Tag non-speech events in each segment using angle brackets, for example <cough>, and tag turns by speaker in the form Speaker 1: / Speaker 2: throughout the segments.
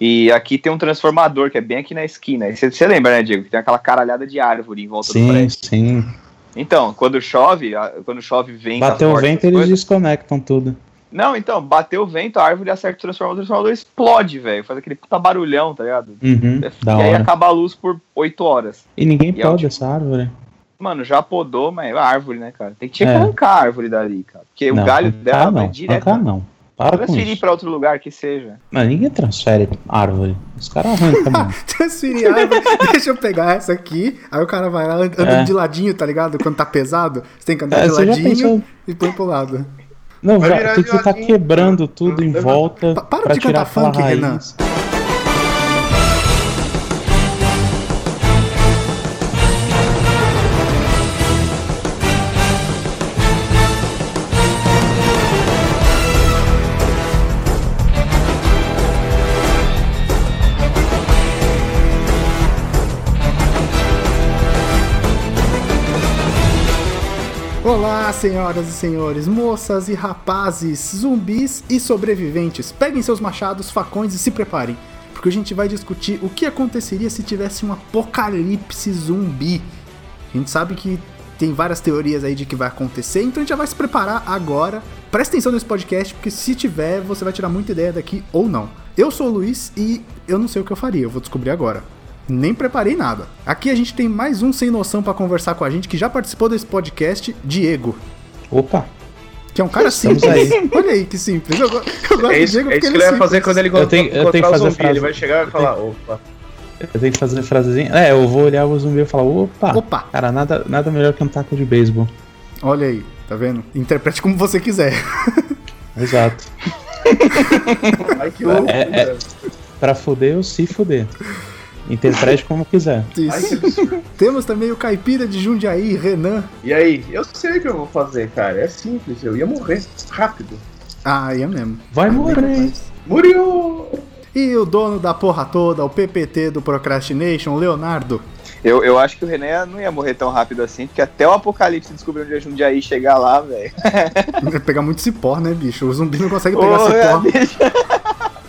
Speaker 1: E aqui tem um transformador que é bem aqui na esquina. Você lembra, né, Diego? Que tem aquela caralhada de árvore em volta do
Speaker 2: Sim,
Speaker 1: prédio.
Speaker 2: sim.
Speaker 1: Então, quando chove, a- quando chove vento.
Speaker 2: Bateu o
Speaker 1: tá forte,
Speaker 2: vento,
Speaker 1: essas
Speaker 2: eles
Speaker 1: coisas.
Speaker 2: desconectam tudo.
Speaker 1: Não, então, bateu o vento, a árvore acerta o transformador, o transformador explode, velho. Faz aquele puta barulhão, tá ligado?
Speaker 2: Uhum, da
Speaker 1: e aí
Speaker 2: hora.
Speaker 1: acaba a luz por 8 horas.
Speaker 2: E ninguém
Speaker 1: e é
Speaker 2: pode
Speaker 1: ótimo.
Speaker 2: essa árvore.
Speaker 1: Mano, já podou, mas a árvore, né, cara? Tem que tinha que
Speaker 2: É.
Speaker 1: arrancar a árvore dali, cara. Porque o
Speaker 2: Não,
Speaker 1: galho
Speaker 2: arrancar
Speaker 1: dela
Speaker 2: não,
Speaker 1: vai direto. né?
Speaker 2: arrancar não. Para com
Speaker 1: Transferir
Speaker 2: isso.
Speaker 1: pra outro lugar que seja.
Speaker 2: Mas ninguém transfere árvore. Os caras
Speaker 3: <laughs>
Speaker 2: arrancam, mano.
Speaker 3: Transferir a árvore. <laughs> Deixa eu pegar essa aqui. Aí o cara vai lá and- andando
Speaker 2: É.
Speaker 3: de ladinho, tá ligado? Quando tá pesado, você tem que andar
Speaker 2: É,
Speaker 3: de
Speaker 2: Você já
Speaker 3: ladinho
Speaker 2: pensou?
Speaker 3: e põe pro lado.
Speaker 2: Não,
Speaker 4: Vai
Speaker 2: já,
Speaker 4: virar
Speaker 2: tem que estar
Speaker 4: jardim.
Speaker 2: quebrando tudo em volta
Speaker 3: Pa- para
Speaker 2: pra
Speaker 3: de
Speaker 2: tirar
Speaker 3: cantar
Speaker 2: aquela
Speaker 3: funk,
Speaker 2: raiz.
Speaker 3: Renan. Olá, senhoras e senhores, moças e rapazes, zumbis e sobreviventes. Peguem seus machados, facões e se preparem, porque a gente vai discutir o que aconteceria se tivesse um apocalipse zumbi. A gente sabe que tem várias teorias aí de que vai acontecer, então a gente já vai se preparar agora. Presta atenção nesse podcast, porque se tiver, você vai tirar muita ideia daqui ou não. Eu sou o Luiz e eu não sei o que eu faria, eu vou descobrir agora. Nem preparei nada. Aqui a gente tem mais um sem noção pra conversar com a gente que já participou desse podcast, Diego.
Speaker 2: Opa,
Speaker 3: Que é um cara
Speaker 2: Estamos
Speaker 3: simples. <laughs> Olha aí que simples. Eu, go- eu gosto
Speaker 4: É
Speaker 3: do
Speaker 4: isso,
Speaker 3: Diego
Speaker 4: é
Speaker 3: porque
Speaker 4: isso
Speaker 3: ele
Speaker 4: que ele
Speaker 3: é
Speaker 4: vai
Speaker 3: simples.
Speaker 4: fazer quando ele
Speaker 2: Eu tenho- eu
Speaker 4: encontrar
Speaker 2: tenho que
Speaker 4: o
Speaker 2: fazer
Speaker 4: zumbi.
Speaker 2: frase.
Speaker 4: Ele vai chegar e vai falar, opa.
Speaker 2: eu tenho que fazer frasezinha. É, eu vou olhar o zumbi e falar,
Speaker 4: Ah.
Speaker 2: opa.
Speaker 3: Opa,
Speaker 2: Cara, nada, nada melhor que um taco de beisebol.
Speaker 3: olha aí, tá vendo? Interprete como você quiser.
Speaker 2: Exato.
Speaker 4: Ai, que né?" loucura.
Speaker 2: É, é. Pra fuder ou se fuder. Interprete como quiser.
Speaker 4: <laughs> Ai,
Speaker 3: Isso.
Speaker 4: que absurdo.
Speaker 3: Temos também o caipira de Jundiaí, Renan.
Speaker 4: E aí, eu sei o que eu vou fazer, cara. É simples, eu ia morrer. Rápido.
Speaker 3: Ah, ia mesmo.
Speaker 2: Vai
Speaker 3: Ah, bem
Speaker 2: morrer.
Speaker 3: capaz.
Speaker 4: Muriu!
Speaker 3: E o dono da porra toda, o PPT do Procrastination, Leonardo. <laughs>
Speaker 1: Eu, eu acho que o Renan não ia morrer tão rápido assim, porque até o apocalipse descobrir onde é Jundiaí e chegar lá, velho.
Speaker 3: Vai pegar muito cipó, né, bicho? O zumbi não consegue pegar
Speaker 1: Ô,
Speaker 4: é,
Speaker 1: Renan,
Speaker 3: cipó.
Speaker 1: deixa-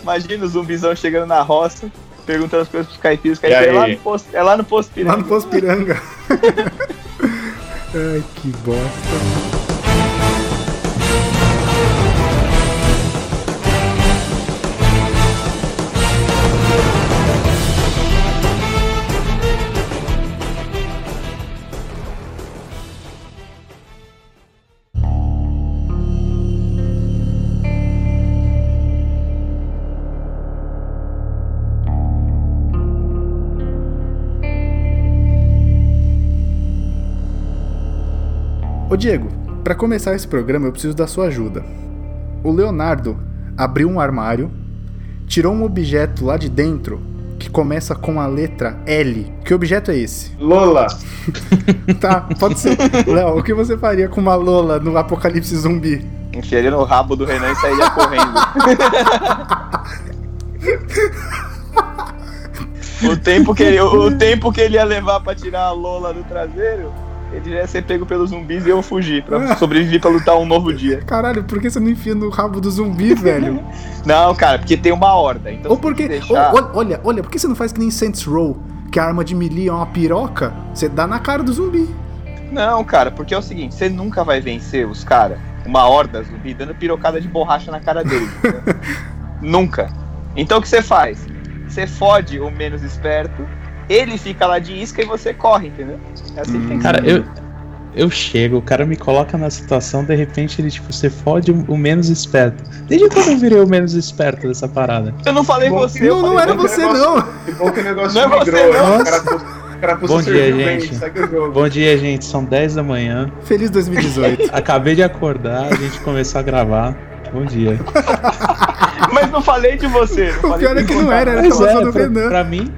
Speaker 1: <laughs> Imagina o zumbizão chegando na roça, perguntando as coisas pros caipiras, os
Speaker 4: E aí?
Speaker 1: caipiras é lá no posto, é lá no posto
Speaker 3: Lá
Speaker 1: piranga.
Speaker 3: no Poço Piranga. <laughs> Ai, que bosta. Ô, Diego, pra começar esse programa eu preciso da sua ajuda. O Leonardo abriu um armário, tirou um objeto lá de dentro que começa com a letra L. Que objeto é esse?
Speaker 4: Lola!
Speaker 3: Tá, pode <laughs> ser. Léo, o que você faria com uma Lola no apocalipse zumbi?
Speaker 1: Enfiaria no rabo do Renan e sairia correndo. o, tempo que ele, o tempo que ele ia levar pra tirar a Lola do traseiro, ele ia ser pego pelos zumbis e eu fugir, pra
Speaker 3: <laughs>
Speaker 1: sobreviver pra lutar um novo dia.
Speaker 3: Caralho, por que você não enfia no rabo do <laughs> zumbi, velho?
Speaker 1: Não, cara, porque tem uma horda. Então
Speaker 3: Ou
Speaker 1: se
Speaker 3: porque.
Speaker 1: deixar-
Speaker 3: ou- olha, olha, olha, por que você não faz que nem Saints Row, que a arma de melee é uma piroca? Você dá na cara do zumbi.
Speaker 1: Não, cara, porque é o seguinte, você nunca vai vencer os caras, uma horda zumbi, dando pirocada de borracha na cara
Speaker 3: <laughs>
Speaker 1: dele. nunca. Então o que você faz? Você fode o menos esperto, ele fica lá de isca e você corre, entendeu? É assim que tem que
Speaker 2: Cara, eu, eu chego, o cara me coloca na situação, de repente ele, tipo, você fode o o menos esperto. Desde quando eu virei o menos esperto dessa parada?
Speaker 1: eu não falei
Speaker 4: Bom,
Speaker 1: você. eu
Speaker 3: não, não
Speaker 1: falei
Speaker 3: era
Speaker 1: você.
Speaker 3: você, não.
Speaker 4: Que bom que o negócio
Speaker 1: Não é você,
Speaker 4: migrou. né?
Speaker 1: não.
Speaker 4: O cara pus- o cara pulsou
Speaker 2: Bom dia,
Speaker 4: serviu bem,
Speaker 2: gente.
Speaker 4: segue o jogo.
Speaker 2: Bom dia, gente, são 10 da manhã. <laughs>
Speaker 3: Feliz 2018.
Speaker 2: Acabei de acordar, a gente começou a gravar. Bom dia.
Speaker 1: Mas não falei de
Speaker 3: <laughs>
Speaker 1: você. não
Speaker 3: O
Speaker 1: falei
Speaker 3: pior é
Speaker 1: de
Speaker 3: que
Speaker 1: você.
Speaker 3: não era, era a
Speaker 2: Pois
Speaker 3: colocação do
Speaker 2: é, pra,
Speaker 3: Renan.
Speaker 2: pra mim.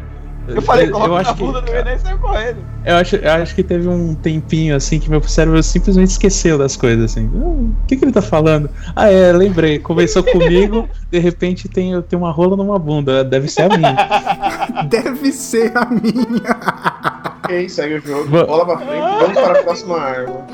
Speaker 1: Eu falei, coloca
Speaker 2: eu
Speaker 1: na
Speaker 2: acho que,
Speaker 1: bunda do Renan e saiu correndo.
Speaker 2: eu acho, eu acho que teve um tempinho assim que meu cérebro simplesmente esqueceu das coisas assim. Ah, O que, que ele tá falando? Ah, é, lembrei. Começou comigo, de repente tem, eu tenho uma rola numa bunda. Deve ser a minha.
Speaker 3: Deve ser a minha.
Speaker 4: Ok, segue o jogo.
Speaker 2: Va-
Speaker 4: Bola pra frente, vamos para a próxima arma.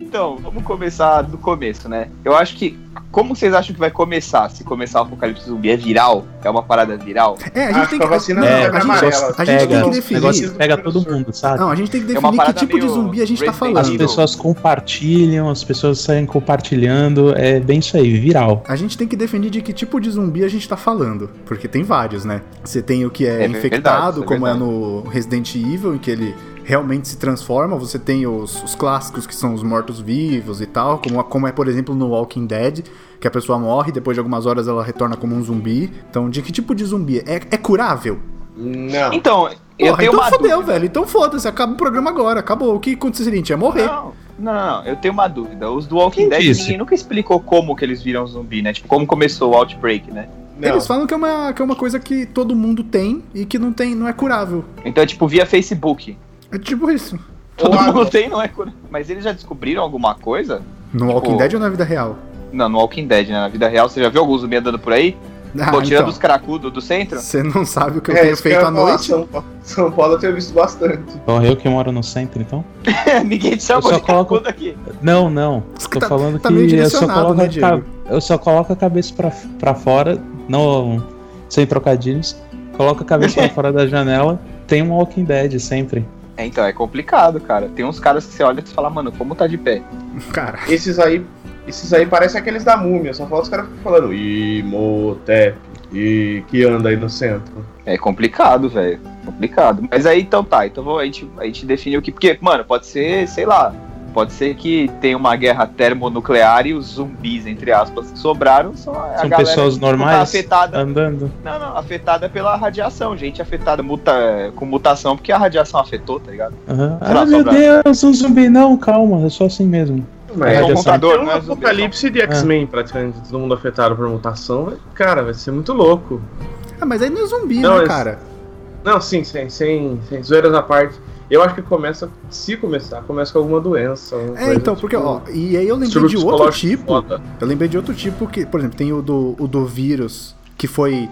Speaker 1: Então, vamos começar do começo, né? Eu acho que. Como vocês acham que vai começar? Se começar o apocalipse zumbi é viral? É uma parada viral?
Speaker 3: É, a
Speaker 4: Acho
Speaker 3: gente tem
Speaker 4: que a
Speaker 3: que.
Speaker 4: vacina
Speaker 2: É,
Speaker 4: é,
Speaker 3: a gente-
Speaker 4: amarela.
Speaker 3: a gente tem
Speaker 2: pega,
Speaker 3: que
Speaker 2: o
Speaker 3: definir.
Speaker 2: negócio pega todo mundo, sabe?
Speaker 3: Não, a gente tem que
Speaker 1: É uma
Speaker 3: definir que
Speaker 1: parada
Speaker 3: tipo de
Speaker 1: meio
Speaker 3: zumbi a gente tá
Speaker 1: Resident
Speaker 2: As
Speaker 1: Evil.
Speaker 3: falando.
Speaker 2: pessoas compartilham, as pessoas saem compartilhando, é bem isso aí, viral.
Speaker 3: A gente tem que definir de que tipo de zumbi a gente tá falando. Porque tem vários, né? Você tem o que é,
Speaker 1: É verdade,
Speaker 3: infectado,
Speaker 1: isso é
Speaker 3: como é
Speaker 1: verdade.
Speaker 3: no Resident Evil, em que ele realmente se transforma. Você tem os, os clássicos que são os mortos-vivos e tal, como, como é, por exemplo, no Walking Dead, que a pessoa morre e depois de algumas horas ela retorna como um zumbi. Então, de que tipo de zumbi? É, é curável?
Speaker 4: Não.
Speaker 1: Então, eu
Speaker 3: Porra,
Speaker 1: tenho
Speaker 3: então
Speaker 1: uma
Speaker 3: fodeu,
Speaker 1: dúvida.
Speaker 3: velho. Então foda-se, acaba o programa agora, acabou. O que aconteceu é o seguinte, é morrer.
Speaker 1: Não, não, não, não, eu tenho uma dúvida. Os do Walking
Speaker 2: Quem
Speaker 1: Dead
Speaker 2: disse?
Speaker 1: ninguém nunca explicou como que eles viram zumbi, né? Tipo, como começou o Outbreak, né?
Speaker 4: Não.
Speaker 3: Eles falam que é, uma, que é uma coisa que todo mundo tem e que não tem, não é curável.
Speaker 1: Então é tipo via Facebook.
Speaker 3: É tipo isso.
Speaker 1: Todo
Speaker 4: Ou água.
Speaker 1: mundo tem, não é? cura- Mas eles já descobriram alguma coisa?
Speaker 3: No
Speaker 4: Tipo,
Speaker 3: Walking Dead ou na vida real?
Speaker 1: Não, no Walking Dead, né? Na vida real, você já viu algum zumbi andando por aí?
Speaker 3: Ah,
Speaker 1: Pô, tirando
Speaker 3: então,
Speaker 1: os caracudos do centro?
Speaker 3: Você não sabe o que eu
Speaker 4: É,
Speaker 3: tenho
Speaker 4: isso que
Speaker 3: feito
Speaker 4: eu
Speaker 3: à
Speaker 4: ia falar,
Speaker 3: noite?
Speaker 4: São Paulo, São Paulo eu tenho visto bastante.
Speaker 2: Então eu que moro no centro, então?
Speaker 1: Ninguém te
Speaker 2: Eu só
Speaker 1: chamou é de
Speaker 2: coloco-
Speaker 1: caracudo aqui.
Speaker 2: Não, não. Tô
Speaker 3: Tá-
Speaker 2: falando
Speaker 3: tá meio
Speaker 2: que eu só,
Speaker 3: direcionado,
Speaker 2: coloco
Speaker 3: né,
Speaker 2: a ca-
Speaker 3: Diego?
Speaker 2: eu só coloco a cabeça pra, pra fora, não sem trocadilhos. Coloco a cabeça pra fora da janela. Tem um Walking Dead sempre.
Speaker 1: É, então, é complicado, cara. Tem uns caras que você olha e você fala, mano, como tá de pé?
Speaker 3: Cara,
Speaker 4: Esses aí, esses aí parecem aqueles da múmia, só falta os caras ficam falando Imhotep e que anda aí no centro.
Speaker 1: É complicado, velho. Complicado. Mas aí, então tá. Então vou- a gente, a gente definiu o que... Porque, mano, pode ser, sei lá... Pode ser que tenha uma guerra termonuclear e os zumbis, entre aspas, que sobraram são a
Speaker 2: São
Speaker 1: galera
Speaker 2: pessoas
Speaker 1: que tá
Speaker 2: normais
Speaker 1: afetada
Speaker 2: andando.
Speaker 1: Não, não, afetada pela radiação, gente afetada muta- com mutação, porque a radiação afetou, tá ligado?
Speaker 2: Aham.
Speaker 1: Sei lá,
Speaker 2: Ah, meu
Speaker 1: sobra-
Speaker 2: Deus, um zumbi. Não, calma, eu sou assim mesmo.
Speaker 1: É,
Speaker 2: É,
Speaker 1: um
Speaker 2: radiação.
Speaker 1: computador,
Speaker 5: Tem um
Speaker 1: não é
Speaker 4: né,
Speaker 1: zumbi,
Speaker 5: apocalipse de X-Men, praticamente, todo mundo afetado por mutação. vai- Cara, vai ser muito louco.
Speaker 3: ah, mas aí não é zumbi,
Speaker 5: Não,
Speaker 3: né,
Speaker 5: esse-
Speaker 3: cara?
Speaker 5: Não, sim, sem, sem, sem zoeiras à parte. Eu acho que começa, se começar, começa com alguma doença. alguma
Speaker 3: É,
Speaker 5: coisa,
Speaker 3: então, porque,
Speaker 5: tipo,
Speaker 3: ó, e aí eu lembrei
Speaker 5: distúrbio
Speaker 3: de outro
Speaker 5: psicológico
Speaker 3: tipo.
Speaker 5: foda.
Speaker 3: Eu lembrei de outro tipo que, por exemplo, tem o do, o do vírus, que foi,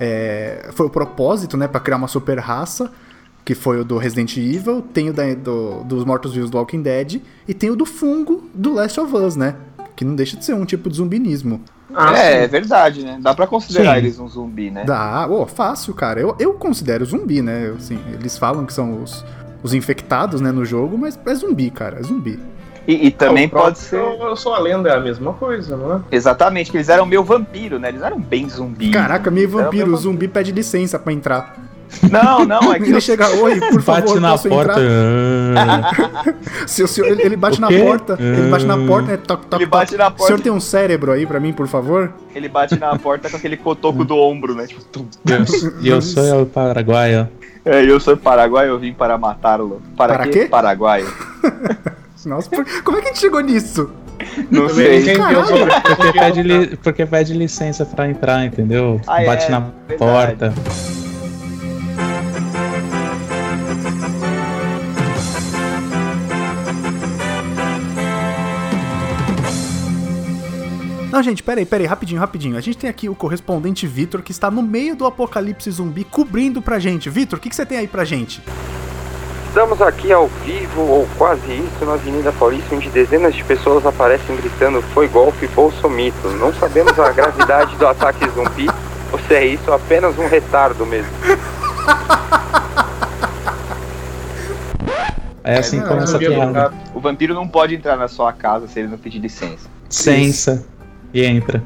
Speaker 3: é, foi o propósito, né, pra criar uma super raça, que foi o do Resident Evil, tem o da- do- dos mortos-vivos do Walking Dead, e tem o do fungo do Last of Us, né? Que não deixa de ser um tipo de zumbinismo.
Speaker 5: Ah,
Speaker 1: é, é
Speaker 5: sim.
Speaker 1: verdade, né? Dá pra considerar
Speaker 2: Sim.
Speaker 1: eles um zumbi, né?
Speaker 3: Dá, ô, fácil, cara. Eu, eu considero zumbi, né? Eu, assim, eles falam que são os, os infectados, né, no jogo, mas é zumbi, cara, é zumbi.
Speaker 1: E, e também
Speaker 5: O próprio
Speaker 1: pode ser.
Speaker 5: Eu, eu sou a lenda, é a mesma coisa, não é?
Speaker 1: Exatamente, que eles eram meio vampiro, né? Eles não eram bem zumbi.
Speaker 3: Caraca,
Speaker 2: é
Speaker 3: meio
Speaker 1: Eles eram
Speaker 3: vampiro,
Speaker 1: meio
Speaker 3: o zumbi pede licença pra entrar.
Speaker 1: vampiro. Não, não, é
Speaker 3: <laughs>
Speaker 1: que.
Speaker 3: Ele chega,
Speaker 2: <laughs>
Speaker 3: oi, por
Speaker 2: Bate
Speaker 3: favor,
Speaker 2: na
Speaker 3: posso
Speaker 2: porta.
Speaker 3: entrar?
Speaker 2: ah.
Speaker 3: Seu, senhor- ele, ele bate
Speaker 2: O
Speaker 3: na
Speaker 2: quê?
Speaker 3: porta, ele bate na
Speaker 2: Hum.
Speaker 3: porta, né? Toc, toc,
Speaker 1: Ele
Speaker 3: toc.
Speaker 1: bate na
Speaker 3: O senhor
Speaker 1: porta,
Speaker 3: tem um cérebro aí pra mim, por favor?
Speaker 1: ele bate na porta com aquele cotoco do ombro, né? Tipo, tum.
Speaker 2: E eu sou o paraguaio.
Speaker 1: é, eu sou paraguaio, eu vim para matá-lo. Para,
Speaker 3: Para
Speaker 1: quê?
Speaker 3: quê?
Speaker 1: Paraguaio.
Speaker 2: <laughs>
Speaker 3: Nossa, por- como é que a gente chegou nisso?
Speaker 5: Também
Speaker 1: Não
Speaker 5: não
Speaker 1: sei.
Speaker 5: entendeu
Speaker 3: Caralho.
Speaker 5: sobre
Speaker 2: Porque pede, li- porque pede licença pra entrar, entendeu?
Speaker 1: Ah, é,
Speaker 2: Bate na
Speaker 1: verdade.
Speaker 2: porta.
Speaker 3: Não, gente, peraí, peraí, rapidinho, rapidinho. A gente tem aqui o correspondente Vitor, que está no meio do apocalipse zumbi, cobrindo pra gente. Vitor, o que, que você tem aí pra gente?
Speaker 6: Estamos aqui ao vivo, ou quase isso, na Avenida Paulista, onde dezenas de pessoas aparecem gritando foi golpe bolsomito. Não sabemos a gravidade do ataque zumbi, ou se é isso apenas um retardo mesmo.
Speaker 2: É assim que
Speaker 3: não,
Speaker 2: começa a
Speaker 5: zumbi
Speaker 2: piada.
Speaker 5: alocado.
Speaker 1: O vampiro não pode entrar na sua casa se ele não pedir licença.
Speaker 2: Sensa. E entra.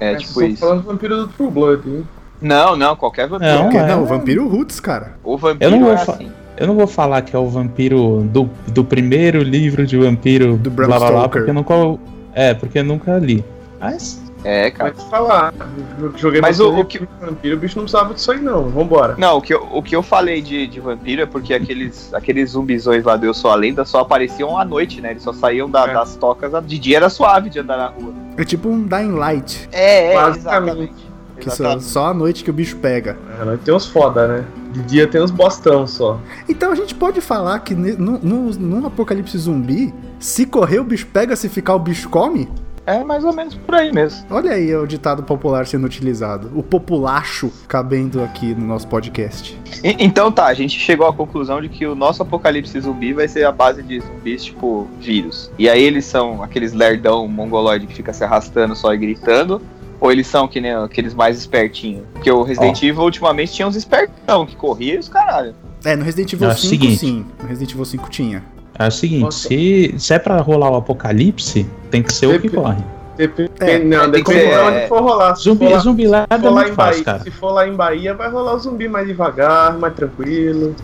Speaker 1: É,
Speaker 5: Mas
Speaker 1: tipo
Speaker 5: vocês
Speaker 1: isso.
Speaker 5: estão falando do vampiro do True Blood, hein?
Speaker 1: Não, não, qualquer vampiro.
Speaker 2: Não,
Speaker 3: Porque,
Speaker 2: é.
Speaker 3: não, o Vampiro Roots, cara.
Speaker 1: O vampiro
Speaker 2: Eu não vou
Speaker 1: é
Speaker 2: fa-
Speaker 1: assim.
Speaker 2: Eu não vou falar que é o vampiro do, do primeiro livro de vampiro
Speaker 3: Do Bram
Speaker 2: blá, blá, blá,
Speaker 3: Stoker.
Speaker 2: porque eu nunca. É, porque eu nunca li. Mas.
Speaker 1: É, cara.
Speaker 5: Vai te falar. Eu Joguei
Speaker 1: Mas
Speaker 5: no
Speaker 1: o- o
Speaker 5: que... vampiro, o bicho não precisava disso aí, não. Vambora.
Speaker 1: Não, o que eu, o que eu falei de, de vampiro é porque aqueles, aqueles zumbizões lá do Eu Sou a Lenda só apareciam à noite, né? Eles só saíam da-
Speaker 5: É.
Speaker 1: das tocas. à- De dia era suave de andar na rua.
Speaker 3: É tipo um Dying Light,
Speaker 1: É, é,
Speaker 5: Basicamente.
Speaker 1: exatamente.
Speaker 3: que só,
Speaker 1: Exatamente.
Speaker 3: só à noite que o bicho pega.
Speaker 5: Ah, nós tem uns foda, né? De dia tem uns bostão só.
Speaker 3: Então a gente pode falar que ne- no, no, num apocalipse zumbi, se correr o bicho pega, se ficar o bicho come?
Speaker 1: É mais ou menos por aí mesmo.
Speaker 3: Olha aí o ditado popular sendo utilizado. O populacho cabendo aqui no nosso podcast.
Speaker 1: E- então tá, a gente chegou à conclusão de que o nosso apocalipse zumbi vai ser a base de zumbis tipo vírus. E aí eles são aqueles lerdão mongoloide que fica se arrastando só e gritando. Ou eles são que nem aqueles mais espertinhos? Porque o Resident Evil ultimamente tinha uns espertão que corria e os caralho.
Speaker 3: É, no Resident Evil
Speaker 2: Não, é o
Speaker 3: 5
Speaker 2: seguinte.
Speaker 3: sim. No Resident Evil 5 tinha.
Speaker 2: É o seguinte,
Speaker 4: Nossa.
Speaker 2: se, se é pra rolar o apocalipse, tem que ser o que
Speaker 4: Dep-
Speaker 2: corre.
Speaker 4: Dep-
Speaker 3: É,
Speaker 4: não,
Speaker 1: tem que
Speaker 4: depende
Speaker 1: ser- é,
Speaker 4: de onde for rolar. Se
Speaker 2: Zumbi,
Speaker 4: for lá,
Speaker 2: zumbi lá
Speaker 4: se for
Speaker 2: é
Speaker 4: lá em
Speaker 2: muito fácil,
Speaker 4: Bahia,
Speaker 2: cara.
Speaker 4: se for lá em Bahia, vai rolar o zumbi mais devagar, mais tranquilo.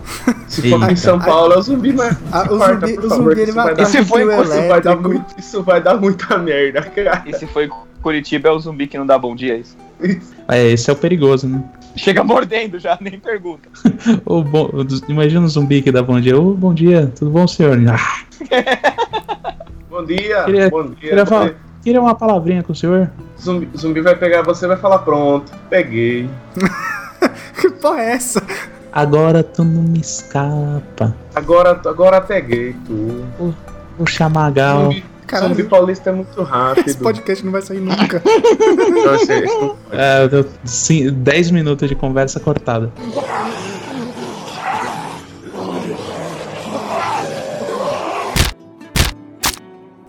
Speaker 4: Se for
Speaker 2: Eita.
Speaker 4: em São Paulo, é o zumbi mais.
Speaker 3: Ah, o
Speaker 4: Corta,
Speaker 3: zumbi,
Speaker 4: por
Speaker 3: o
Speaker 4: favor,
Speaker 3: zumbi
Speaker 4: que
Speaker 3: ele
Speaker 4: isso vai
Speaker 3: vai
Speaker 4: dar-
Speaker 3: atrás do
Speaker 1: Isso foi
Speaker 3: trio
Speaker 4: Isso vai, dar
Speaker 3: elétrico.
Speaker 4: muito, isso vai dar muita merda, cara.
Speaker 1: E se foi Curitiba, é o zumbi que não dá bom dia, é isso.
Speaker 2: É, esse é o perigoso, né?
Speaker 1: Chega mordendo já, <laughs> nem pergunta.
Speaker 2: O bom- imagina um zumbi que dá bom dia. Ô, bom dia, tudo bom, senhor? Ah,
Speaker 4: Bom dia,
Speaker 2: Queria-
Speaker 4: bom dia.
Speaker 2: queria
Speaker 4: bom
Speaker 2: falar-
Speaker 4: dia.
Speaker 2: queria uma palavrinha com o senhor?
Speaker 4: Zumbi, zumbi vai pegar você e vai falar: pronto, peguei.
Speaker 3: <laughs> Que porra é essa?
Speaker 2: Agora tu não me escapa.
Speaker 4: Agora, agora peguei tu.
Speaker 2: Vou chamar a Gal.
Speaker 4: Zumbi,
Speaker 3: Cara,
Speaker 4: zumbi paulista é muito rápido. Então, assim,
Speaker 3: esse podcast não vai sair nunca.
Speaker 4: Não, esse- esse não pode.
Speaker 2: É, eu dou cin- 10 minutos de conversa cortada.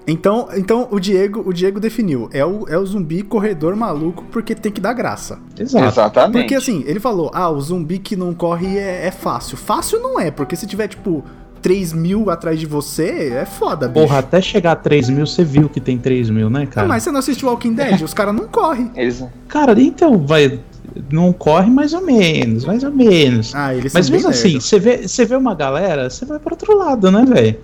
Speaker 3: Então, então o Diego, o Diego definiu. É o, é o zumbi corredor maluco porque tem que dar graça.
Speaker 2: Exato.
Speaker 1: Exatamente.
Speaker 3: Porque assim, ele falou: ah, o zumbi que não corre é, é fácil. Fácil não é, porque se tiver, tipo, 3 mil atrás de você, é foda, bicho.
Speaker 2: Porra, até chegar a 3 mil, você viu que tem 3 mil, né,
Speaker 3: Ah,
Speaker 2: cara?
Speaker 3: mas você não assiste Walking Dead, os caras não correm.
Speaker 1: Eles... é
Speaker 2: Cara, então vai. Não corre mais ou menos, mais ou menos.
Speaker 3: Ah, eles
Speaker 2: Mas
Speaker 3: são bem
Speaker 2: mesmo assim,
Speaker 3: merda.
Speaker 2: você vê, você vê uma galera, você vai pro outro lado, né, velho?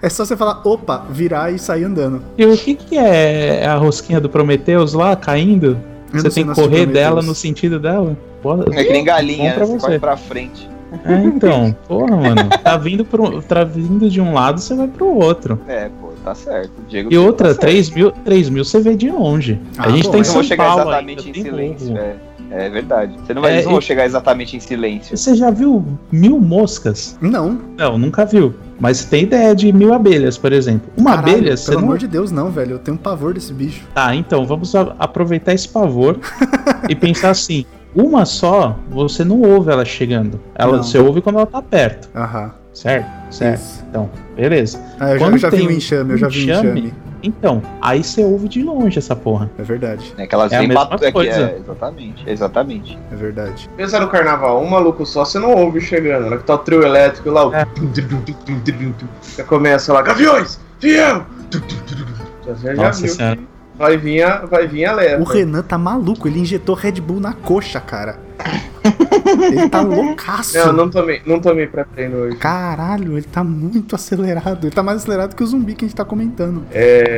Speaker 3: É só você falar, opa, virar e sair andando.
Speaker 2: E o que, que é a rosquinha do Prometheus lá caindo? você
Speaker 3: Eu não
Speaker 2: tem
Speaker 3: sei,
Speaker 2: que
Speaker 3: não assisti
Speaker 2: correr
Speaker 3: Prometheus.
Speaker 2: dela no sentido dela? Bola-
Speaker 1: É que nem galinha,
Speaker 2: Bom pra
Speaker 1: né? você
Speaker 2: você.
Speaker 1: corre pra frente.
Speaker 2: É, então, porra, mano. <laughs> Tá vindo, pro, tá vindo de um lado, você vai pro outro.
Speaker 1: É, pô, tá certo. O Diego
Speaker 2: E outra,
Speaker 1: tá certo.
Speaker 2: 3 mil, 3 mil você vê de longe.
Speaker 3: Ah,
Speaker 2: a gente
Speaker 3: bom,
Speaker 2: tem
Speaker 1: Eu
Speaker 2: em
Speaker 1: não vou
Speaker 2: São
Speaker 1: chegar
Speaker 2: Paulo
Speaker 1: exatamente
Speaker 2: ainda,
Speaker 1: em
Speaker 2: tem
Speaker 1: silêncio.
Speaker 2: morro.
Speaker 1: É, é verdade. Você não vai,
Speaker 2: É,
Speaker 1: eles não vão
Speaker 2: e-
Speaker 1: chegar exatamente em silêncio.
Speaker 2: Você já viu mil moscas?
Speaker 3: Não,
Speaker 2: Não, nunca viu. Mas você tem ideia de mil abelhas, por exemplo. Uma
Speaker 3: caralho,
Speaker 2: abelha, você
Speaker 3: pelo
Speaker 2: não.
Speaker 3: amor de Deus, não, velho. Eu tenho um pavor desse bicho.
Speaker 2: Tá, então vamos a- aproveitar
Speaker 1: <laughs>
Speaker 2: esse pavor e pensar assim: uma só, você não ouve ela chegando. Ela,
Speaker 3: Não.
Speaker 2: Você ouve quando ela tá perto,
Speaker 3: Aham.
Speaker 2: certo?
Speaker 1: É.
Speaker 2: Certo.
Speaker 3: É Isso.
Speaker 2: Beleza.
Speaker 3: Ah, eu já,
Speaker 2: é. Quando
Speaker 3: eu já vi
Speaker 2: tem
Speaker 3: um enxame, eu já vi um
Speaker 2: enxame-
Speaker 3: enxame.
Speaker 2: Então, aí você ouve de longe essa porra.
Speaker 3: É verdade,
Speaker 1: É que elas
Speaker 2: É a
Speaker 1: vêm
Speaker 2: mesma
Speaker 1: batu- é que-
Speaker 2: coisa.
Speaker 1: é, exatamente, exatamente.
Speaker 3: é verdade.
Speaker 4: Pensa no carnaval, um maluco só, você não ouve chegando. Na hora que tá o trio elétrico lá, o.
Speaker 2: É.
Speaker 4: Já começa lá, Gaviões! Fiel! Você já
Speaker 2: Nossa
Speaker 4: viu
Speaker 2: Senhora.
Speaker 4: que vai vir a, vai vir a leva.
Speaker 3: O Renan tá maluco, ele injetou Red Bull na coxa, cara.
Speaker 2: <laughs>
Speaker 3: ele tá loucaço.
Speaker 4: Não, não tomei, não tomei pré-treino hoje.
Speaker 3: Caralho, ele tá muito acelerado. Ele tá mais acelerado que o zumbi que a gente tá comentando.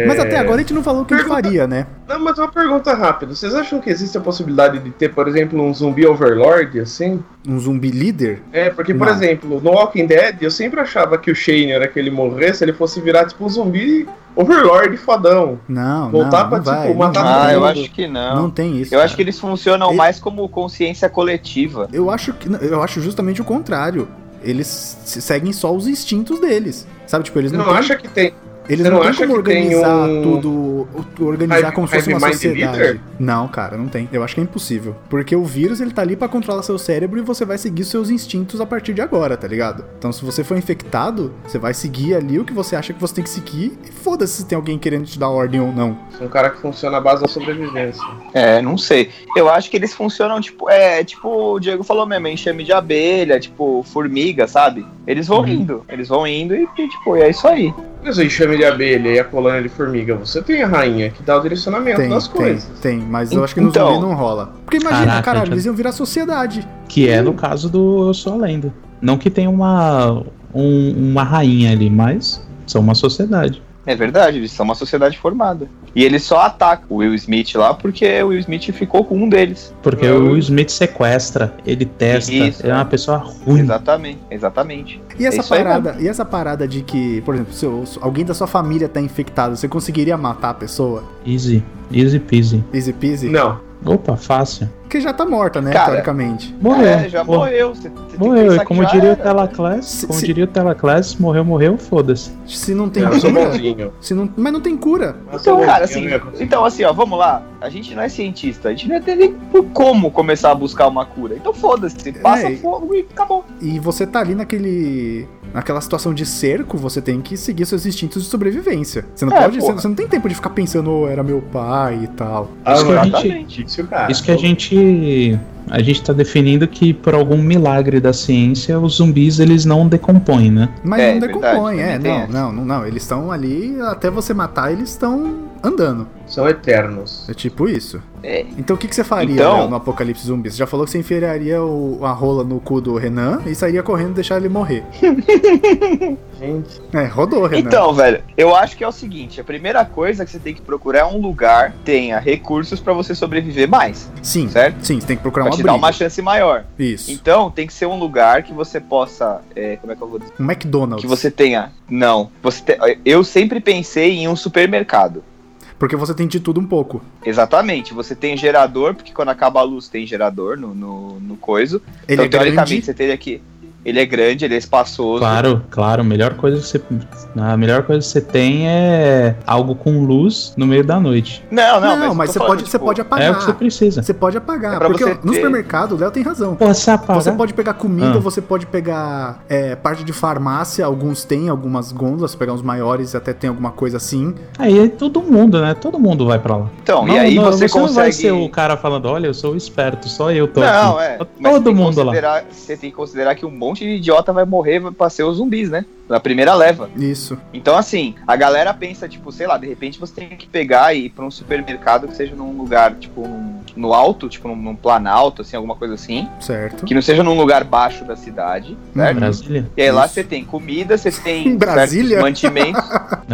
Speaker 3: Mas até agora a gente não falou o que ele
Speaker 4: É. Pergunta-
Speaker 3: faria, né?
Speaker 4: Não, mas uma pergunta rápida. Vocês acham que existe a possibilidade de ter, por exemplo, um zumbi overlord, assim?
Speaker 3: Um zumbi líder?
Speaker 4: É, porque, por
Speaker 3: Não.
Speaker 4: exemplo, no Walking Dead, eu sempre achava que o Shane, na hora que ele morresse, ele fosse virar, tipo, um zumbi overlord fodão.
Speaker 3: Não,
Speaker 4: Voltar
Speaker 3: não,
Speaker 4: pra,
Speaker 3: não
Speaker 4: tipo,
Speaker 3: vai, não
Speaker 4: matar
Speaker 3: vai.
Speaker 4: todo
Speaker 1: Ah, eu
Speaker 4: mundo.
Speaker 1: acho que não.
Speaker 3: Tá Não tem isso.
Speaker 1: Eu
Speaker 3: cara.
Speaker 1: acho que eles funcionam
Speaker 3: Ele-
Speaker 1: mais como consciência coletiva.
Speaker 3: Eu acho que eu acho justamente o contrário. Eles se- seguem só os instintos deles. Sabe, tipo, eles
Speaker 4: Você
Speaker 3: não,
Speaker 4: não
Speaker 3: têm-
Speaker 4: acha que tem.
Speaker 3: eles
Speaker 4: você
Speaker 3: não
Speaker 4: não
Speaker 3: têm
Speaker 4: acha
Speaker 3: como
Speaker 4: que tem
Speaker 3: organizar
Speaker 4: um-
Speaker 3: tudo, o- organizar
Speaker 4: Hive-
Speaker 3: como se fosse
Speaker 4: Hive
Speaker 3: uma
Speaker 4: Mind
Speaker 3: sociedade.
Speaker 4: Leader?
Speaker 3: Não, cara, não tem. Eu acho que é impossível, porque o vírus ele tá ali pra controlar seu cérebro e você vai seguir seus instintos a partir de agora, tá ligado? Então, se você for infectado, você vai seguir ali o que você acha que você tem que seguir e foda-se se tem alguém querendo te dar ordem ou não.
Speaker 4: Um cara que funciona à base da sobrevivência.
Speaker 1: É, não sei. Eu acho que eles funcionam tipo, é, tipo o Diego falou mesmo, é enxame de abelha, tipo formiga, sabe? Eles
Speaker 2: Uhum.
Speaker 1: vão indo, eles vão indo e, e, tipo, e é isso aí.
Speaker 4: Mas o enxame de abelha e a colônia de formiga, você tem a rainha que dá o direcionamento
Speaker 3: Tem,
Speaker 4: das
Speaker 3: tem,
Speaker 4: coisas.
Speaker 3: tem, mas eu acho que no
Speaker 1: Então-
Speaker 3: zumbi não rola. Porque imagina,
Speaker 2: Caraca,
Speaker 3: caralho,
Speaker 2: já-
Speaker 3: eles iam virar sociedade.
Speaker 2: Que é
Speaker 1: Hum.
Speaker 2: no caso do Eu Sou a Lenda. Não que tenha uma, um- uma rainha ali, mas são uma sociedade.
Speaker 1: É verdade, eles são uma sociedade formada. E eles só atacam o Will Smith lá porque o Will Smith ficou com um deles.
Speaker 2: Porque
Speaker 4: Eu-
Speaker 2: o Will Smith sequestra, ele testa,
Speaker 1: Isso,
Speaker 2: ele é uma
Speaker 1: é.
Speaker 2: pessoa ruim.
Speaker 1: Exatamente, exatamente.
Speaker 3: E
Speaker 4: É
Speaker 3: essa
Speaker 1: isso aí
Speaker 3: parada, e essa parada de que, por exemplo, se o- se alguém da sua família tá infectado, você conseguiria matar a pessoa?
Speaker 2: Easy, easy peasy.
Speaker 3: Easy peasy?
Speaker 4: Não,
Speaker 2: Opa, fácil.
Speaker 3: Porque já tá morta, né?
Speaker 1: Cara,
Speaker 3: teoricamente.
Speaker 2: Morreu.
Speaker 1: É, já
Speaker 2: Mor-
Speaker 1: morreu. Você, você tem que
Speaker 2: né? Morreu,
Speaker 1: pensar
Speaker 2: e
Speaker 1: que
Speaker 2: como
Speaker 1: já
Speaker 2: diria o
Speaker 1: era.
Speaker 2: Telaclass,
Speaker 3: Se-
Speaker 2: como
Speaker 3: se-
Speaker 2: diria o Telaclass, morreu, morreu, foda-se.
Speaker 3: Se não tem
Speaker 4: Eu sou
Speaker 3: cura.
Speaker 2: <laughs>
Speaker 4: bonzinho.
Speaker 3: Se não... Mas não tem cura.
Speaker 4: Eu sou
Speaker 1: Então, cara, assim,
Speaker 4: bonzinho, eu não ia conseguir.
Speaker 1: então, assim, ó, vamos lá. A gente não é cientista, a gente não tem nem por como começar a buscar uma cura. Então foda-se, passa
Speaker 3: É, e-
Speaker 1: fogo e acabou.
Speaker 3: E você tá ali naquele. naquela situação de cerco, você tem que seguir seus instintos de sobrevivência. Você não
Speaker 1: É,
Speaker 3: pode. Você,
Speaker 1: porra.
Speaker 3: você não tem tempo de ficar pensando, oh, era meu pai e tal.
Speaker 4: Ah,
Speaker 2: Isso que a
Speaker 4: mano,
Speaker 2: gente-
Speaker 4: tá difícil,
Speaker 1: Ah,
Speaker 4: cara.
Speaker 2: Isso que a gente a gente tá definindo que por algum milagre da ciência os zumbis eles não decompõem, né?
Speaker 3: Mas
Speaker 1: É,
Speaker 3: não
Speaker 1: é
Speaker 3: decompõe,
Speaker 1: verdade,
Speaker 3: é.
Speaker 1: também tem
Speaker 3: Não,
Speaker 1: essa.
Speaker 3: não, não, não. Eles estão ali, até você matar, eles estão andando.
Speaker 4: São eternos.
Speaker 3: É tipo isso.
Speaker 1: É.
Speaker 3: Então o que, que você faria
Speaker 1: Então-
Speaker 3: Léo, no Apocalipse Zumbi? Você já falou que você enfiaria o- a rola no cu do Renan e sairia correndo e deixar ele morrer.
Speaker 5: Gente,
Speaker 3: É, rodou, Renan.
Speaker 1: Então, velho, eu acho que é o seguinte: a primeira coisa que você tem que procurar é um lugar que tenha recursos pra você sobreviver mais,
Speaker 3: sim,
Speaker 1: certo?
Speaker 3: sim, você tem que procurar
Speaker 1: Pra
Speaker 3: uma
Speaker 1: te
Speaker 3: briga.
Speaker 1: dar uma chance maior.
Speaker 3: Isso.
Speaker 1: Então, tem que ser um lugar que você possa. é, como é que eu vou dizer?
Speaker 3: Um McDonald's.
Speaker 1: Que você tenha. Não. Você te- Eu sempre pensei em um supermercado.
Speaker 3: Porque você tem de tudo um pouco.
Speaker 1: Exatamente. Você tem gerador, porque quando acaba a luz tem gerador no, no, no coiso. então,
Speaker 3: Ele é
Speaker 1: teoricamente,
Speaker 3: grande.
Speaker 1: você teria que. Ele é grande, ele é espaçoso.
Speaker 2: Claro, claro, a melhor coisa que você a melhor coisa que você tem é algo com luz no meio da noite.
Speaker 1: Não, não,
Speaker 3: Não, mas,
Speaker 1: eu tô
Speaker 3: você,
Speaker 1: falando,
Speaker 3: pode, você
Speaker 1: tipo,
Speaker 3: pode
Speaker 2: É
Speaker 3: apagar.
Speaker 2: o que você
Speaker 3: você...
Speaker 2: precisa.
Speaker 3: pode apagar.
Speaker 1: É pra
Speaker 3: porque
Speaker 1: você
Speaker 3: no
Speaker 1: ter.
Speaker 3: supermercado, o Léo tem razão.
Speaker 2: Porra, se apagar.
Speaker 3: Você pode pegar
Speaker 2: Ah.
Speaker 3: comida, você pode pegar é, parte de farmácia, alguns tem, algumas gôndolas, pegar uns maiores até tem alguma coisa assim.
Speaker 2: Aí é todo mundo, né? Todo mundo vai pra lá.
Speaker 1: Então,
Speaker 2: Não,
Speaker 1: e aí
Speaker 2: não,
Speaker 1: você,
Speaker 2: não vai
Speaker 1: consegue.
Speaker 2: ser o cara falando, olha, eu sou esperto, só eu tô
Speaker 1: Não,
Speaker 2: aqui.
Speaker 1: é.
Speaker 2: Tá
Speaker 1: mas você
Speaker 2: todo
Speaker 1: tem que
Speaker 2: mundo lá.
Speaker 1: considerar- Você tem que considerar que um monte de idiota vai morrer pra ser os zumbis, né? Na primeira leva.
Speaker 3: Isso.
Speaker 1: Então, assim, a galera pensa, tipo, sei lá, de repente você tem que pegar e ir pra um supermercado que seja num lugar, tipo, num- no alto, tipo, num, num planalto, assim, alguma coisa assim.
Speaker 3: Certo.
Speaker 1: Que não seja num lugar baixo da cidade, certo?
Speaker 3: Uhum.
Speaker 2: Brasília,
Speaker 1: E aí lá
Speaker 3: Isso.
Speaker 1: você tem comida,
Speaker 3: <laughs>
Speaker 1: você tem
Speaker 3: Em Brasília?
Speaker 1: certos mantimentos.
Speaker 2: <laughs> Né?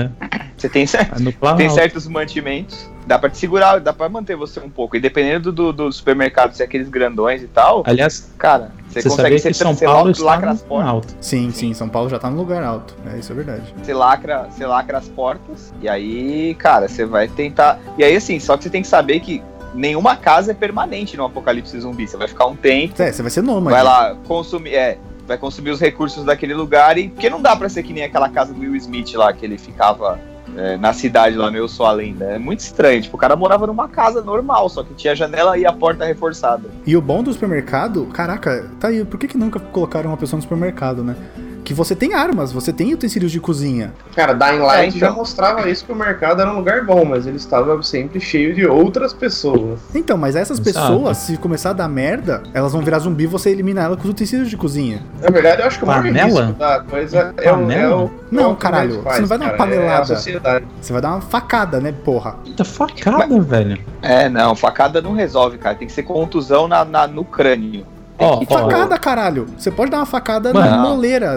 Speaker 1: Você tem, cer-
Speaker 2: é no
Speaker 1: tem
Speaker 2: Planalto.
Speaker 1: certos mantimentos. Dá pra te segurar, dá pra manter você um pouco. E dependendo do, do, do supermercado, se é aqueles grandões e tal,
Speaker 2: Aliás,
Speaker 1: cara, você,
Speaker 2: É. você
Speaker 1: consegue
Speaker 2: sabia
Speaker 1: ser
Speaker 2: que São
Speaker 1: você
Speaker 2: Paulo
Speaker 1: lacra-
Speaker 2: está
Speaker 1: lacra
Speaker 2: no
Speaker 1: as portas.
Speaker 2: Planalto.
Speaker 3: Sim, sim, São Paulo já tá no lugar alto. É, isso é verdade.
Speaker 1: Você lacra, você lacra as portas. E aí, cara, você vai tentar. E aí, assim, só que você tem que saber que nenhuma casa é permanente no apocalipse zumbi. Você vai ficar um tempo,
Speaker 3: É, você vai ser nômade.
Speaker 1: vai lá consumir. É, vai consumir os recursos daquele lugar. E porque não dá pra ser que nem aquela casa do Will Smith lá, que ele ficava. é, na cidade lá, meu sou além, né? É muito estranho. Tipo, o cara morava numa casa normal, só que tinha a janela e a porta reforçada.
Speaker 3: E o bom do supermercado, caraca, tá aí, por que, que nunca colocaram uma pessoa no supermercado, né? Que você tem armas, você tem utensílios de cozinha.
Speaker 4: Cara, Dying Light
Speaker 1: É, então.
Speaker 4: já mostrava isso que o mercado era um lugar bom, mas ele estava sempre cheio de outras pessoas.
Speaker 3: Então, mas essas
Speaker 2: Exato.
Speaker 3: pessoas, se começar a dar merda, elas vão virar zumbi e você elimina ela com os utensílios de cozinha.
Speaker 4: Na verdade, eu acho que o maior
Speaker 2: Panela?
Speaker 4: risco da coisa é o... É
Speaker 2: Panela?
Speaker 4: o
Speaker 3: Não,
Speaker 4: é o que
Speaker 3: caralho,
Speaker 4: mais
Speaker 3: você não vai dar uma
Speaker 4: É a
Speaker 3: panelada.
Speaker 4: sociedade.
Speaker 3: Você vai dar uma facada, né, porra?
Speaker 2: Puta facada, velho.
Speaker 1: É, não, facada não resolve, cara. Tem que ser contusão na, na- no crânio. Tem
Speaker 2: Ó,
Speaker 1: que- tipo,
Speaker 2: ó,
Speaker 3: Facada, caralho! Você pode dar uma facada na
Speaker 1: Mano.
Speaker 3: moleira,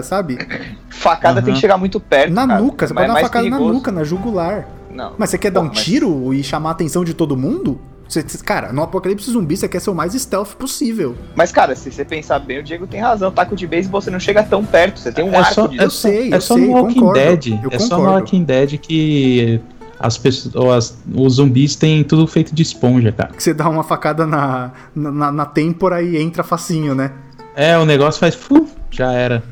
Speaker 1: <laughs>
Speaker 3: sabe?
Speaker 1: Facada
Speaker 2: Aham.
Speaker 1: tem que chegar muito perto.
Speaker 3: Na
Speaker 1: cara.
Speaker 3: nuca, você
Speaker 1: Mas
Speaker 3: pode
Speaker 1: é
Speaker 3: dar uma
Speaker 1: mais
Speaker 3: facada na
Speaker 1: perigoso.
Speaker 3: nuca, na jugular.
Speaker 1: Não.
Speaker 3: Mas você quer dar
Speaker 1: Pô,
Speaker 3: um
Speaker 1: mas-
Speaker 3: tiro e chamar a atenção de todo mundo? Você- cara, no apocalipse zumbi você quer ser o mais stealth possível.
Speaker 1: Mas, cara, se você pensar bem, o Diego tem razão. Taco de beisebol, você não chega tão perto. Você tem um
Speaker 2: é
Speaker 1: arco
Speaker 2: só,
Speaker 1: de...
Speaker 2: é
Speaker 3: Eu
Speaker 2: só,
Speaker 3: sei,
Speaker 2: é
Speaker 3: eu
Speaker 2: só
Speaker 3: sei,
Speaker 2: no
Speaker 3: eu
Speaker 2: Walking
Speaker 3: concordo,
Speaker 2: Dead.
Speaker 3: eu
Speaker 2: É só no
Speaker 3: concordo.
Speaker 2: Walking Dead que as pessoas, os zumbis têm tudo feito de esponja, cara.
Speaker 3: Que você dá uma facada na, na, na- na têmpora e entra facinho, né?
Speaker 2: É, o negócio faz, fu, já era.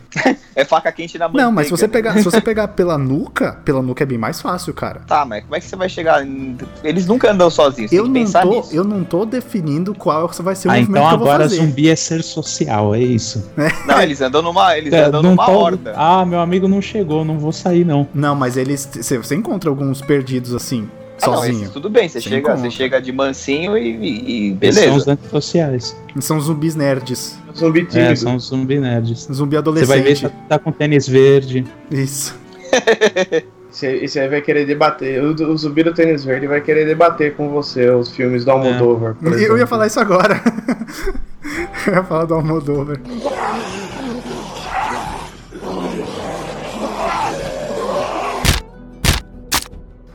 Speaker 1: É faca quente na manteiga.
Speaker 3: Não, mas se você
Speaker 1: né?
Speaker 3: pegar, se você pegar pela nuca, pela nuca é bem mais fácil, cara.
Speaker 1: Tá, mas como é que você vai chegar... em- Eles nunca andam sozinhos,
Speaker 3: Eu
Speaker 1: tem que
Speaker 3: não,
Speaker 1: pensar
Speaker 3: tô,
Speaker 1: nisso.
Speaker 3: eu não tô definindo qual vai ser o
Speaker 2: ah,
Speaker 3: um movimento
Speaker 2: então
Speaker 3: que eu vou
Speaker 2: agora
Speaker 3: fazer.
Speaker 2: zumbi é ser social, é isso.
Speaker 1: Não, eles andam numa, eles
Speaker 2: É,
Speaker 1: andam
Speaker 2: não
Speaker 1: numa
Speaker 2: tá o-
Speaker 1: horda.
Speaker 2: Ah, meu amigo não chegou, não vou sair não.
Speaker 3: Não, mas eles. cê- Você encontra alguns perdidos assim,
Speaker 1: Ah, não,
Speaker 3: sozinho.
Speaker 1: esses tudo bem. Você
Speaker 3: Sem
Speaker 1: chega,
Speaker 3: como.
Speaker 1: você chega de mansinho e, e- e
Speaker 2: Eles São os
Speaker 1: beleza.
Speaker 2: antissociais.
Speaker 3: São zumbis nerds.
Speaker 4: um Zumbi
Speaker 2: É,
Speaker 4: tímido.
Speaker 2: são os zumbi nerds.
Speaker 3: Zumbi
Speaker 2: Você vai ver
Speaker 3: adolescente.
Speaker 2: se tá com tênis verde.
Speaker 3: Isso.
Speaker 4: Esse, esse aí vai querer debater. O, o zumbi do tênis verde vai querer debater com você os filmes do Almodóvar. por
Speaker 3: Eu ia
Speaker 4: exemplo.
Speaker 3: falar isso agora. <laughs> eu ia falar do Almodóvar.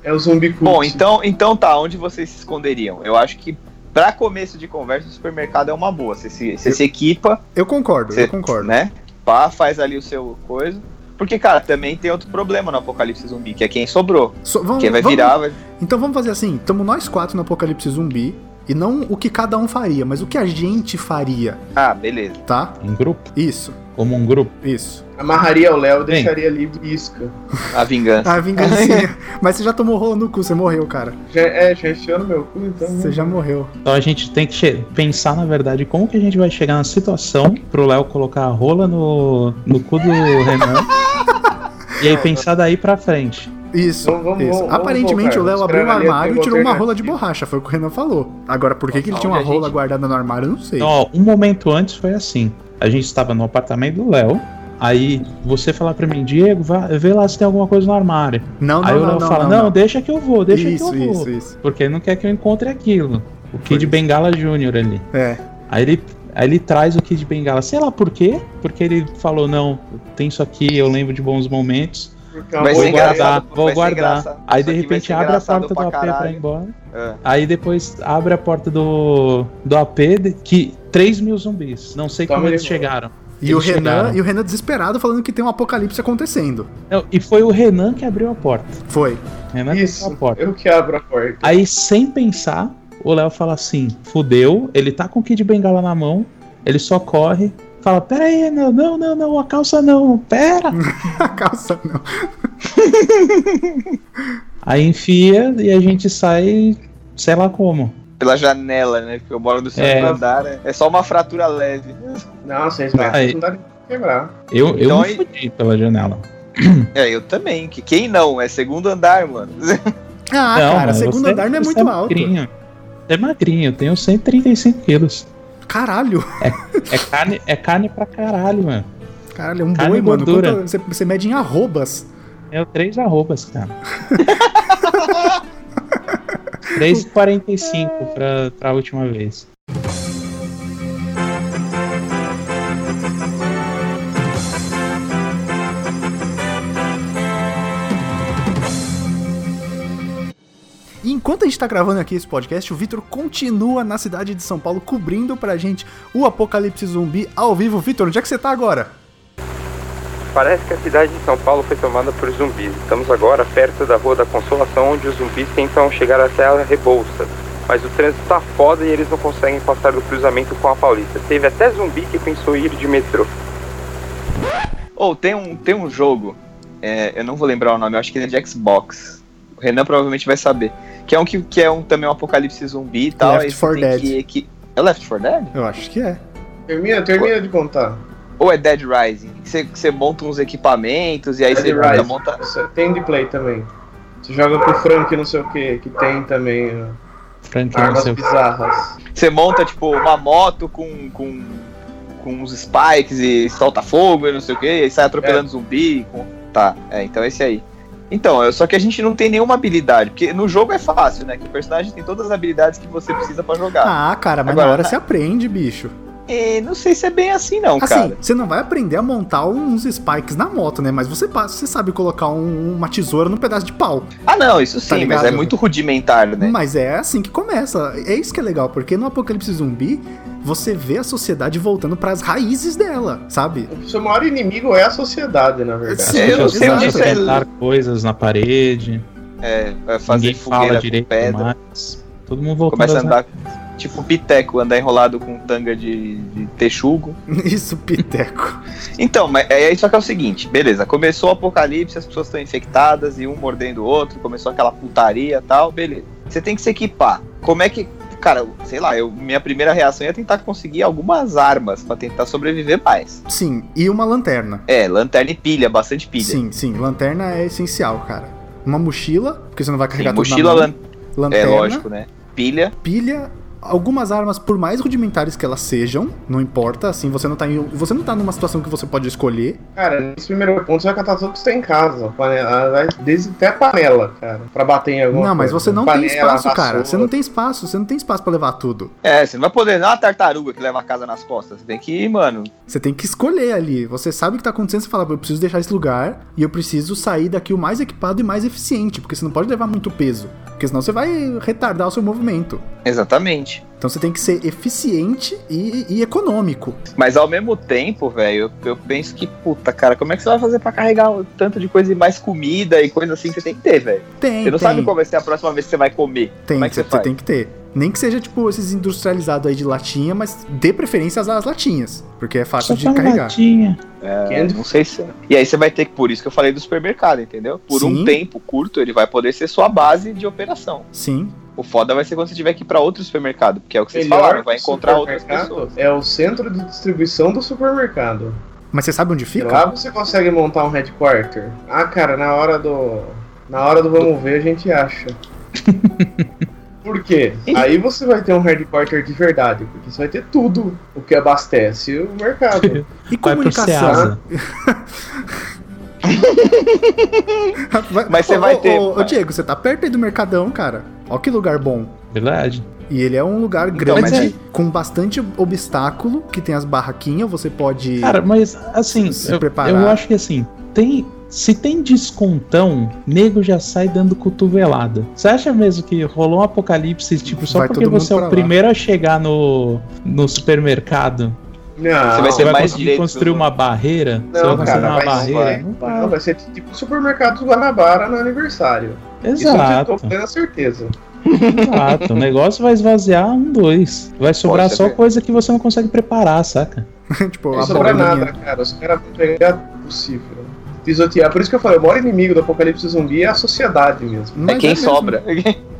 Speaker 4: É o zumbi cult.
Speaker 1: Bom, então, então tá, onde vocês se esconderiam? Eu acho que... Pra começo de conversa, o supermercado é uma boa. Você se, você se equipa,
Speaker 3: Eu concordo,
Speaker 1: Cê-
Speaker 3: eu concordo.
Speaker 1: né? Pá, faz ali o seu coisa. Porque, cara, também tem outro problema no apocalipse zumbi, que é quem sobrou.
Speaker 3: So- vamos-
Speaker 1: Quem vai
Speaker 3: vamos-
Speaker 1: virar, vai...
Speaker 3: Então vamos fazer assim, estamos nós quatro no Apocalipse Zumbi. E não o que cada um faria, mas o que a gente faria,
Speaker 1: Ah, beleza.
Speaker 3: tá?
Speaker 2: Em grupo?
Speaker 3: Isso,
Speaker 2: Como um grupo?
Speaker 4: <laughs>
Speaker 3: isso.
Speaker 4: Amarraria o Léo e
Speaker 2: Bem.
Speaker 4: deixaria livre isca.
Speaker 1: A vingança.
Speaker 3: Ah, vingancinha. mas você já tomou rolo no cu, você morreu, cara.
Speaker 4: Já, é, já encheu no meu cu, então.
Speaker 3: Você já morreu.
Speaker 2: Então a gente tem que che- pensar, na verdade, como que a gente vai chegar na situação pro Léo colocar a rola no, no cu do
Speaker 3: <laughs>
Speaker 2: Renan. e aí pensar daí pra frente.
Speaker 3: Isso.
Speaker 4: Vamos- vamos-
Speaker 3: isso.
Speaker 4: vamos- vamos,
Speaker 3: Aparentemente
Speaker 4: cara.
Speaker 3: o Léo
Speaker 4: Os
Speaker 3: abriu o
Speaker 4: caras ali
Speaker 3: armário e
Speaker 4: têm
Speaker 3: tirou uma rola de
Speaker 4: alternativa.
Speaker 3: borracha, foi o que o Renan falou. Agora, por que, que ele tinha uma
Speaker 1: Onde a
Speaker 3: rola
Speaker 1: gente-
Speaker 3: guardada no armário, eu não sei.
Speaker 2: Então, ó, um momento antes foi assim. A gente estava no apartamento do Léo. Aí você falar pra mim, Diego, vá- vê lá se tem alguma coisa no armário.
Speaker 3: Não, não,
Speaker 2: aí o
Speaker 3: não,
Speaker 2: Léo
Speaker 3: não,
Speaker 2: fala, não,
Speaker 3: não, não.
Speaker 2: deixa que eu vou, deixa
Speaker 3: isso,
Speaker 2: que eu vou.
Speaker 3: isso, isso.
Speaker 2: Porque ele não quer que eu encontre aquilo. O Kid
Speaker 3: isso.
Speaker 2: Bengala Jr. ali.
Speaker 3: É.
Speaker 2: Aí ele, aí ele traz o Kid Bengala, sei lá por quê, porque ele falou, não, tem isso aqui, eu lembro de bons momentos,
Speaker 4: Porque é uma
Speaker 1: Vai
Speaker 2: vou
Speaker 1: ser
Speaker 4: boa
Speaker 2: guardar,
Speaker 1: engraçado,
Speaker 2: vou
Speaker 1: vai ser
Speaker 2: guardar.
Speaker 1: engraçado.
Speaker 2: aí
Speaker 1: Isso
Speaker 2: de
Speaker 1: aqui vai
Speaker 2: repente
Speaker 1: ser
Speaker 2: abre a
Speaker 1: engraçado
Speaker 2: porta do
Speaker 1: pra
Speaker 2: AP pra ir
Speaker 1: caralho.
Speaker 2: embora,
Speaker 1: Ah,
Speaker 2: aí depois abre a porta do, do AP, de- que 3 mil zumbis, não sei
Speaker 4: Toma
Speaker 2: como
Speaker 4: ele
Speaker 2: eles
Speaker 4: embora.
Speaker 2: chegaram.
Speaker 3: E
Speaker 2: Eles
Speaker 3: o, Renan,
Speaker 2: chegaram.
Speaker 3: e o Renan desesperado falando que tem um apocalipse acontecendo.
Speaker 2: Não, e foi o Renan que abriu a porta,
Speaker 3: Foi. <laughs>
Speaker 2: Renan que
Speaker 4: Isso,
Speaker 2: abriu a porta.
Speaker 4: eu que abro a porta.
Speaker 2: Aí, sem pensar, o Léo fala assim: fudeu, ele tá com o Kid Bengala na mão, ele só corre, fala: pera aí, não, não, não, não, a calça não, pera.
Speaker 3: A calça não.
Speaker 2: Aí enfia e a gente sai, sei lá como.
Speaker 1: pela janela, né? Porque eu moro do segundo
Speaker 2: É.
Speaker 1: andar, né? É só uma fratura leve.
Speaker 4: Não, vocês metros
Speaker 2: Aí.
Speaker 4: não dá pra quebrar.
Speaker 2: Eu, eu
Speaker 1: Então
Speaker 2: me
Speaker 1: aí-
Speaker 2: fudi pela janela.
Speaker 1: É, eu também. Que quem não? É segundo andar, mano. <laughs>
Speaker 3: Ah, cara,
Speaker 2: mas
Speaker 3: segundo
Speaker 2: você-
Speaker 3: andar não é
Speaker 2: você
Speaker 3: muito alto.
Speaker 2: Magrinho. Você é magrinho, eu tenho 135 quilos.
Speaker 3: Caralho.
Speaker 2: É carne, é carne pra caralho, mano.
Speaker 3: Caralho, é um
Speaker 2: Carne
Speaker 3: boi,
Speaker 2: e
Speaker 3: mano.
Speaker 2: gordura.
Speaker 3: Quanto- você, você mede em arrobas.
Speaker 2: Tenho três arrobas,
Speaker 3: <laughs>
Speaker 2: cara. 3,45 pra, pra última vez.
Speaker 3: E enquanto a gente tá gravando aqui esse podcast, o Vitor continua na cidade de São Paulo cobrindo pra gente o apocalipse zumbi ao vivo. Vitor, onde é que você tá agora?
Speaker 6: Parece que a cidade de São Paulo foi tomada por zumbis. Estamos agora perto da Rua da Consolação, onde os zumbis tentam chegar até a Rebouças. Mas o trânsito tá foda e eles não conseguem passar do cruzamento com a Paulista. Teve até zumbi que pensou em ir de metrô.
Speaker 1: Ou tem, um, tem um jogo, é, eu não vou lembrar o nome, eu acho que ele é de Xbox. O Renan provavelmente vai saber. Que é um que, que é um também um apocalipse zumbi e tal.
Speaker 3: Left
Speaker 1: aí você
Speaker 3: 4
Speaker 1: tem
Speaker 3: Dead.
Speaker 1: Que, que- é Left 4 Dead?
Speaker 3: Eu acho que é.
Speaker 4: Termina, termina de contar.
Speaker 1: Ou é Dead Rising? Que você, que você monta uns equipamentos e aí
Speaker 4: Dead
Speaker 1: você monta,
Speaker 4: Rising.
Speaker 1: monta.
Speaker 4: Você é, tem de play também. Você joga pro Frank não sei o que, que tem também ó,
Speaker 1: Ah,
Speaker 2: Frank, não
Speaker 4: armas
Speaker 2: sei o
Speaker 4: bizarras.
Speaker 1: Você monta, tipo, uma moto com. com, com uns spikes e solta fogo e não sei o que, e aí sai atropelando
Speaker 2: É.
Speaker 1: zumbi. com- Tá, é, então é esse aí. Então, é, só que a gente não tem nenhuma habilidade, porque no jogo é fácil, né? Que o personagem tem todas as habilidades que você precisa pra jogar.
Speaker 3: Ah, cara, mas
Speaker 1: Agora,
Speaker 3: na hora
Speaker 1: tá.
Speaker 3: você aprende, bicho.
Speaker 1: É, não sei se é bem assim, não,
Speaker 3: Assim,
Speaker 1: cara.
Speaker 3: você não vai aprender a montar uns spikes na moto, né? Mas você passa, você sabe colocar um- uma tesoura num pedaço de pau.
Speaker 1: Ah, não, isso sim, mas
Speaker 3: tá ligado?
Speaker 1: é muito rudimentar, né?
Speaker 3: Mas é assim que começa. É isso que é legal, porque no apocalipse zumbi, você vê a sociedade voltando pras raízes dela, sabe? <laughs>
Speaker 4: O seu maior inimigo é a sociedade, na verdade.
Speaker 3: Sim,
Speaker 1: eu não sei
Speaker 3: exato.
Speaker 1: onde isso é.
Speaker 2: Pintar coisas na parede,
Speaker 1: É, vai fazer
Speaker 2: ninguém
Speaker 1: fogueira
Speaker 2: fala
Speaker 1: com
Speaker 2: direito
Speaker 1: pedra.
Speaker 2: mais. Todo mundo voltando
Speaker 1: Começa a
Speaker 2: às-
Speaker 1: andar tipo piteco, andar enrolado com tanga de, de texugo.
Speaker 3: Isso, Piteco.
Speaker 1: Então, mas é isso que é o seguinte, beleza, começou o apocalipse, as pessoas estão infectadas e um mordendo o outro, começou aquela putaria e tal, beleza. Você tem que se equipar. Como é que. Cara, sei lá, eu, minha primeira reação é tentar conseguir algumas armas pra tentar sobreviver mais.
Speaker 3: Sim, e uma lanterna.
Speaker 1: É, lanterna e pilha, bastante pilha.
Speaker 3: Sim, sim, lanterna é essencial, cara. Uma mochila, porque você não vai
Speaker 1: Sim,
Speaker 3: carregar tudo
Speaker 1: mochila,
Speaker 3: na mão.
Speaker 1: lan- é
Speaker 3: lanterna,
Speaker 1: lógico, né? Pilha,
Speaker 3: pilha, algumas armas, por mais rudimentares que elas sejam, não importa, assim, você não tá em, você não tá numa situação que você pode escolher.
Speaker 4: Cara, nesse primeiro ponto você vai catar tudo que você tem em casa. Panela, vai desde até panela, cara. Pra bater em alguma
Speaker 3: não, mas
Speaker 4: coisa. né?
Speaker 3: você não
Speaker 4: Panela,
Speaker 3: tem espaço, cara.
Speaker 4: vassoura.
Speaker 3: Você não tem espaço, você não tem espaço pra levar tudo.
Speaker 1: É, você não vai poder, não é uma tartaruga que leva a casa nas costas. Você tem que ir, mano.
Speaker 3: Você tem que escolher ali. Você sabe o que tá acontecendo, você fala, eu preciso deixar esse lugar e eu preciso sair daqui o mais equipado e mais eficiente, porque você não pode levar muito peso, porque senão você vai retardar o seu movimento.
Speaker 1: Exatamente.
Speaker 3: Então você tem que ser eficiente e, e econômico.
Speaker 1: Mas ao mesmo tempo, velho, eu, eu penso que, puta, cara, como é que você vai fazer pra carregar o tanto de coisa e mais comida e coisa assim que você tem que ter, velho?
Speaker 3: Tem,
Speaker 1: Você não
Speaker 3: tem,
Speaker 1: sabe qual vai ser a próxima vez que você vai comer.
Speaker 3: tem,
Speaker 1: como é que
Speaker 3: você,
Speaker 1: você faz?
Speaker 3: tem que ter. Nem que seja, tipo, esses industrializados aí de latinha, mas dê preferência às às latinhas, porque é fácil
Speaker 2: Só um
Speaker 3: de
Speaker 2: tem uma
Speaker 3: carregar.
Speaker 2: latinha.
Speaker 1: É, não sei se. E aí você vai ter que. Por isso que eu falei do supermercado, entendeu? Por
Speaker 3: Sim.
Speaker 1: um tempo curto, ele vai poder ser sua base de operação.
Speaker 3: Sim.
Speaker 1: O foda vai ser quando você tiver que ir pra outro supermercado, porque é o que vocês
Speaker 4: Melhor
Speaker 1: falaram, vai encontrar outras
Speaker 4: supermercado
Speaker 1: pessoas.
Speaker 4: É o centro de distribuição do supermercado.
Speaker 3: Mas você sabe onde fica?
Speaker 4: Lá você consegue montar um headquarter. Ah, cara, na hora do. Na hora do vamos ver, a
Speaker 1: <laughs>
Speaker 4: gente acha. Por quê? Aí você vai ter um headquarter de verdade, porque você vai ter tudo o que abastece o
Speaker 1: <laughs>
Speaker 4: mercado.
Speaker 3: E
Speaker 2: Vai é pro
Speaker 3: comunicação?
Speaker 2: Ceasa.
Speaker 3: <laughs> Vai-
Speaker 1: Mas você
Speaker 3: Ô,
Speaker 1: vai
Speaker 3: ô,
Speaker 1: ter-
Speaker 3: Ô, ô, Diego, você tá perto aí do Mercadão, cara. Ó que lugar bom.
Speaker 2: Verdade.
Speaker 3: E ele é um lugar
Speaker 1: Então,
Speaker 2: mas
Speaker 3: grande, com bastante obstáculo, que tem as barraquinhas, você pode.
Speaker 2: Cara, mas assim,
Speaker 3: Se
Speaker 2: eu,
Speaker 3: preparar.
Speaker 2: eu acho que assim, tem. Se tem descontão, nego já sai dando cotovelada. Você acha mesmo que rolou um apocalipse, tipo, só
Speaker 3: Vai
Speaker 2: porque
Speaker 3: todo mundo
Speaker 2: você é
Speaker 3: pra
Speaker 2: o
Speaker 3: lá.
Speaker 2: primeiro a chegar no, no supermercado?
Speaker 4: Não,
Speaker 1: Você vai
Speaker 2: Você
Speaker 1: ser
Speaker 2: vai
Speaker 1: mais
Speaker 2: conseguir
Speaker 1: direito,
Speaker 2: construir
Speaker 1: pelo
Speaker 2: uma barreira? você
Speaker 4: Não,
Speaker 2: vai
Speaker 4: cara,
Speaker 2: construir uma
Speaker 4: vai
Speaker 2: barreira?
Speaker 4: ser-
Speaker 2: Não
Speaker 4: não,
Speaker 2: vai.
Speaker 4: vai ser tipo o supermercado Guanabara no aniversário. Isso é eu
Speaker 2: Exato.
Speaker 4: tenho plena certeza.
Speaker 2: Exato, o negócio vai esvaziar um, dois. Vai sobrar
Speaker 1: Poxa,
Speaker 2: só
Speaker 1: velho.
Speaker 2: coisa que você não consegue preparar, saca?
Speaker 3: <laughs> tipo,
Speaker 4: Não
Speaker 3: a
Speaker 4: sobra
Speaker 3: bolinha.
Speaker 4: nada, cara. Os caras vão pegar tudo possível. Pisotear. Por isso que eu falei, o maior inimigo do apocalipse zumbi é a sociedade mesmo.
Speaker 1: É
Speaker 3: Mas
Speaker 1: quem
Speaker 3: mesmo.
Speaker 1: sobra.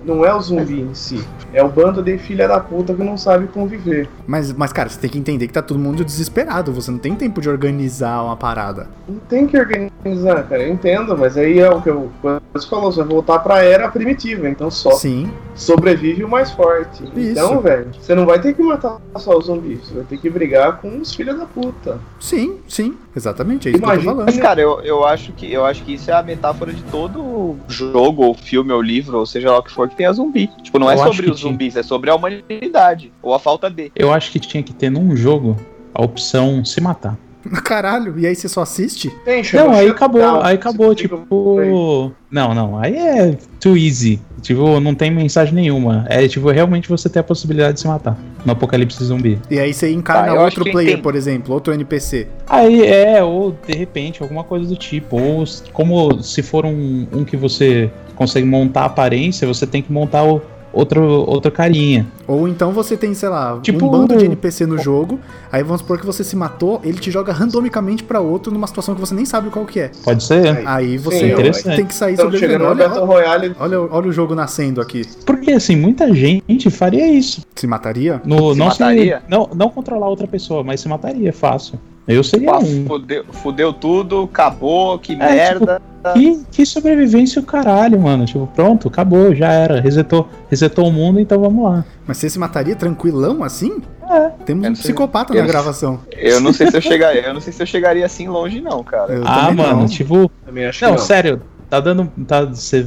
Speaker 4: Não é o zumbi em si. É o bando de filha da puta que não sabe conviver.
Speaker 3: Mas, mas, cara, você tem que entender que tá todo mundo desesperado. Você não tem tempo de organizar uma parada.
Speaker 4: Não tem que organizar, cara. Eu entendo, mas aí é o que eu. quando Você falou, você vai voltar pra era primitiva. Então só
Speaker 3: Sim.
Speaker 4: sobrevive o mais forte.
Speaker 3: Isso.
Speaker 4: Então, velho, você não vai ter que matar só os zumbis. Você vai ter que brigar com os filhos da puta.
Speaker 3: Sim, sim. Exatamente, é isso que eu
Speaker 4: Imagina-
Speaker 3: tô
Speaker 1: Mas,
Speaker 3: falando.
Speaker 1: cara, eu, eu, acho que, eu acho que isso é a metáfora de todo jogo, ou filme, ou livro, ou seja lá o que for, que tenha zumbi. Tipo, não é
Speaker 2: Eu acho
Speaker 1: sobre
Speaker 2: que
Speaker 1: os
Speaker 2: tinha.
Speaker 1: zumbis, é sobre a humanidade, ou a falta de.
Speaker 2: Eu acho que tinha que ter num jogo a opção se matar.
Speaker 3: Caralho, e aí você só assiste?
Speaker 4: Tem, chama
Speaker 2: Não, aí
Speaker 4: shutdown.
Speaker 2: acabou, aí
Speaker 4: Você
Speaker 2: acabou,
Speaker 4: fica-
Speaker 2: tipo. Não, não, aí é too easy. Tipo, não tem mensagem nenhuma. É tipo, realmente você tem a possibilidade de se matar no apocalipse zumbi.
Speaker 3: E aí você
Speaker 1: Tá,
Speaker 3: encarna
Speaker 1: eu acho
Speaker 3: outro
Speaker 1: que
Speaker 3: player,
Speaker 1: entendi.
Speaker 3: por exemplo, outro NPC.
Speaker 2: Aí é, ou de repente, alguma coisa do tipo. Ou s- como se for um, um que você consegue montar a aparência, você tem que montar o, outro, outro carinha.
Speaker 3: Ou então você tem, sei lá,
Speaker 2: Tipo-
Speaker 3: um bando de NPC no jogo, aí vamos supor que você se matou, ele te joga randomicamente pra outro numa situação que você nem sabe qual que é.
Speaker 2: Pode ser?
Speaker 3: Aí
Speaker 4: Sim,
Speaker 3: você
Speaker 2: interessante.
Speaker 3: tem que sair
Speaker 4: Estamos
Speaker 3: sobrevivendo.
Speaker 4: chegando
Speaker 2: é
Speaker 4: no
Speaker 3: Olha,
Speaker 4: Battle Royale.
Speaker 3: olha, olha o jogo nascendo aqui.
Speaker 2: Porque assim, muita gente faria isso.
Speaker 3: Se mataria?
Speaker 2: No,
Speaker 1: Se
Speaker 2: não, se-
Speaker 1: mataria?
Speaker 2: não, não controlar outra pessoa, mas se mataria, fácil. Eu seria
Speaker 1: Pô,
Speaker 2: um.
Speaker 1: fudeu, fudeu tudo, acabou, que
Speaker 2: tipo,
Speaker 1: merda.
Speaker 2: Que, que sobrevivência o caralho, mano. Tipo, pronto, acabou, já era. Resetou, resetou o mundo, então vamos lá.
Speaker 3: Mas você se mataria tranquilão assim?
Speaker 2: É.
Speaker 3: Temos
Speaker 1: Eu
Speaker 3: um
Speaker 1: não sei.
Speaker 3: psicopata
Speaker 1: Eu
Speaker 3: na
Speaker 1: não-
Speaker 3: gravação.
Speaker 1: Eu não sei se eu chegaria, eu não sei se eu chegaria assim longe, não, cara.
Speaker 3: Eu
Speaker 2: ah,
Speaker 3: também
Speaker 2: mano,
Speaker 3: não.
Speaker 2: tipo.
Speaker 4: Também acho
Speaker 2: Não,
Speaker 4: que não.
Speaker 2: sério, tá dando. Tá, se,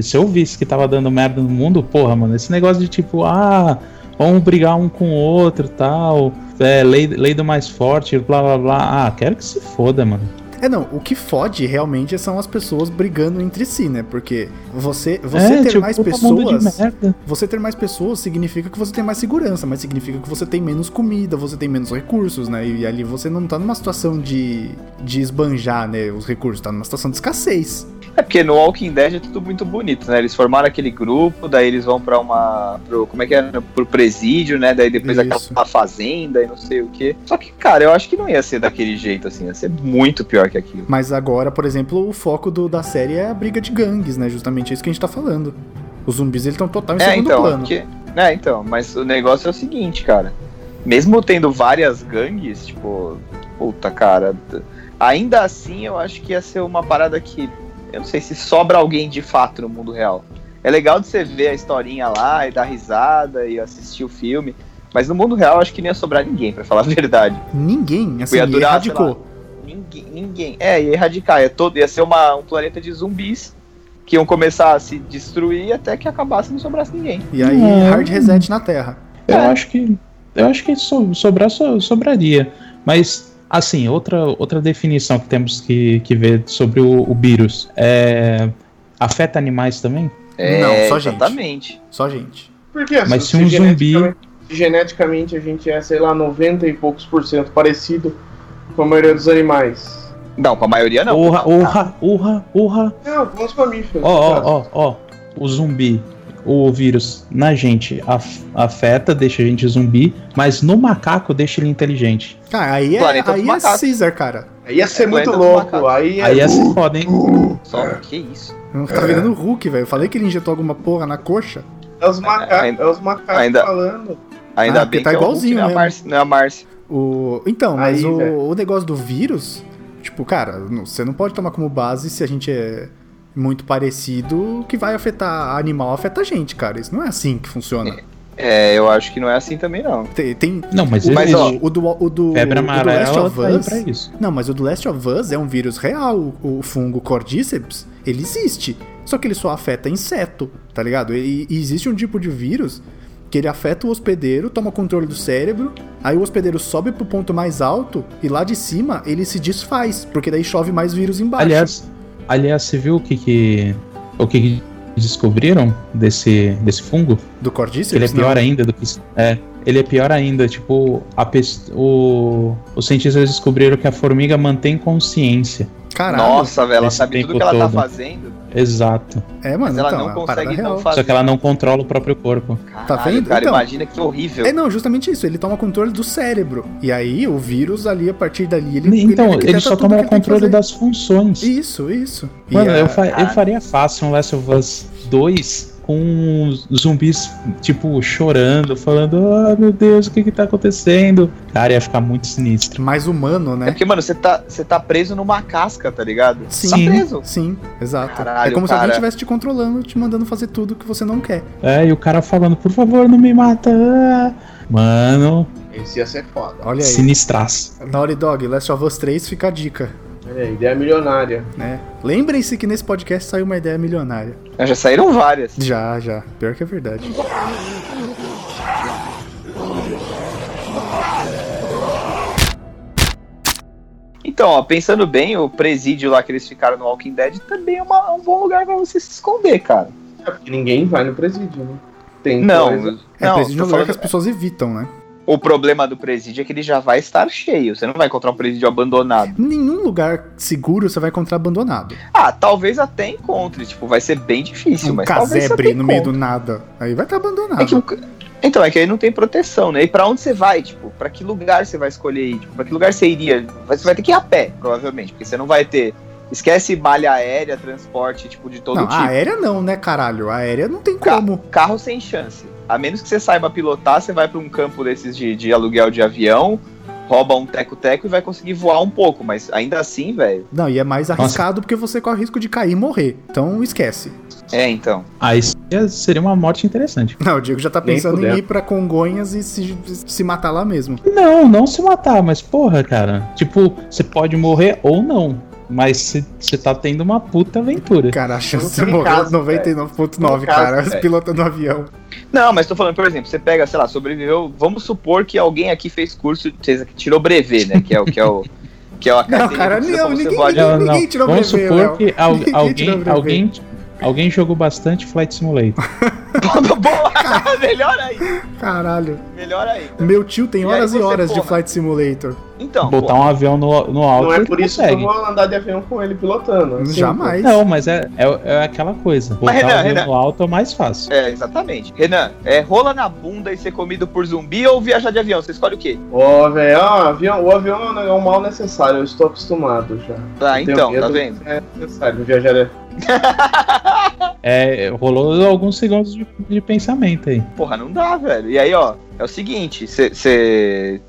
Speaker 2: se eu visse que tava dando merda no mundo, porra, mano, esse negócio de tipo, ah, vamos brigar um com o outro tal. É, lei, lei do mais forte, blá blá blá. Ah, quero que se foda, mano.
Speaker 3: É não, o que fode realmente são as pessoas brigando entre si, né? Porque você, você
Speaker 2: é,
Speaker 3: ter
Speaker 2: tipo,
Speaker 3: mais
Speaker 2: puta mundo de
Speaker 3: pessoas,
Speaker 2: merda.
Speaker 3: você ter mais pessoas significa que você tem mais segurança, mas significa que você tem menos comida, você tem menos recursos, né? E ali você não tá numa situação de, de esbanjar, né, os recursos, tá numa situação de escassez.
Speaker 1: É porque no Walking Dead é tudo muito bonito, né? Eles formaram aquele grupo, daí eles vão pra uma. Pro, como é que é? Pro presídio, né? Daí depois
Speaker 3: Isso.
Speaker 1: aquela fazenda e não sei o quê. Só que, cara, eu acho que não ia ser daquele jeito, assim. Ia ser muito pior que aquilo.
Speaker 3: Mas agora, por exemplo, o foco do- da série é a briga de gangues, né? Justamente isso que a gente tá falando. Os zumbis eles estão total em
Speaker 1: É,
Speaker 3: segundo
Speaker 1: então,
Speaker 3: plano.
Speaker 1: porque, é, então, mas o negócio é o seguinte, cara. Mesmo tendo várias gangues, tipo, puta, cara, t- ainda assim eu acho que ia ser uma parada que, eu não sei se sobra alguém de fato no mundo real. É legal de você ver a historinha lá e dar risada e assistir o filme, mas no mundo real eu acho que não ia sobrar ninguém, pra falar a <laughs> verdade. Tipo,
Speaker 3: Ninguém, assim,
Speaker 1: Ia durar,
Speaker 3: erradicou.
Speaker 1: Ninguém, ninguém. É, ia erradicar, ia, todo, ia ser uma, um planeta de zumbis que iam começar a se destruir até que acabasse e não sobrasse ninguém.
Speaker 3: E aí,
Speaker 2: Não.
Speaker 3: hard reset na Terra.
Speaker 2: Eu
Speaker 1: É.
Speaker 2: acho que eu acho que so- sobrar so- sobraria, mas assim outra outra definição que temos que, que ver sobre o, o vírus é afeta animais também?
Speaker 3: Não, só gente.
Speaker 1: É, Exatamente.
Speaker 3: Só gente.
Speaker 4: Porque assim,
Speaker 2: Mas se um zumbi-
Speaker 4: geneticamente, geneticamente a gente é, sei lá, 90 e poucos por cento parecido com a maioria dos animais.
Speaker 1: Não, com a maioria não.
Speaker 2: Urra, urra, urra, urra.
Speaker 4: Não, com os mamíferos.
Speaker 2: Ó,
Speaker 4: no caso.
Speaker 2: ó, ó, ó. O zumbi. o vírus na gente af- afeta, deixa a gente zumbi, mas no macaco deixa ele inteligente.
Speaker 3: Cara, aí é,
Speaker 1: Planeta dos
Speaker 3: aí é
Speaker 1: macacos.
Speaker 3: Caesar, cara.
Speaker 4: Aí ia ser
Speaker 1: É,
Speaker 4: muito
Speaker 1: aguenta
Speaker 4: louco.
Speaker 1: macaco.
Speaker 4: Aí, é
Speaker 2: Aí
Speaker 3: é
Speaker 2: ia ser foda, hein?
Speaker 1: Só que isso.
Speaker 3: Tá virando o Hulk, velho. Eu falei que ele injetou alguma porra na coxa.
Speaker 4: é os macacos,
Speaker 1: ainda-
Speaker 4: é os macacos
Speaker 1: ainda-
Speaker 4: falando.
Speaker 1: Ainda
Speaker 3: Ah, porque
Speaker 1: bem
Speaker 3: tá
Speaker 1: que é o Hulk,
Speaker 3: igualzinho
Speaker 1: não é a
Speaker 3: mesmo.
Speaker 1: Márcia. Não é a Márcia.
Speaker 3: O... Então, mas
Speaker 4: Aí, velho.
Speaker 3: o, o negócio do vírus, tipo, cara, não- você não pode tomar como base se a gente é muito parecido, que vai afetar animal, afeta a gente, cara. Isso não é assim que funciona.
Speaker 1: É, eu acho que não é assim também, não.
Speaker 3: Tem, tem-
Speaker 2: Não, mas,
Speaker 1: Mas,
Speaker 2: existe.
Speaker 1: ó,
Speaker 3: o do, o do,
Speaker 2: Febre
Speaker 3: o do Last
Speaker 2: amarela
Speaker 3: of
Speaker 2: tá aí
Speaker 3: Us.
Speaker 2: pra isso.
Speaker 3: Não, mas o do Last of Us é um vírus real. O, o fungo Cordyceps, ele existe. Só que ele só afeta inseto, tá ligado? E, e existe um tipo de vírus que ele afeta o hospedeiro, toma controle do cérebro, aí o hospedeiro sobe pro ponto mais alto e lá de cima ele se desfaz, porque daí chove mais vírus embaixo.
Speaker 2: Aliás, aliás, você viu o que que, o que, que descobriram desse, desse fungo?
Speaker 3: do Cordyceps, né?
Speaker 2: Ele é
Speaker 3: não.
Speaker 2: pior ainda do que. É, ele é pior ainda. Tipo, a pes- o, os cientistas descobriram que a formiga mantém consciência.
Speaker 3: Caralho.
Speaker 1: Nossa, velho, ela
Speaker 2: Esse
Speaker 1: sabe
Speaker 2: tempo
Speaker 1: tudo que ela tá
Speaker 2: todo.
Speaker 1: fazendo,
Speaker 2: Exato.
Speaker 3: É,
Speaker 1: mas
Speaker 3: mano,
Speaker 1: ela
Speaker 3: então, é
Speaker 1: não
Speaker 3: uma parada
Speaker 1: consegue não
Speaker 3: real.
Speaker 2: Só
Speaker 1: fazer.
Speaker 2: que ela não controla o próprio corpo.
Speaker 1: Caralho,
Speaker 3: Tá vendo?
Speaker 1: Cara,
Speaker 3: Então.
Speaker 1: imagina que horrível.
Speaker 3: É, não, justamente isso. Ele toma controle do cérebro. E aí, o vírus ali, a partir dali, ele.
Speaker 2: então, ele,
Speaker 3: arquiteta
Speaker 2: só
Speaker 3: tudo
Speaker 2: toma
Speaker 3: que
Speaker 2: o
Speaker 3: ele tem que
Speaker 2: controle
Speaker 3: fazer.
Speaker 2: das funções.
Speaker 3: Isso, isso. E
Speaker 2: Mano,
Speaker 3: é-
Speaker 2: eu, fa- eu faria fácil um Last of Us 2 com os zumbis, tipo, chorando, falando: Ah, meu Deus, o que que tá acontecendo? Cara, ia ficar muito sinistro.
Speaker 3: mais humano,
Speaker 1: É <laughs>
Speaker 3: né?
Speaker 1: porque, mano, você tá, você tá preso numa casca, tá ligado?
Speaker 3: Sim.
Speaker 1: Tá preso.
Speaker 3: Sim, exato.
Speaker 1: Caralho,
Speaker 3: é como se
Speaker 1: cara.
Speaker 3: alguém estivesse te controlando, te mandando fazer tudo que você não quer.
Speaker 2: É, e o cara falando: Por favor, não me mata. Ah. Mano,
Speaker 4: Esse ia ser foda.
Speaker 3: Olha aí.
Speaker 2: sinistraço.
Speaker 3: Naughty Dog, Last of Us 3, fica a dica,
Speaker 4: Olha aí, ideia milionária.
Speaker 3: né? Lembrem-se que nesse podcast saiu uma ideia milionária.
Speaker 1: Já saíram várias.
Speaker 3: Já, já. Pior que é verdade.
Speaker 1: Então, ó, pensando bem, o presídio lá que eles ficaram no Walking Dead também é uma- um bom lugar pra você se esconder, cara.
Speaker 4: É, porque ninguém vai no presídio, né? Tem
Speaker 1: Não,
Speaker 4: coisa.
Speaker 3: É,
Speaker 1: não,
Speaker 3: presídio é
Speaker 1: tô
Speaker 3: um lugar
Speaker 1: falando-
Speaker 3: que as pessoas evitam, né?
Speaker 1: o problema do presídio é que ele já vai estar cheio. Você não vai encontrar um presídio abandonado.
Speaker 3: Nenhum lugar seguro você vai encontrar abandonado.
Speaker 1: Ah, talvez até encontre. Tipo, vai ser bem difícil,
Speaker 3: um
Speaker 1: mas talvez você até
Speaker 3: casebre no meio do
Speaker 1: encontre.
Speaker 3: nada. Aí vai estar abandonado.
Speaker 1: É que o ca- Então, é que aí não tem proteção, né? E pra onde você vai, tipo, pra que lugar você vai escolher ir? Tipo, pra que lugar você iria? Você vai ter que ir a pé, provavelmente, porque você não vai ter. Esquece malha aérea, transporte, tipo, de todo
Speaker 3: Não, é.
Speaker 1: tipo.
Speaker 3: a aérea não, né, caralho? A aérea não tem
Speaker 1: Ca-
Speaker 3: como.
Speaker 1: Carro sem chance. A menos que você saiba pilotar, você vai pra um campo desses de, de aluguel de avião, rouba um teco-teco e vai conseguir voar um pouco, mas ainda assim, velho.
Speaker 3: Não, e é mais arriscado porque você corre risco de cair e morrer. Então esquece.
Speaker 1: É, então.
Speaker 2: Aí seria- seria uma morte interessante.
Speaker 3: Não, o Diego já tá
Speaker 4: Nem
Speaker 3: pensando em
Speaker 4: fudendo.
Speaker 3: ir pra Congonhas e se, se matar lá mesmo.
Speaker 2: Não, não se matar, mas porra, cara. Tipo, você pode morrer ou não. Mas você tá tendo uma puta aventura.
Speaker 3: Cara, a chance de
Speaker 4: Não tem
Speaker 3: morrer é
Speaker 4: caso,
Speaker 3: 99,9,
Speaker 4: Não tem caso,
Speaker 3: cara.
Speaker 4: velho.
Speaker 3: Pilotando um avião.
Speaker 1: Não, mas tô falando, por exemplo, você pega, sei lá, sobreviveu. Vamos supor que alguém aqui fez curso, fez- tirou brevet, né? Que é o que é o que é a
Speaker 3: Não, cara,
Speaker 1: que precisa
Speaker 3: não,
Speaker 1: pra você
Speaker 3: ninguém-
Speaker 1: voar de-
Speaker 3: ninguém- tirou
Speaker 2: Vamos
Speaker 3: brevet, Léo.
Speaker 2: supor que al-
Speaker 3: Ninguém tirou
Speaker 2: alguém,
Speaker 3: brevet.
Speaker 2: alguém, alguém jogou bastante Flight Simulator.
Speaker 1: <laughs>
Speaker 3: <laughs>
Speaker 1: Boa, <laughs> melhor aí,
Speaker 3: Caralho.
Speaker 1: melhor aí.
Speaker 3: Meu tio tem
Speaker 1: É. E aí
Speaker 3: horas e,
Speaker 1: você,
Speaker 3: horas de
Speaker 1: porra.
Speaker 3: Flight Simulator.
Speaker 1: Então,
Speaker 2: Botar um avião no, no alto.
Speaker 4: Não é
Speaker 2: ele
Speaker 4: por isso que eu vou andar de avião com ele pilotando. assim,
Speaker 3: Jamais.
Speaker 2: Não, mas é, é, é aquela coisa. Botar
Speaker 1: Renan,
Speaker 2: o avião
Speaker 1: Renan.
Speaker 2: no alto é mais fácil.
Speaker 1: é, exatamente. Renan, é rola na bunda e ser comido por zumbi ou viajar de avião? Você escolhe o quê?
Speaker 4: pô. Ó, velho, ó, avião, o avião é um mal necessário, eu estou acostumado já.
Speaker 1: Tá,
Speaker 4: Eu tenho
Speaker 1: então,
Speaker 4: medo,
Speaker 1: tá vendo?
Speaker 4: É necessário, viajar é.
Speaker 2: É, rolou alguns segundos de, de pensamento aí.
Speaker 1: Porra, não dá, velho. E aí, ó, é o seguinte, você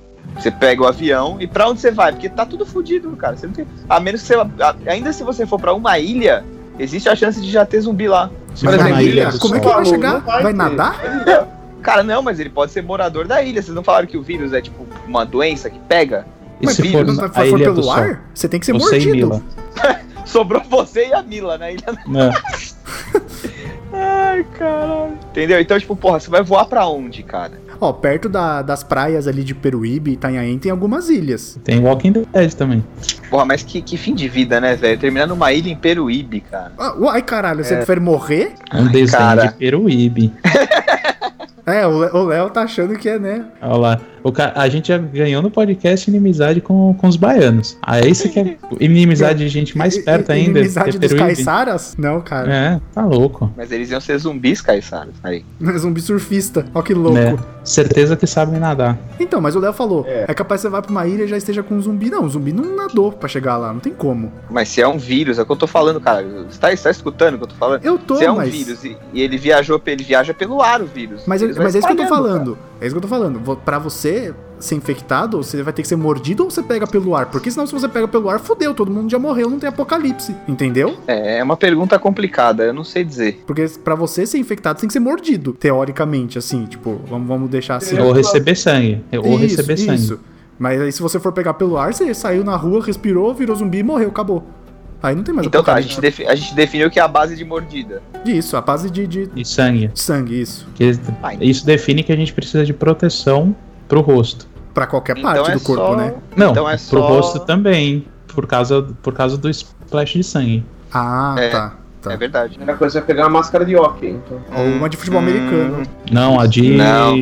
Speaker 1: pega o avião e pra onde você vai? Porque tá tudo fodido, cara. Você não tem, a menos que você. a- ainda se você for pra uma ilha, existe a chance de já ter zumbi lá.
Speaker 3: Mas
Speaker 2: Mas
Speaker 3: na
Speaker 2: na
Speaker 3: ilha,
Speaker 2: Ilha do
Speaker 3: como é que
Speaker 2: Sol.
Speaker 3: ele vai
Speaker 4: Não
Speaker 3: chegar?
Speaker 4: vai
Speaker 3: Vai
Speaker 4: ter.
Speaker 3: nadar?
Speaker 1: Cara, não, mas ele pode ser morador da ilha. Vocês não falaram que o vírus é tipo uma doença que pega?
Speaker 2: E
Speaker 1: Mas
Speaker 2: se
Speaker 1: filho,
Speaker 2: for,
Speaker 3: Não
Speaker 2: na-
Speaker 3: tá-
Speaker 2: a
Speaker 3: for
Speaker 2: Ilha do
Speaker 3: pelo
Speaker 2: Sol?
Speaker 3: ar? Você tem que ser
Speaker 2: Eu sei,
Speaker 3: mordido.
Speaker 2: Mila.
Speaker 1: Sobrou <laughs> você e a Mila né? na ilha.
Speaker 2: Não.
Speaker 1: Ai, caralho. Entendeu? Então, tipo, porra, você vai voar pra onde, cara?
Speaker 3: Ó, perto da- das praias ali de Peruíbe e Itanhaém tem algumas ilhas.
Speaker 2: Tem Walking Dead também.
Speaker 1: Porra, mas que, que fim de vida, né, velho? Terminar numa ilha em Peruíbe, cara.
Speaker 3: Ah, uai, caralho, você prefere morrer?
Speaker 2: Um desenho
Speaker 1: cara.
Speaker 2: de Peruíbe.
Speaker 3: É, o Le- o Léo tá achando que é, né?
Speaker 2: Olha lá. O ca- A gente já ganhou no podcast inimizade com, com os baianos. Aí isso que
Speaker 3: <laughs>
Speaker 2: é inimizade de gente mais
Speaker 3: I-
Speaker 2: perto
Speaker 3: i-
Speaker 2: ainda. é
Speaker 3: Inimizade dos
Speaker 2: Teperuíbe.
Speaker 3: caiçaras? Não, cara.
Speaker 2: É, tá louco.
Speaker 1: Mas eles iam ser zumbis, caiçaras. Aí.
Speaker 3: <laughs> Zumbi surfista. Ó que louco.
Speaker 2: Né? Certeza que sabem nadar.
Speaker 3: Então, mas o Léo falou: é.
Speaker 4: É.
Speaker 3: capaz que você vá pra uma ilha e já esteja com um zumbi. Não, o zumbi não nadou pra chegar lá, não tem como.
Speaker 1: Mas se é um vírus, é o que eu tô falando, cara. Você tá, você tá escutando o que eu tô falando?
Speaker 3: Eu tô,
Speaker 1: se é um
Speaker 3: mas.
Speaker 1: vírus e, e ele viajou, pe- ele viaja pelo ar o vírus.
Speaker 3: Mas,
Speaker 1: Ele vai
Speaker 3: mas é isso que eu tô
Speaker 1: espalhando,
Speaker 3: falando. É isso que eu tô falando. Vo- Pra você ser infectado, você vai ter que ser mordido ou você pega pelo ar? Porque senão, se você pega pelo ar, fodeu, todo mundo já morreu, não tem apocalipse. Entendeu?
Speaker 1: cara. É, é uma pergunta complicada, eu não sei dizer.
Speaker 3: Porque pra você ser infectado, você tem que ser mordido, teoricamente, assim. Tipo, vamos, vamos deixar assim.
Speaker 2: Ou receber sangue. Ou receber sangue.
Speaker 3: Mas aí, se você for pegar pelo ar, você saiu na rua, respirou, virou zumbi e morreu, acabou. Aí não tem mais
Speaker 1: Então tá, a
Speaker 3: apocalipse.
Speaker 1: gente, defi- a gente definiu que é a base de mordida.
Speaker 3: Isso, a base de, de
Speaker 2: E sangue.
Speaker 3: sangue, isso.
Speaker 2: Que
Speaker 1: Ai.
Speaker 2: isso define que a gente precisa de proteção pro rosto.
Speaker 3: Pra qualquer
Speaker 1: Então
Speaker 3: parte
Speaker 1: é
Speaker 3: do corpo,
Speaker 1: só-
Speaker 3: né?
Speaker 2: Não,
Speaker 1: Então é
Speaker 2: pro
Speaker 1: só-
Speaker 2: rosto também. Por causa, por causa do splash de sangue.
Speaker 3: Ah,
Speaker 1: É.
Speaker 3: tá. Tá.
Speaker 1: É verdade.
Speaker 4: primeira coisa é pegar uma máscara de hockey, então.
Speaker 3: Ou uma de futebol
Speaker 1: Hum,
Speaker 3: americano.
Speaker 2: Não, a de.
Speaker 1: Não.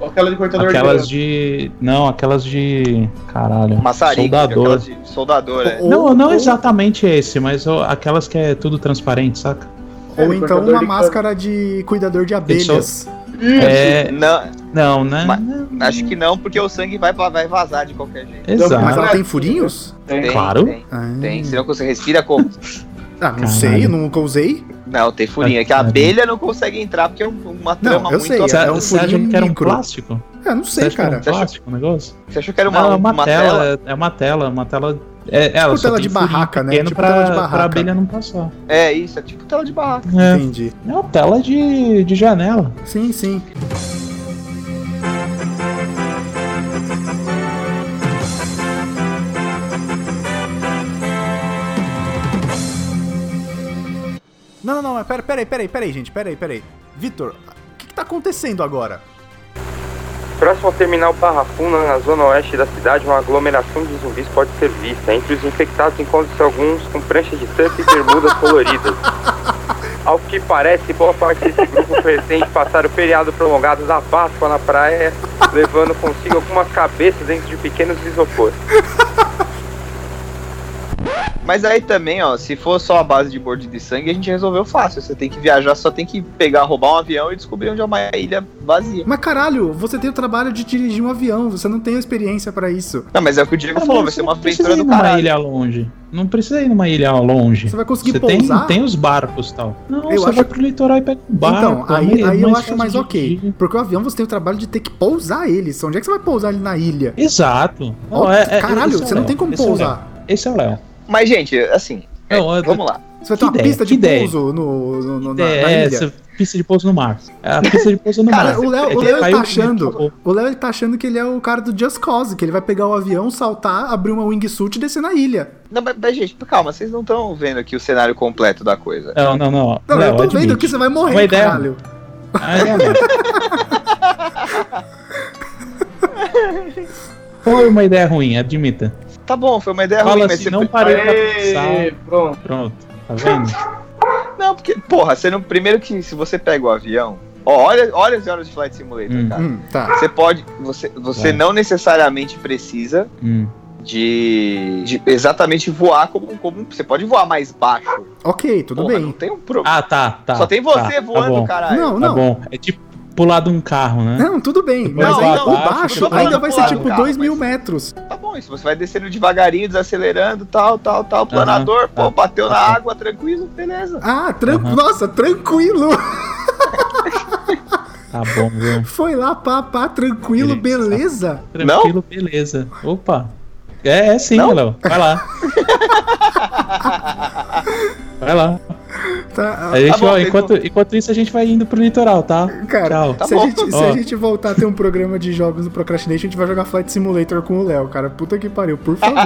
Speaker 4: Ou aquela de cortador
Speaker 2: Aquelas
Speaker 4: de
Speaker 2: de. Não, aquelas de. Caralho.
Speaker 1: Maçarico,
Speaker 2: Soldador.
Speaker 1: aquelas de soldador, é.
Speaker 3: Ou-
Speaker 2: não, não
Speaker 3: ou-
Speaker 2: exatamente esse, mas ó, aquelas que é tudo transparente, saca?
Speaker 4: É,
Speaker 3: Ou então
Speaker 4: cortador
Speaker 3: uma
Speaker 4: de
Speaker 3: máscara de cuidador de
Speaker 2: Pessoa.
Speaker 3: abelhas.
Speaker 2: É.
Speaker 1: Não,
Speaker 2: Não, né?
Speaker 1: Mas-
Speaker 2: Não,
Speaker 1: acho que não, porque o sangue vai, vai vazar de qualquer jeito.
Speaker 2: Exato.
Speaker 3: Mas ela tem
Speaker 4: Ah.
Speaker 3: furinhos?
Speaker 4: Tem.
Speaker 1: Tem,
Speaker 2: Claro.
Speaker 1: Tem,
Speaker 3: Ah,
Speaker 1: tem. Senão você respira
Speaker 3: <laughs>
Speaker 1: como?
Speaker 3: Ah, não
Speaker 2: Caralho.
Speaker 3: sei, eu nunca usei.
Speaker 1: Não, tem furinha. É que a abelha não consegue entrar porque é um- uma trama
Speaker 3: eu
Speaker 1: muito. assim.
Speaker 3: sei,
Speaker 2: Você,
Speaker 3: é um
Speaker 2: você acha
Speaker 3: furinho
Speaker 2: que era um
Speaker 3: micro.
Speaker 2: plástico?
Speaker 3: Ah, não
Speaker 2: Você
Speaker 3: sei,
Speaker 2: acha que era
Speaker 3: cara.
Speaker 2: um plástico o negócio?
Speaker 1: Você achou que era
Speaker 2: Não,
Speaker 1: uma,
Speaker 2: é uma,
Speaker 1: uma
Speaker 2: tela,
Speaker 1: tela?
Speaker 2: é uma tela, uma tela. É, ela
Speaker 3: Tipo
Speaker 2: só
Speaker 3: tela
Speaker 2: tem
Speaker 3: de
Speaker 2: furinho
Speaker 3: barraca, né?
Speaker 2: pequeno
Speaker 3: Tipo
Speaker 2: pra,
Speaker 3: tela de
Speaker 2: pra
Speaker 3: barraca.
Speaker 2: abelha não passar.
Speaker 1: É isso, é tipo tela de barraca.
Speaker 2: É,
Speaker 3: Entendi.
Speaker 2: é uma tela de, de janela.
Speaker 3: Sim, sim. Não, não, não, mas pera, peraí, peraí, peraí, gente, peraí, peraí. Vitor, o que, que tá acontecendo agora?
Speaker 6: Próximo ao terminal Barra Funda, na zona oeste da cidade, uma aglomeração de zumbis pode ser vista. Entre os infectados encontram-se alguns com prancha de surf e bermudas <laughs> coloridas. Ao que parece, boa parte desse grupo pretende passar o feriado prolongado da Páscoa na praia, levando consigo algumas cabeças dentro de pequenos isopores.
Speaker 1: Mas aí também, ó, se for só a base de bordo de sangue, a gente resolveu fácil. Você tem que viajar, só tem que pegar, roubar um avião e descobrir onde é uma ilha vazia.
Speaker 3: Mas caralho, você tem o trabalho de dirigir um avião, você não tem a experiência pra isso.
Speaker 1: Não, mas é o que o Diego
Speaker 2: Cara,
Speaker 1: falou,
Speaker 2: Ah, mas
Speaker 1: vai ser
Speaker 2: você
Speaker 1: uma
Speaker 2: não precisa
Speaker 1: aventura
Speaker 2: ir
Speaker 1: do
Speaker 2: numa
Speaker 1: caralho.
Speaker 2: ilha longe. Não precisa ir numa ilha longe.
Speaker 3: Você vai conseguir
Speaker 2: Você tem,
Speaker 3: pousar?
Speaker 2: tem os barcos e tal. Não,
Speaker 3: Eu
Speaker 2: você
Speaker 3: acho-
Speaker 2: vai pro litoral e pega um barco.
Speaker 3: então, aí,
Speaker 2: é
Speaker 3: aí eu acho
Speaker 2: fácil
Speaker 3: mais
Speaker 2: de
Speaker 3: ok.
Speaker 2: dirigir.
Speaker 3: Porque o avião você tem o trabalho de ter que pousar ele. Onde é que você vai pousar ele na ilha?
Speaker 2: Exato. Não,
Speaker 3: Ó,
Speaker 2: é- é-
Speaker 3: caralho,
Speaker 2: esse é o
Speaker 3: você não
Speaker 2: Léo,
Speaker 3: tem como
Speaker 2: esse é o Léo.
Speaker 3: pousar.
Speaker 2: Esse é o Léo.
Speaker 1: Mas, gente, assim, é,
Speaker 2: Não, eu-
Speaker 1: vamos lá.
Speaker 3: Você
Speaker 2: Que
Speaker 3: vai ter uma
Speaker 2: ideia,
Speaker 3: pista
Speaker 2: que
Speaker 3: de
Speaker 2: ideia.
Speaker 3: pouso no, no- no- na,
Speaker 2: É,
Speaker 3: na
Speaker 2: é,
Speaker 3: ilha.
Speaker 2: essa pista de pouso no mar. É a pista de pouso no
Speaker 1: Cara,
Speaker 2: mar.
Speaker 3: o Léo-
Speaker 2: É
Speaker 3: o
Speaker 2: que
Speaker 3: Léo
Speaker 2: caiu
Speaker 3: tá
Speaker 2: o
Speaker 3: achando-
Speaker 2: metrô.
Speaker 3: O Léo ele tá achando que ele é o cara do Just Cause, que ele vai pegar o avião, saltar, abrir uma wingsuit e descer na ilha.
Speaker 1: Não, mas, mas, gente, calma, vocês não estão vendo aqui o cenário completo da coisa.
Speaker 2: É, Não, não, não.
Speaker 3: Não,
Speaker 2: Léo,
Speaker 3: eu tô
Speaker 2: admite.
Speaker 3: vendo que você vai morrer,
Speaker 2: Uma ideia.
Speaker 3: caralho.
Speaker 2: Ah, é, Léo. Foi uma ideia ruim, admita.
Speaker 1: Tá bom, foi uma ideia
Speaker 2: Fala
Speaker 1: ruim, mas
Speaker 2: assim,
Speaker 1: você
Speaker 2: não parei pra
Speaker 4: Aê,
Speaker 2: pensar.
Speaker 4: pronto.
Speaker 2: Pronto, tá
Speaker 3: <laughs>
Speaker 2: vendo?
Speaker 1: Não, porque, porra, você não. Primeiro que se você pega o avião. Ó, olha, olha as horas de Flight Simulator,
Speaker 2: Hum.
Speaker 1: cara.
Speaker 3: Hum, tá.
Speaker 1: Você pode. Você, você
Speaker 2: Vai.
Speaker 1: não necessariamente precisa
Speaker 2: Hum.
Speaker 1: de, de exatamente voar como, como. Você pode voar mais baixo.
Speaker 3: Ok, tudo
Speaker 1: Porra, Não
Speaker 3: bem.
Speaker 1: tem um problema.
Speaker 2: Ah, tá, tá.
Speaker 1: Só tem você
Speaker 2: tá,
Speaker 1: voando,
Speaker 2: tá bom.
Speaker 1: caralho.
Speaker 3: Não,
Speaker 2: Tá
Speaker 3: não.
Speaker 2: bom. É tipo pular de um carro, né?
Speaker 3: Não, tudo bem.
Speaker 2: Depois
Speaker 3: Mas
Speaker 1: vai
Speaker 3: ainda, o
Speaker 1: abaixo,
Speaker 3: baixo
Speaker 1: eu tô
Speaker 3: ainda
Speaker 1: falando
Speaker 3: vai
Speaker 1: pro
Speaker 3: ser
Speaker 1: lado
Speaker 3: tipo
Speaker 1: do carro,
Speaker 3: 2 mil
Speaker 1: mas-
Speaker 3: metros.
Speaker 1: Tá bom, isso. Você vai descendo devagarinho, desacelerando, tal, tal, tal. Planador, pô,
Speaker 2: tá.
Speaker 1: bateu na
Speaker 2: Aham.
Speaker 1: água, tranquilo, beleza.
Speaker 3: Ah, tran...
Speaker 2: Aham.
Speaker 3: nossa, tranquilo. <laughs>
Speaker 2: Tá bom, viu?
Speaker 3: Foi lá, pá, pá, tranquilo,
Speaker 2: Beleza.
Speaker 3: beleza.
Speaker 2: Tranquilo, beleza. Opa. É, é sim,
Speaker 1: Não?
Speaker 2: Léo. Vai lá. Vai lá.
Speaker 3: Tá, ah,
Speaker 2: A gente,
Speaker 1: bom,
Speaker 2: ó,
Speaker 1: tem
Speaker 2: enquanto, enquanto isso, a gente vai indo pro litoral, tá?
Speaker 3: Cara,
Speaker 2: Tchau.
Speaker 1: Tá
Speaker 3: se, a
Speaker 1: bom.
Speaker 3: gente, se
Speaker 2: Ó.
Speaker 3: a gente voltar a ter um programa de jogos no Procrastination, a gente vai jogar Flight Simulator com o Léo, cara. Puta que pariu, por
Speaker 1: <laughs>
Speaker 3: favor.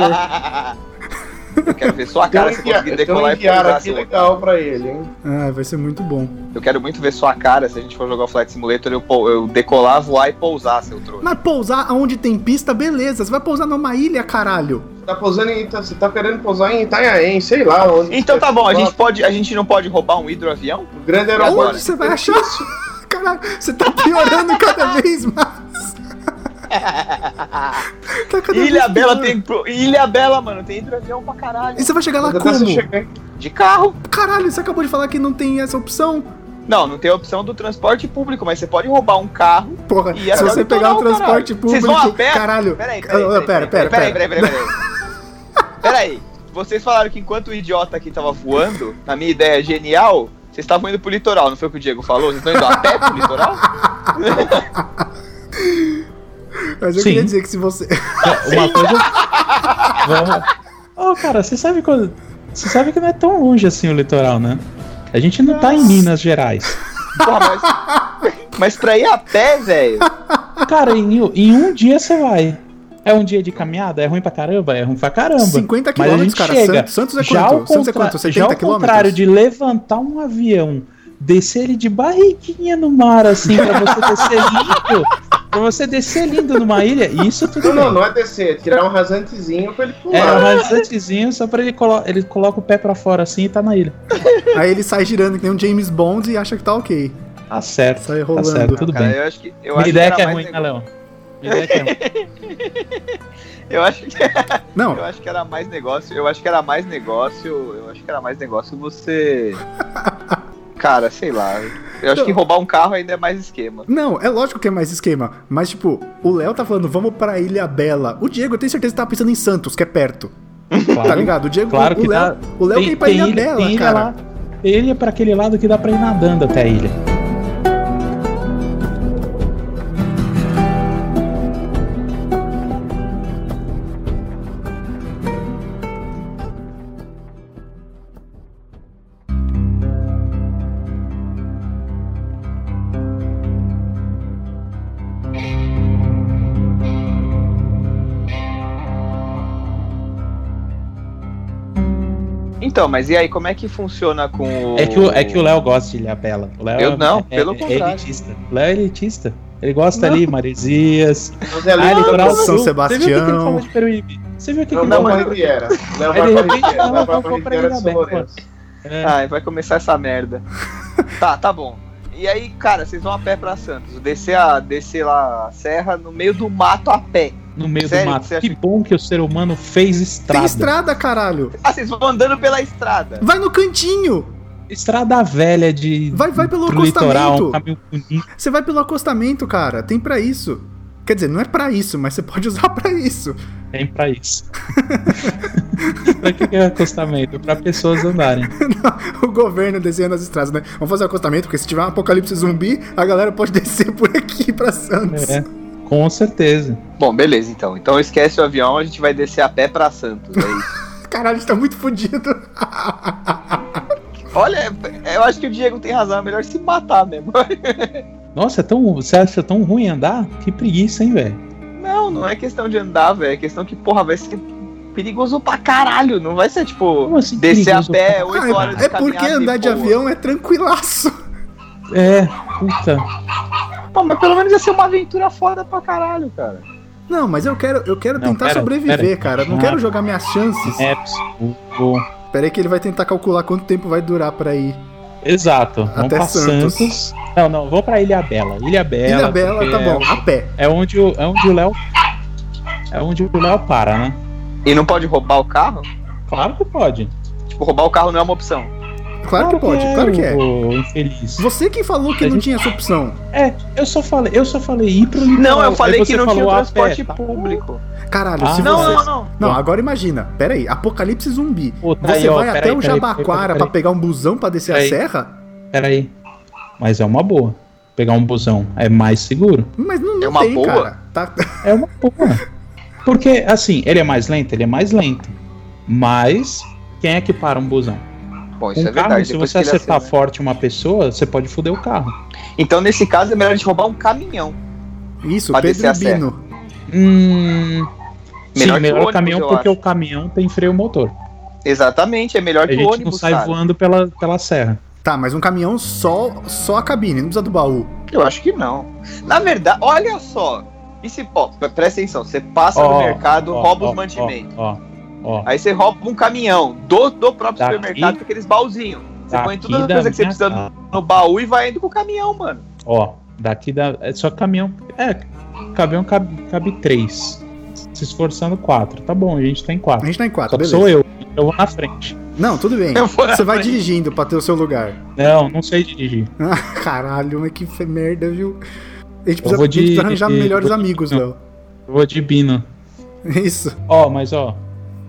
Speaker 1: Eu quero ver sua
Speaker 4: Tem um
Speaker 1: cara se
Speaker 4: enviar,
Speaker 1: conseguir
Speaker 4: tem um
Speaker 1: decolar e
Speaker 4: enviar
Speaker 1: pousar.
Speaker 4: aqui
Speaker 1: seu
Speaker 4: legal pra ele, hein?
Speaker 3: ah, vai ser muito bom.
Speaker 1: Eu quero muito ver sua cara se a gente for jogar o Flight Simulator, eu, pou- eu decolar, voar e pousar, seu trouxa.
Speaker 3: Mas pousar onde tem pista, beleza. Você vai pousar numa ilha, caralho.
Speaker 4: Tá pousando em. Ita- Você tá querendo pousar em Itanhaém, sei lá onde.
Speaker 1: Então
Speaker 4: você
Speaker 1: tá bom, a
Speaker 4: pousar.
Speaker 1: gente, pode, a gente não pode roubar um hidroavião? <laughs>
Speaker 4: O grande
Speaker 1: Agora.
Speaker 4: aeroporto. É
Speaker 3: Onde você vai achar? Cara, Caralho, você tá
Speaker 1: <laughs>
Speaker 3: piorando cada vez mais. tá cada
Speaker 1: Ilha
Speaker 3: vez
Speaker 1: Bela
Speaker 3: pior.
Speaker 1: tem. pro- Ilha Bela, mano, tem hidroavião pra caralho.
Speaker 3: E você vai chegar lá
Speaker 4: Mas até
Speaker 3: como?
Speaker 4: você tá chegar em
Speaker 1: De carro.
Speaker 3: Caralho, você acabou de falar que não tem essa opção?
Speaker 1: Não, não tem a opção do transporte público, mas você pode roubar um carro.
Speaker 3: Porra,
Speaker 1: E é
Speaker 3: se você
Speaker 1: litoral,
Speaker 3: pegar o transporte
Speaker 1: caralho. Vocês
Speaker 3: público.
Speaker 1: vão a pé?
Speaker 3: Caralho.
Speaker 1: Peraí,
Speaker 3: Ah,
Speaker 1: peraí.
Speaker 3: pera, pera,
Speaker 1: peraí, peraí,
Speaker 3: pera.
Speaker 1: peraí, peraí.
Speaker 3: <laughs>
Speaker 1: Peraí. Vocês falaram que enquanto o idiota aqui tava voando, na minha ideia genial, vocês estavam indo pro litoral, não foi o que o Diego falou? Vocês estão indo a pé pro litoral?
Speaker 3: Mas eu
Speaker 2: Sim.
Speaker 3: queria dizer que se você.
Speaker 2: Uma coisa. Vamos. Ô, cara, você sabe quando. Você sabe que não é tão longe assim o litoral, né? A gente não tá em Minas Gerais.
Speaker 1: Porra, mas. Mas pra ir a pé, velho.
Speaker 2: Cara, em, em um dia você vai. É um dia de caminhada? É ruim pra caramba? É ruim pra caramba. Mas
Speaker 3: 50
Speaker 2: a
Speaker 3: quilômetros,
Speaker 2: gente
Speaker 3: cara.
Speaker 2: chega.
Speaker 3: Santos, Santos é
Speaker 2: já ao,
Speaker 3: quanto? Santos é
Speaker 2: contra-
Speaker 3: quanto?
Speaker 2: já
Speaker 3: 70
Speaker 2: ao contrário de levantar um avião, descer ele de barriguinha no mar, assim, pra você descer lindo, <laughs> pra você descer lindo numa ilha, isso tudo
Speaker 5: Não, não,
Speaker 2: bem.
Speaker 5: não é descer, é tirar um rasantezinho pra ele
Speaker 2: É,
Speaker 5: pular.
Speaker 2: mas antezinho, só pra ele colocar. Ele coloca o pé pra fora assim e tá na ilha.
Speaker 3: Aí ele sai girando que nem um James Bond e acha que tá ok.
Speaker 2: Tá certo.
Speaker 3: Sai
Speaker 2: Tá
Speaker 3: rolando.
Speaker 2: certo, tudo
Speaker 1: Cara,
Speaker 2: bem.
Speaker 1: eu acho que. Eu
Speaker 2: Minha
Speaker 1: acho
Speaker 2: ideia
Speaker 1: era
Speaker 2: que é
Speaker 1: mais
Speaker 2: ruim, né,
Speaker 1: negócio-
Speaker 2: Leão? Minha ideia que é ruim.
Speaker 1: Eu acho que.
Speaker 3: Não,
Speaker 1: Eu acho que era mais negócio, eu acho que era mais negócio, eu acho que era mais negócio
Speaker 3: <laughs>
Speaker 1: você. Cara, sei lá. Eu acho que roubar um carro ainda é mais esquema.
Speaker 3: não, é lógico que é mais esquema. Mas, tipo, o Léo tá falando, vamos pra Ilha Bela. O Diego, eu tenho certeza que tava pensando em Santos, que é perto. Tá
Speaker 2: Claro,
Speaker 3: ligado? O Diego,
Speaker 2: claro que
Speaker 3: o Léo,
Speaker 2: dá.
Speaker 3: o Léo quer ir pra Ilha Bela,
Speaker 2: tem ilha
Speaker 3: cara.
Speaker 2: lá. Tem ilha pra aquele lado que dá pra ir nadando até a ilha.
Speaker 1: Então, mas e aí, como é que funciona com o.
Speaker 2: É que o, é que o Léo gosta de Ilha Bela. O Léo
Speaker 1: Eu
Speaker 2: é-
Speaker 1: não,
Speaker 2: é-
Speaker 1: pelo
Speaker 2: é
Speaker 1: contrário.
Speaker 2: elitista. O Léo é elitista. Ele gosta ali, Maresias,
Speaker 5: Mas é ali
Speaker 2: ah,
Speaker 5: que
Speaker 2: litoral sul.
Speaker 3: São
Speaker 2: Você viu o que que ele
Speaker 3: Sebastião.
Speaker 2: falou de Peruíbe? Você viu o que
Speaker 5: Não,
Speaker 2: que
Speaker 5: não,
Speaker 2: não,
Speaker 5: pra
Speaker 2: <laughs>
Speaker 5: Riviera. Não,
Speaker 2: Aí, de
Speaker 5: vai pra
Speaker 2: repente,
Speaker 5: Riviera.
Speaker 2: não,
Speaker 5: Vai pra
Speaker 2: vamos pra
Speaker 5: Riviera de São
Speaker 2: Ilhabela,
Speaker 5: Lourenço.
Speaker 2: É,
Speaker 1: Ai, vai começar essa
Speaker 2: <laughs>
Speaker 1: merda. tá, tá bom. E aí, cara, vocês vão a pé pra Santos, descer, a, descer lá a serra no meio do mato a pé.
Speaker 2: no meio
Speaker 1: Sério
Speaker 2: do
Speaker 1: que
Speaker 2: mato?
Speaker 1: você acha
Speaker 2: Que bom que o ser humano fez estrada.
Speaker 3: Tem estrada, caralho.
Speaker 1: Ah, vocês vão andando pela estrada.
Speaker 3: Vai no cantinho.
Speaker 2: Estrada velha de
Speaker 3: Vai, vai pelo
Speaker 2: pro litoral, um
Speaker 3: acostamento.
Speaker 2: caminho bonito.
Speaker 3: Você vai pelo acostamento, cara. Tem pra isso. Quer dizer, não é pra isso, mas você pode usar <laughs> pra isso.
Speaker 2: Tem pra isso. pra que que é acostamento? Pra pessoas andarem.
Speaker 3: O governo desenhando as estradas, né? Vamos fazer um acostamento, porque se tiver um apocalipse zumbi, a galera pode <laughs> descer por aqui pra Santos.
Speaker 2: É, com certeza.
Speaker 1: Bom, beleza, então. Então esquece o avião, a gente vai descer a pé pra Santos. É isso.
Speaker 3: Caralho, a gente tá muito fudido.
Speaker 1: tipo, Olha, eu acho que o Diego tem razão, é melhor se matar mesmo. <laughs>
Speaker 2: Nossa, é tão, você acha tão ruim andar? Que preguiça, hein, velho?
Speaker 1: Não, não é questão de andar, velho. É questão que, porra, vai ser perigoso pra caralho. Não vai ser, tipo,
Speaker 2: Como assim,
Speaker 1: descer a
Speaker 2: perigoso
Speaker 1: pé,
Speaker 2: pra-
Speaker 1: 8
Speaker 3: Ah,
Speaker 1: horas
Speaker 3: é, é porque
Speaker 1: caminhada
Speaker 3: andar de
Speaker 1: boa.
Speaker 3: avião é tranquilaço.
Speaker 2: É, puta.
Speaker 1: Pô, mas pelo menos ia ser uma aventura foda pra caralho, cara.
Speaker 3: Não, mas eu quero, eu quero
Speaker 2: Não,
Speaker 3: tentar
Speaker 2: pera,
Speaker 3: sobreviver,
Speaker 2: pera.
Speaker 3: cara. Não
Speaker 2: Ah.
Speaker 3: quero jogar minhas chances.
Speaker 2: Apps, Google.
Speaker 3: Pera aí que ele vai tentar calcular quanto tempo vai durar pra ir.
Speaker 2: Exato. Vamos
Speaker 3: Até
Speaker 2: pra Santos.
Speaker 3: Santos.
Speaker 2: Não, não, vou pra Ilha Bela. Ilha Bela.
Speaker 3: Ilha Bela, tá bom, a pé.
Speaker 2: É onde o é onde o Léo é onde o Léo para, né?
Speaker 1: E não pode roubar o carro?
Speaker 2: Claro que pode.
Speaker 1: Tipo, roubar o carro não é uma opção.
Speaker 3: Claro que pode, claro que é.
Speaker 2: O infeliz.
Speaker 3: Você que falou que
Speaker 2: A
Speaker 3: não
Speaker 2: gente-
Speaker 3: tinha essa opção.
Speaker 2: É, eu só falei, eu só falei ir pro litoral.
Speaker 1: Não, eu
Speaker 2: aí
Speaker 1: falei
Speaker 2: você
Speaker 1: que não tinha
Speaker 2: falou, ah,
Speaker 1: transporte
Speaker 2: pé, tá.
Speaker 1: público.
Speaker 3: Caralho,
Speaker 2: Ah.
Speaker 3: se você.
Speaker 1: Não, não, não.
Speaker 3: Não, agora imagina. Pera aí, apocalipse zumbi.
Speaker 2: Pô, tá
Speaker 3: Você
Speaker 2: aí, ó,
Speaker 3: vai
Speaker 2: peraí,
Speaker 3: até o
Speaker 2: peraí, peraí,
Speaker 3: Jabaquara
Speaker 2: peraí,
Speaker 3: pra pegar um busão pra descer a
Speaker 2: Peraí.
Speaker 3: serra?
Speaker 2: Peraí. Mas é uma boa. Pegar um busão é mais seguro.
Speaker 3: Mas não, não
Speaker 1: É uma
Speaker 3: tem,
Speaker 1: boa?
Speaker 3: cara. Tá-
Speaker 2: É uma boa. Porque assim, ele é mais lento, ele é mais lento. Mas quem é que para um busão?
Speaker 1: Bom,
Speaker 2: um
Speaker 1: isso é
Speaker 2: carro,
Speaker 1: verdade.
Speaker 2: se
Speaker 1: depois
Speaker 2: você
Speaker 1: que ele
Speaker 2: acertar
Speaker 1: acerta. né?
Speaker 2: forte uma pessoa, você pode foder o carro.
Speaker 1: Então, nesse caso, é melhor a gente roubar um caminhão.
Speaker 3: Isso,
Speaker 1: Pra
Speaker 3: Pedro
Speaker 1: descer
Speaker 3: e
Speaker 1: a serra.
Speaker 3: Bino.
Speaker 2: Hum.
Speaker 1: Melhor
Speaker 2: sim,
Speaker 1: que
Speaker 2: melhor
Speaker 1: o
Speaker 2: o caminhão
Speaker 1: ônibus, eu
Speaker 2: porque o caminhão tem freio motor.
Speaker 1: Exatamente, é melhor
Speaker 2: A
Speaker 1: que
Speaker 2: gente
Speaker 1: o ônibus,
Speaker 2: não sai
Speaker 1: cara.
Speaker 2: voando pela, pela serra.
Speaker 3: Tá, mas um caminhão só, só a cabine, não precisa do baú.
Speaker 1: Eu acho que não. Na verdade, olha só. E se, pô, presta atenção, você passa no
Speaker 2: Ó,
Speaker 1: mercado,
Speaker 2: ó,
Speaker 1: rouba
Speaker 2: ó,
Speaker 1: os mantimentos.
Speaker 2: Ó, ó, ó.
Speaker 1: Aí você rouba um caminhão do, do próprio
Speaker 2: Daqui-
Speaker 1: supermercado com aqueles baúzinhos. Você põe
Speaker 2: Daqui
Speaker 1: toda a
Speaker 2: da
Speaker 1: coisa que você
Speaker 2: minha
Speaker 1: precisa no,
Speaker 2: casa.
Speaker 1: no baú e vai indo com o caminhão, mano.
Speaker 2: Ó, daqui dá. É só caminhão. É, caminhão cabe, cabe três. Se esforçando quatro. Tá bom, a gente tá em
Speaker 3: A
Speaker 2: quatro.
Speaker 3: gente tá
Speaker 2: Só É
Speaker 3: em
Speaker 2: um
Speaker 3: quatro,
Speaker 2: que
Speaker 3: beleza.
Speaker 2: sou eu. Eu vou na frente.
Speaker 3: Não, tudo bem.
Speaker 1: Eu vou na
Speaker 2: <laughs>
Speaker 3: Você vai
Speaker 1: frente.
Speaker 3: dirigindo pra ter o seu lugar.
Speaker 2: Não, não sei dirigir.
Speaker 3: Ah, caralho, mas que fe- merda, viu? A gente precisa,
Speaker 2: vou
Speaker 3: a gente
Speaker 2: de-
Speaker 3: precisa arranjar
Speaker 2: de-
Speaker 3: melhores
Speaker 2: vou de-
Speaker 3: amigos, Léo.
Speaker 2: Eu vou de Bino.
Speaker 3: <laughs> Isso.
Speaker 2: Ó, mas ó,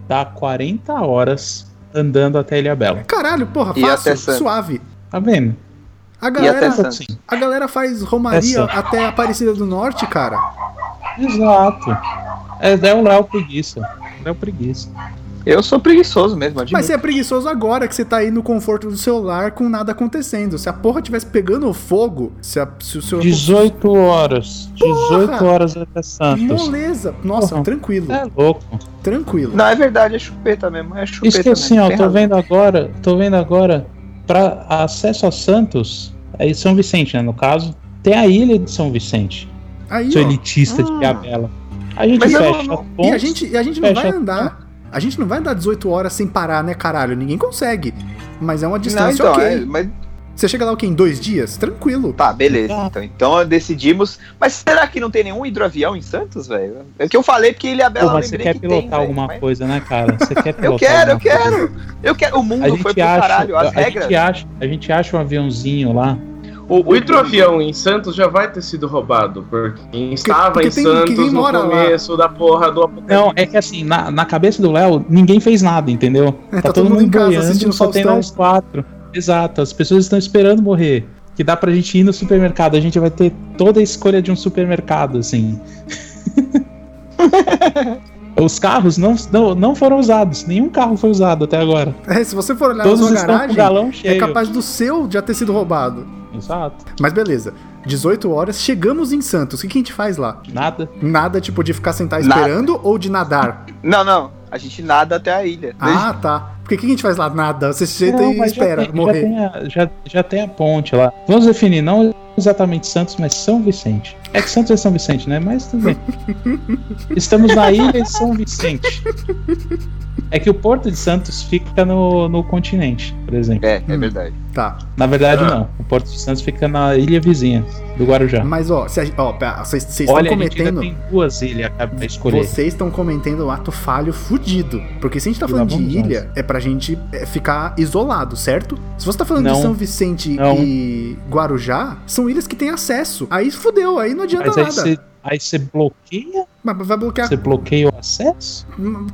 Speaker 2: dá 40 horas andando até Ilha Bela.
Speaker 3: Caralho, porra,
Speaker 1: E
Speaker 3: fácil,
Speaker 1: até Santos.
Speaker 3: suave.
Speaker 2: Tá vendo?
Speaker 3: A
Speaker 1: E até
Speaker 3: galera,
Speaker 1: Santos.
Speaker 3: a galera faz romaria
Speaker 2: Essa.
Speaker 3: até Aparecida do Norte, cara.
Speaker 2: Exato. É, é o Léo preguiça. Léo preguiça.
Speaker 1: Eu sou preguiçoso mesmo, admito.
Speaker 3: Mas você é preguiçoso agora que você tá aí no conforto do celular com nada acontecendo. Se a porra tivesse pegando fogo, se, a, se o seu.
Speaker 2: 18 horas. 18 horas até Santos.
Speaker 3: Moleza. Nossa,
Speaker 2: Porra.
Speaker 3: tranquilo,
Speaker 2: É louco.
Speaker 3: tranquilo.
Speaker 1: Não, é verdade, é chupeta mesmo. É chupeta
Speaker 2: Isso que assim,
Speaker 1: mesmo,
Speaker 2: ó,
Speaker 1: tem
Speaker 2: tô
Speaker 1: razão.
Speaker 2: vendo agora, tô vendo agora, para acesso a Santos, aí São Vicente, né, no caso, tem a ilha de São Vicente.
Speaker 3: Aí,
Speaker 2: Sou
Speaker 3: ó,
Speaker 2: elitista de Ilhabela. A gente
Speaker 1: ah. Mas eu
Speaker 2: fecha
Speaker 1: não-
Speaker 2: as
Speaker 3: e a
Speaker 2: pontes,
Speaker 3: gente, e a gente não vai
Speaker 2: fecha-
Speaker 3: andar. A gente não vai andar 18 horas sem parar, né, caralho? Ninguém consegue. Mas é uma
Speaker 1: Não,
Speaker 3: distância
Speaker 1: então,
Speaker 3: ok.
Speaker 1: é, mas
Speaker 3: Você chega lá o quê? Em dois dias? Tranquilo.
Speaker 1: Tá, beleza.
Speaker 2: Tá.
Speaker 1: Então, então decidimos. Mas será que não tem nenhum hidroavião em Santos, velho? É que eu falei porque ele é
Speaker 2: Pô,
Speaker 1: bela
Speaker 2: mas você quer pilotar alguma coisa, né, cara? Você quer
Speaker 1: <laughs>
Speaker 2: pilotar
Speaker 1: Eu quero, eu
Speaker 2: alguma coisa.
Speaker 1: quero. Eu quero. O mundo
Speaker 2: A
Speaker 1: foi
Speaker 2: gente,
Speaker 1: pro
Speaker 2: acha,
Speaker 1: caralho. As
Speaker 2: a,
Speaker 1: regras.
Speaker 2: gente acha, a gente acha um aviãozinho lá.
Speaker 5: O, o hidroavião em Santos já vai ter sido roubado, porque estava
Speaker 3: porque
Speaker 5: em
Speaker 3: tem-
Speaker 5: Santos
Speaker 3: ninguém
Speaker 5: no
Speaker 3: mora lá.
Speaker 5: começo da porra do apocalipse.
Speaker 2: Não, é que assim, na, na cabeça do Léo, ninguém fez nada, entendeu?
Speaker 3: É, tá todo mundo em casa assistindo
Speaker 2: só tem
Speaker 3: Faustão.
Speaker 2: nós quatro. Exato, as pessoas estão esperando morrer. Que dá pra gente ir no supermercado, a gente vai ter toda a escolha de um supermercado, assim. <laughs> Os carros não, não, não foram usados, nenhum carro foi usado até agora.
Speaker 3: É, se você for olhar na
Speaker 2: Todos
Speaker 3: sua
Speaker 2: estão com o
Speaker 3: garagem,
Speaker 2: galão
Speaker 3: é
Speaker 2: cheio.
Speaker 3: capaz do seu já ter sido roubado.
Speaker 2: Exato,
Speaker 3: Mas beleza. 18 horas, chegamos em Santos. O que que a gente faz lá?
Speaker 2: nada.
Speaker 3: Nada tipo de ficar sentado
Speaker 1: Nada.
Speaker 3: esperando ou de nadar?
Speaker 1: Não, não. A gente nada até a ilha.
Speaker 3: Ah, tá. Porque o que a gente faz lá? Nada. Você senta
Speaker 2: Não,
Speaker 3: e
Speaker 2: mas já
Speaker 3: espera
Speaker 2: tem- Já
Speaker 3: morrer.
Speaker 2: tem, a, já, já tem a ponte lá. Vamos definir, não exatamente Santos, mas São Vicente. É que Santos é São Vicente, né? Mas tudo
Speaker 3: <laughs>
Speaker 2: bem. Estamos na ilha de São Vicente. É que o Porto de Santos fica no, no continente, por exemplo.
Speaker 1: É, é
Speaker 3: Hum.
Speaker 1: verdade.
Speaker 3: Tá.
Speaker 2: Na verdade, não. O Porto de Santos fica na ilha vizinha do Guarujá.
Speaker 3: Mas ó, se a- ó, pera, vocês vocês estão
Speaker 2: Olha, a gente ainda
Speaker 3: cometendo.
Speaker 2: tem duas ilhas pra escolher.
Speaker 3: Vocês estão cometendo um ato falho fudido. Porque se a gente tá
Speaker 2: E lá
Speaker 3: falando de
Speaker 2: vamos
Speaker 3: ilha, é pra gente é, ficar isolado, certo? Se você tá falando de
Speaker 2: Não.
Speaker 3: São Vicente
Speaker 2: Não.
Speaker 3: e Guarujá, são ilhas que têm acesso. Aí fudeu, aí não adianta
Speaker 2: Mas aí
Speaker 3: nada.
Speaker 2: você, aí você bloqueia?
Speaker 3: Mas vai bloquear.
Speaker 2: Você bloqueia o acesso?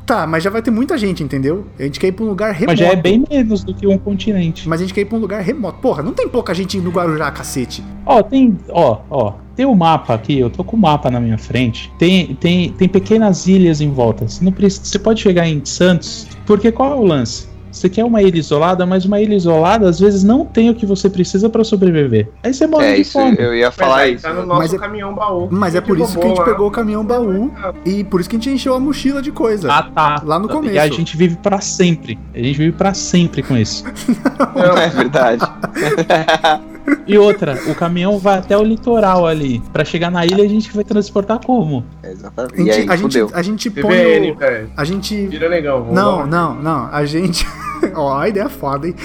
Speaker 3: Tá, mas já vai ter muita gente, entendeu? A gente quer ir pra um lugar remoto.
Speaker 2: Mas já é bem menos do que um continente.
Speaker 3: Mas a gente quer ir pra um lugar remoto. Porra, não tem pouca gente no Guarujá, cacete.
Speaker 2: Ó, tem, ó, ó, tem o mapa aqui, eu tô com o mapa na minha frente. Tem, tem, tem pequenas ilhas em volta. Você, não precisa, você pode chegar em Santos, porque qual é o lance? Você quer uma ilha isolada, mas uma ilha isolada às vezes não tem o que você precisa pra sobreviver. Aí você morre
Speaker 1: É
Speaker 2: de
Speaker 1: isso,
Speaker 2: fome.
Speaker 1: eu ia falar
Speaker 5: Mas aí
Speaker 1: isso.
Speaker 5: Tá no nosso
Speaker 3: Mas é-
Speaker 5: caminhão baú.
Speaker 3: Mas é por isso que a
Speaker 1: né?
Speaker 3: gente
Speaker 5: roubou lá.
Speaker 3: pegou o caminhão baú
Speaker 1: É.
Speaker 3: e por isso que a gente encheu a mochila de coisa.
Speaker 2: Ah, tá.
Speaker 3: Lá no começo.
Speaker 2: E a gente vive pra sempre. A gente vive pra sempre com isso.
Speaker 1: <laughs> É verdade.
Speaker 2: E outra, o caminhão vai até o litoral ali. Pra chegar na ilha a gente vai transportar como?
Speaker 1: É,
Speaker 3: A
Speaker 1: Exatamente.
Speaker 3: gente,
Speaker 1: E aí,
Speaker 3: a gente,
Speaker 1: fudeu.
Speaker 3: a gente põe.
Speaker 5: TVN,
Speaker 3: O,
Speaker 5: cara.
Speaker 3: a gente.
Speaker 5: Vira negão. vamos
Speaker 3: Não,
Speaker 5: embora.
Speaker 3: não, não. A gente. <laughs> Ó, a ideia é foda, hein?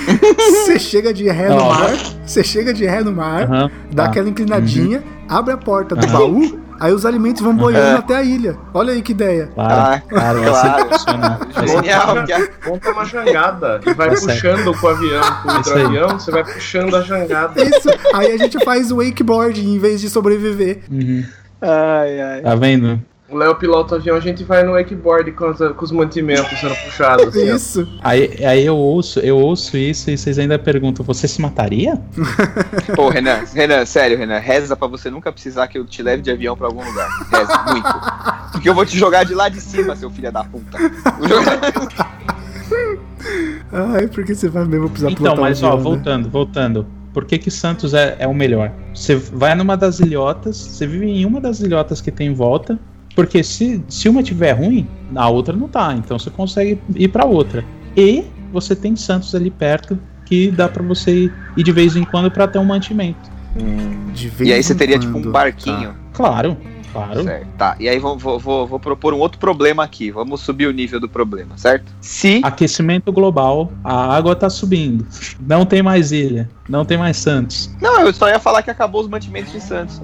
Speaker 3: Você chega de ré no
Speaker 2: Ó.
Speaker 3: mar. Você chega de ré no mar,
Speaker 2: Aham.
Speaker 3: dá
Speaker 2: tá.
Speaker 3: aquela inclinadinha, abre a porta do
Speaker 2: Aham.
Speaker 3: baú, aí os alimentos vão boiando até a ilha. Olha aí que ideia.
Speaker 2: Claro,
Speaker 1: Ah, claro.
Speaker 2: claro, vai ser funcionar. Vai ser
Speaker 1: Ah, genial. que a-
Speaker 5: Monta uma jangada e vai
Speaker 2: Tá certo.
Speaker 5: puxando com o avião, com o
Speaker 2: Isso aí.
Speaker 5: hidroavião, você vai puxando a jangada.
Speaker 3: É Isso. Aí a gente faz wakeboard em vez de sobreviver.
Speaker 2: Uhum.
Speaker 1: Ai, ai.
Speaker 2: Tá vendo?
Speaker 5: O Léo pilota o avião, a gente vai no wakeboard com, as- com os mantimentos sendo
Speaker 4: Tá
Speaker 5: puxados. Assim, ó.
Speaker 3: Isso.
Speaker 2: Aí, aí eu ouço, eu ouço isso e vocês ainda perguntam, você se mataria?
Speaker 1: Pô, Renan, Renan, sério, Renan, reza pra você nunca precisar que eu te leve de avião pra algum lugar. Reza, muito. Porque eu vou te jogar de lá de cima, seu filho da puta.
Speaker 3: Ai, porque você vai mesmo precisar
Speaker 2: Então,
Speaker 3: pilotar um
Speaker 2: mas ó,
Speaker 3: avião, né?
Speaker 2: voltando, voltando. Por que que Santos é, é o melhor? Você vai numa das ilhotas, você vive em uma das ilhotas que tem em volta, porque se, se uma tiver ruim, a outra não tá, então você consegue ir pra outra. E você tem Santos ali perto que dá pra você ir, ir de vez em quando pra ter um mantimento.
Speaker 3: De vez
Speaker 1: E aí você
Speaker 3: em
Speaker 1: teria, tipo,
Speaker 3: quando.
Speaker 1: um barquinho.
Speaker 2: Claro, claro.
Speaker 1: Certo, tá. E aí vou, vou, vou, vou propor um outro problema aqui. Vamos subir o nível do problema, certo? Se.
Speaker 2: Ah. Aquecimento global, a água tá subindo, não tem mais ilha. Não tem mais Santos.
Speaker 1: Não, eu só ia falar que acabou os mantimentos de Santos.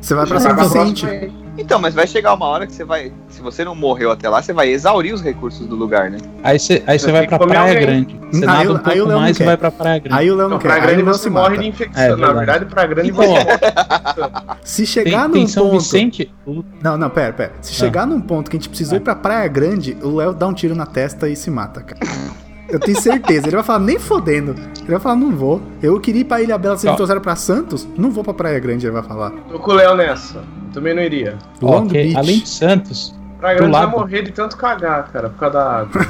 Speaker 3: Você vai pra
Speaker 4: Já
Speaker 3: São
Speaker 4: tá
Speaker 3: Vicente.
Speaker 4: próximo aí.
Speaker 1: Então, mas vai chegar uma hora que você vai. Se você não morreu até lá, você vai exaurir os recursos do lugar, né?
Speaker 2: Aí você aí cê
Speaker 4: Você
Speaker 2: vai
Speaker 4: tem
Speaker 2: pra
Speaker 4: que comer
Speaker 2: Praia
Speaker 4: alguém.
Speaker 2: Grande. Você
Speaker 3: Aí
Speaker 2: nada
Speaker 3: o-
Speaker 2: um
Speaker 3: aí o
Speaker 2: pouco
Speaker 3: Leão
Speaker 2: mais
Speaker 3: quer.
Speaker 2: e vai pra Praia Grande.
Speaker 3: Aí o Léo não
Speaker 4: Não,
Speaker 3: quer,
Speaker 4: pra
Speaker 3: aí
Speaker 4: grande
Speaker 3: o Léo
Speaker 4: você
Speaker 3: se
Speaker 4: morre
Speaker 3: mata.
Speaker 4: de
Speaker 2: É,
Speaker 4: infecção. Na
Speaker 2: verdade.
Speaker 4: verdade, pra grande
Speaker 2: Então,
Speaker 4: você morre.
Speaker 3: Se
Speaker 2: tem,
Speaker 3: chegar
Speaker 2: tem
Speaker 3: num
Speaker 2: São
Speaker 3: ponto...
Speaker 2: Vicente. o-
Speaker 3: Não, não, pera, pera.
Speaker 2: Ah.
Speaker 3: Se chegar num ponto que a gente precisou ir pra Praia Grande, o Léo dá um tiro na testa e se mata, cara. Eu tenho certeza. Ele vai falar, nem fodendo. Ele vai falar, não vou. Eu queria ir pra Ilha Bela, se
Speaker 2: Ó.
Speaker 3: me trouxeram pra Santos, não vou pra Praia Grande, ele vai falar.
Speaker 4: Tô com o Léo nessa. Também não iria.
Speaker 2: ó,
Speaker 3: Long
Speaker 2: que
Speaker 3: Beach.
Speaker 2: além de Santos,
Speaker 4: Pra
Speaker 2: Do
Speaker 4: grande vai
Speaker 2: lado.
Speaker 4: morrer de tanto cagar, cara, por causa da água.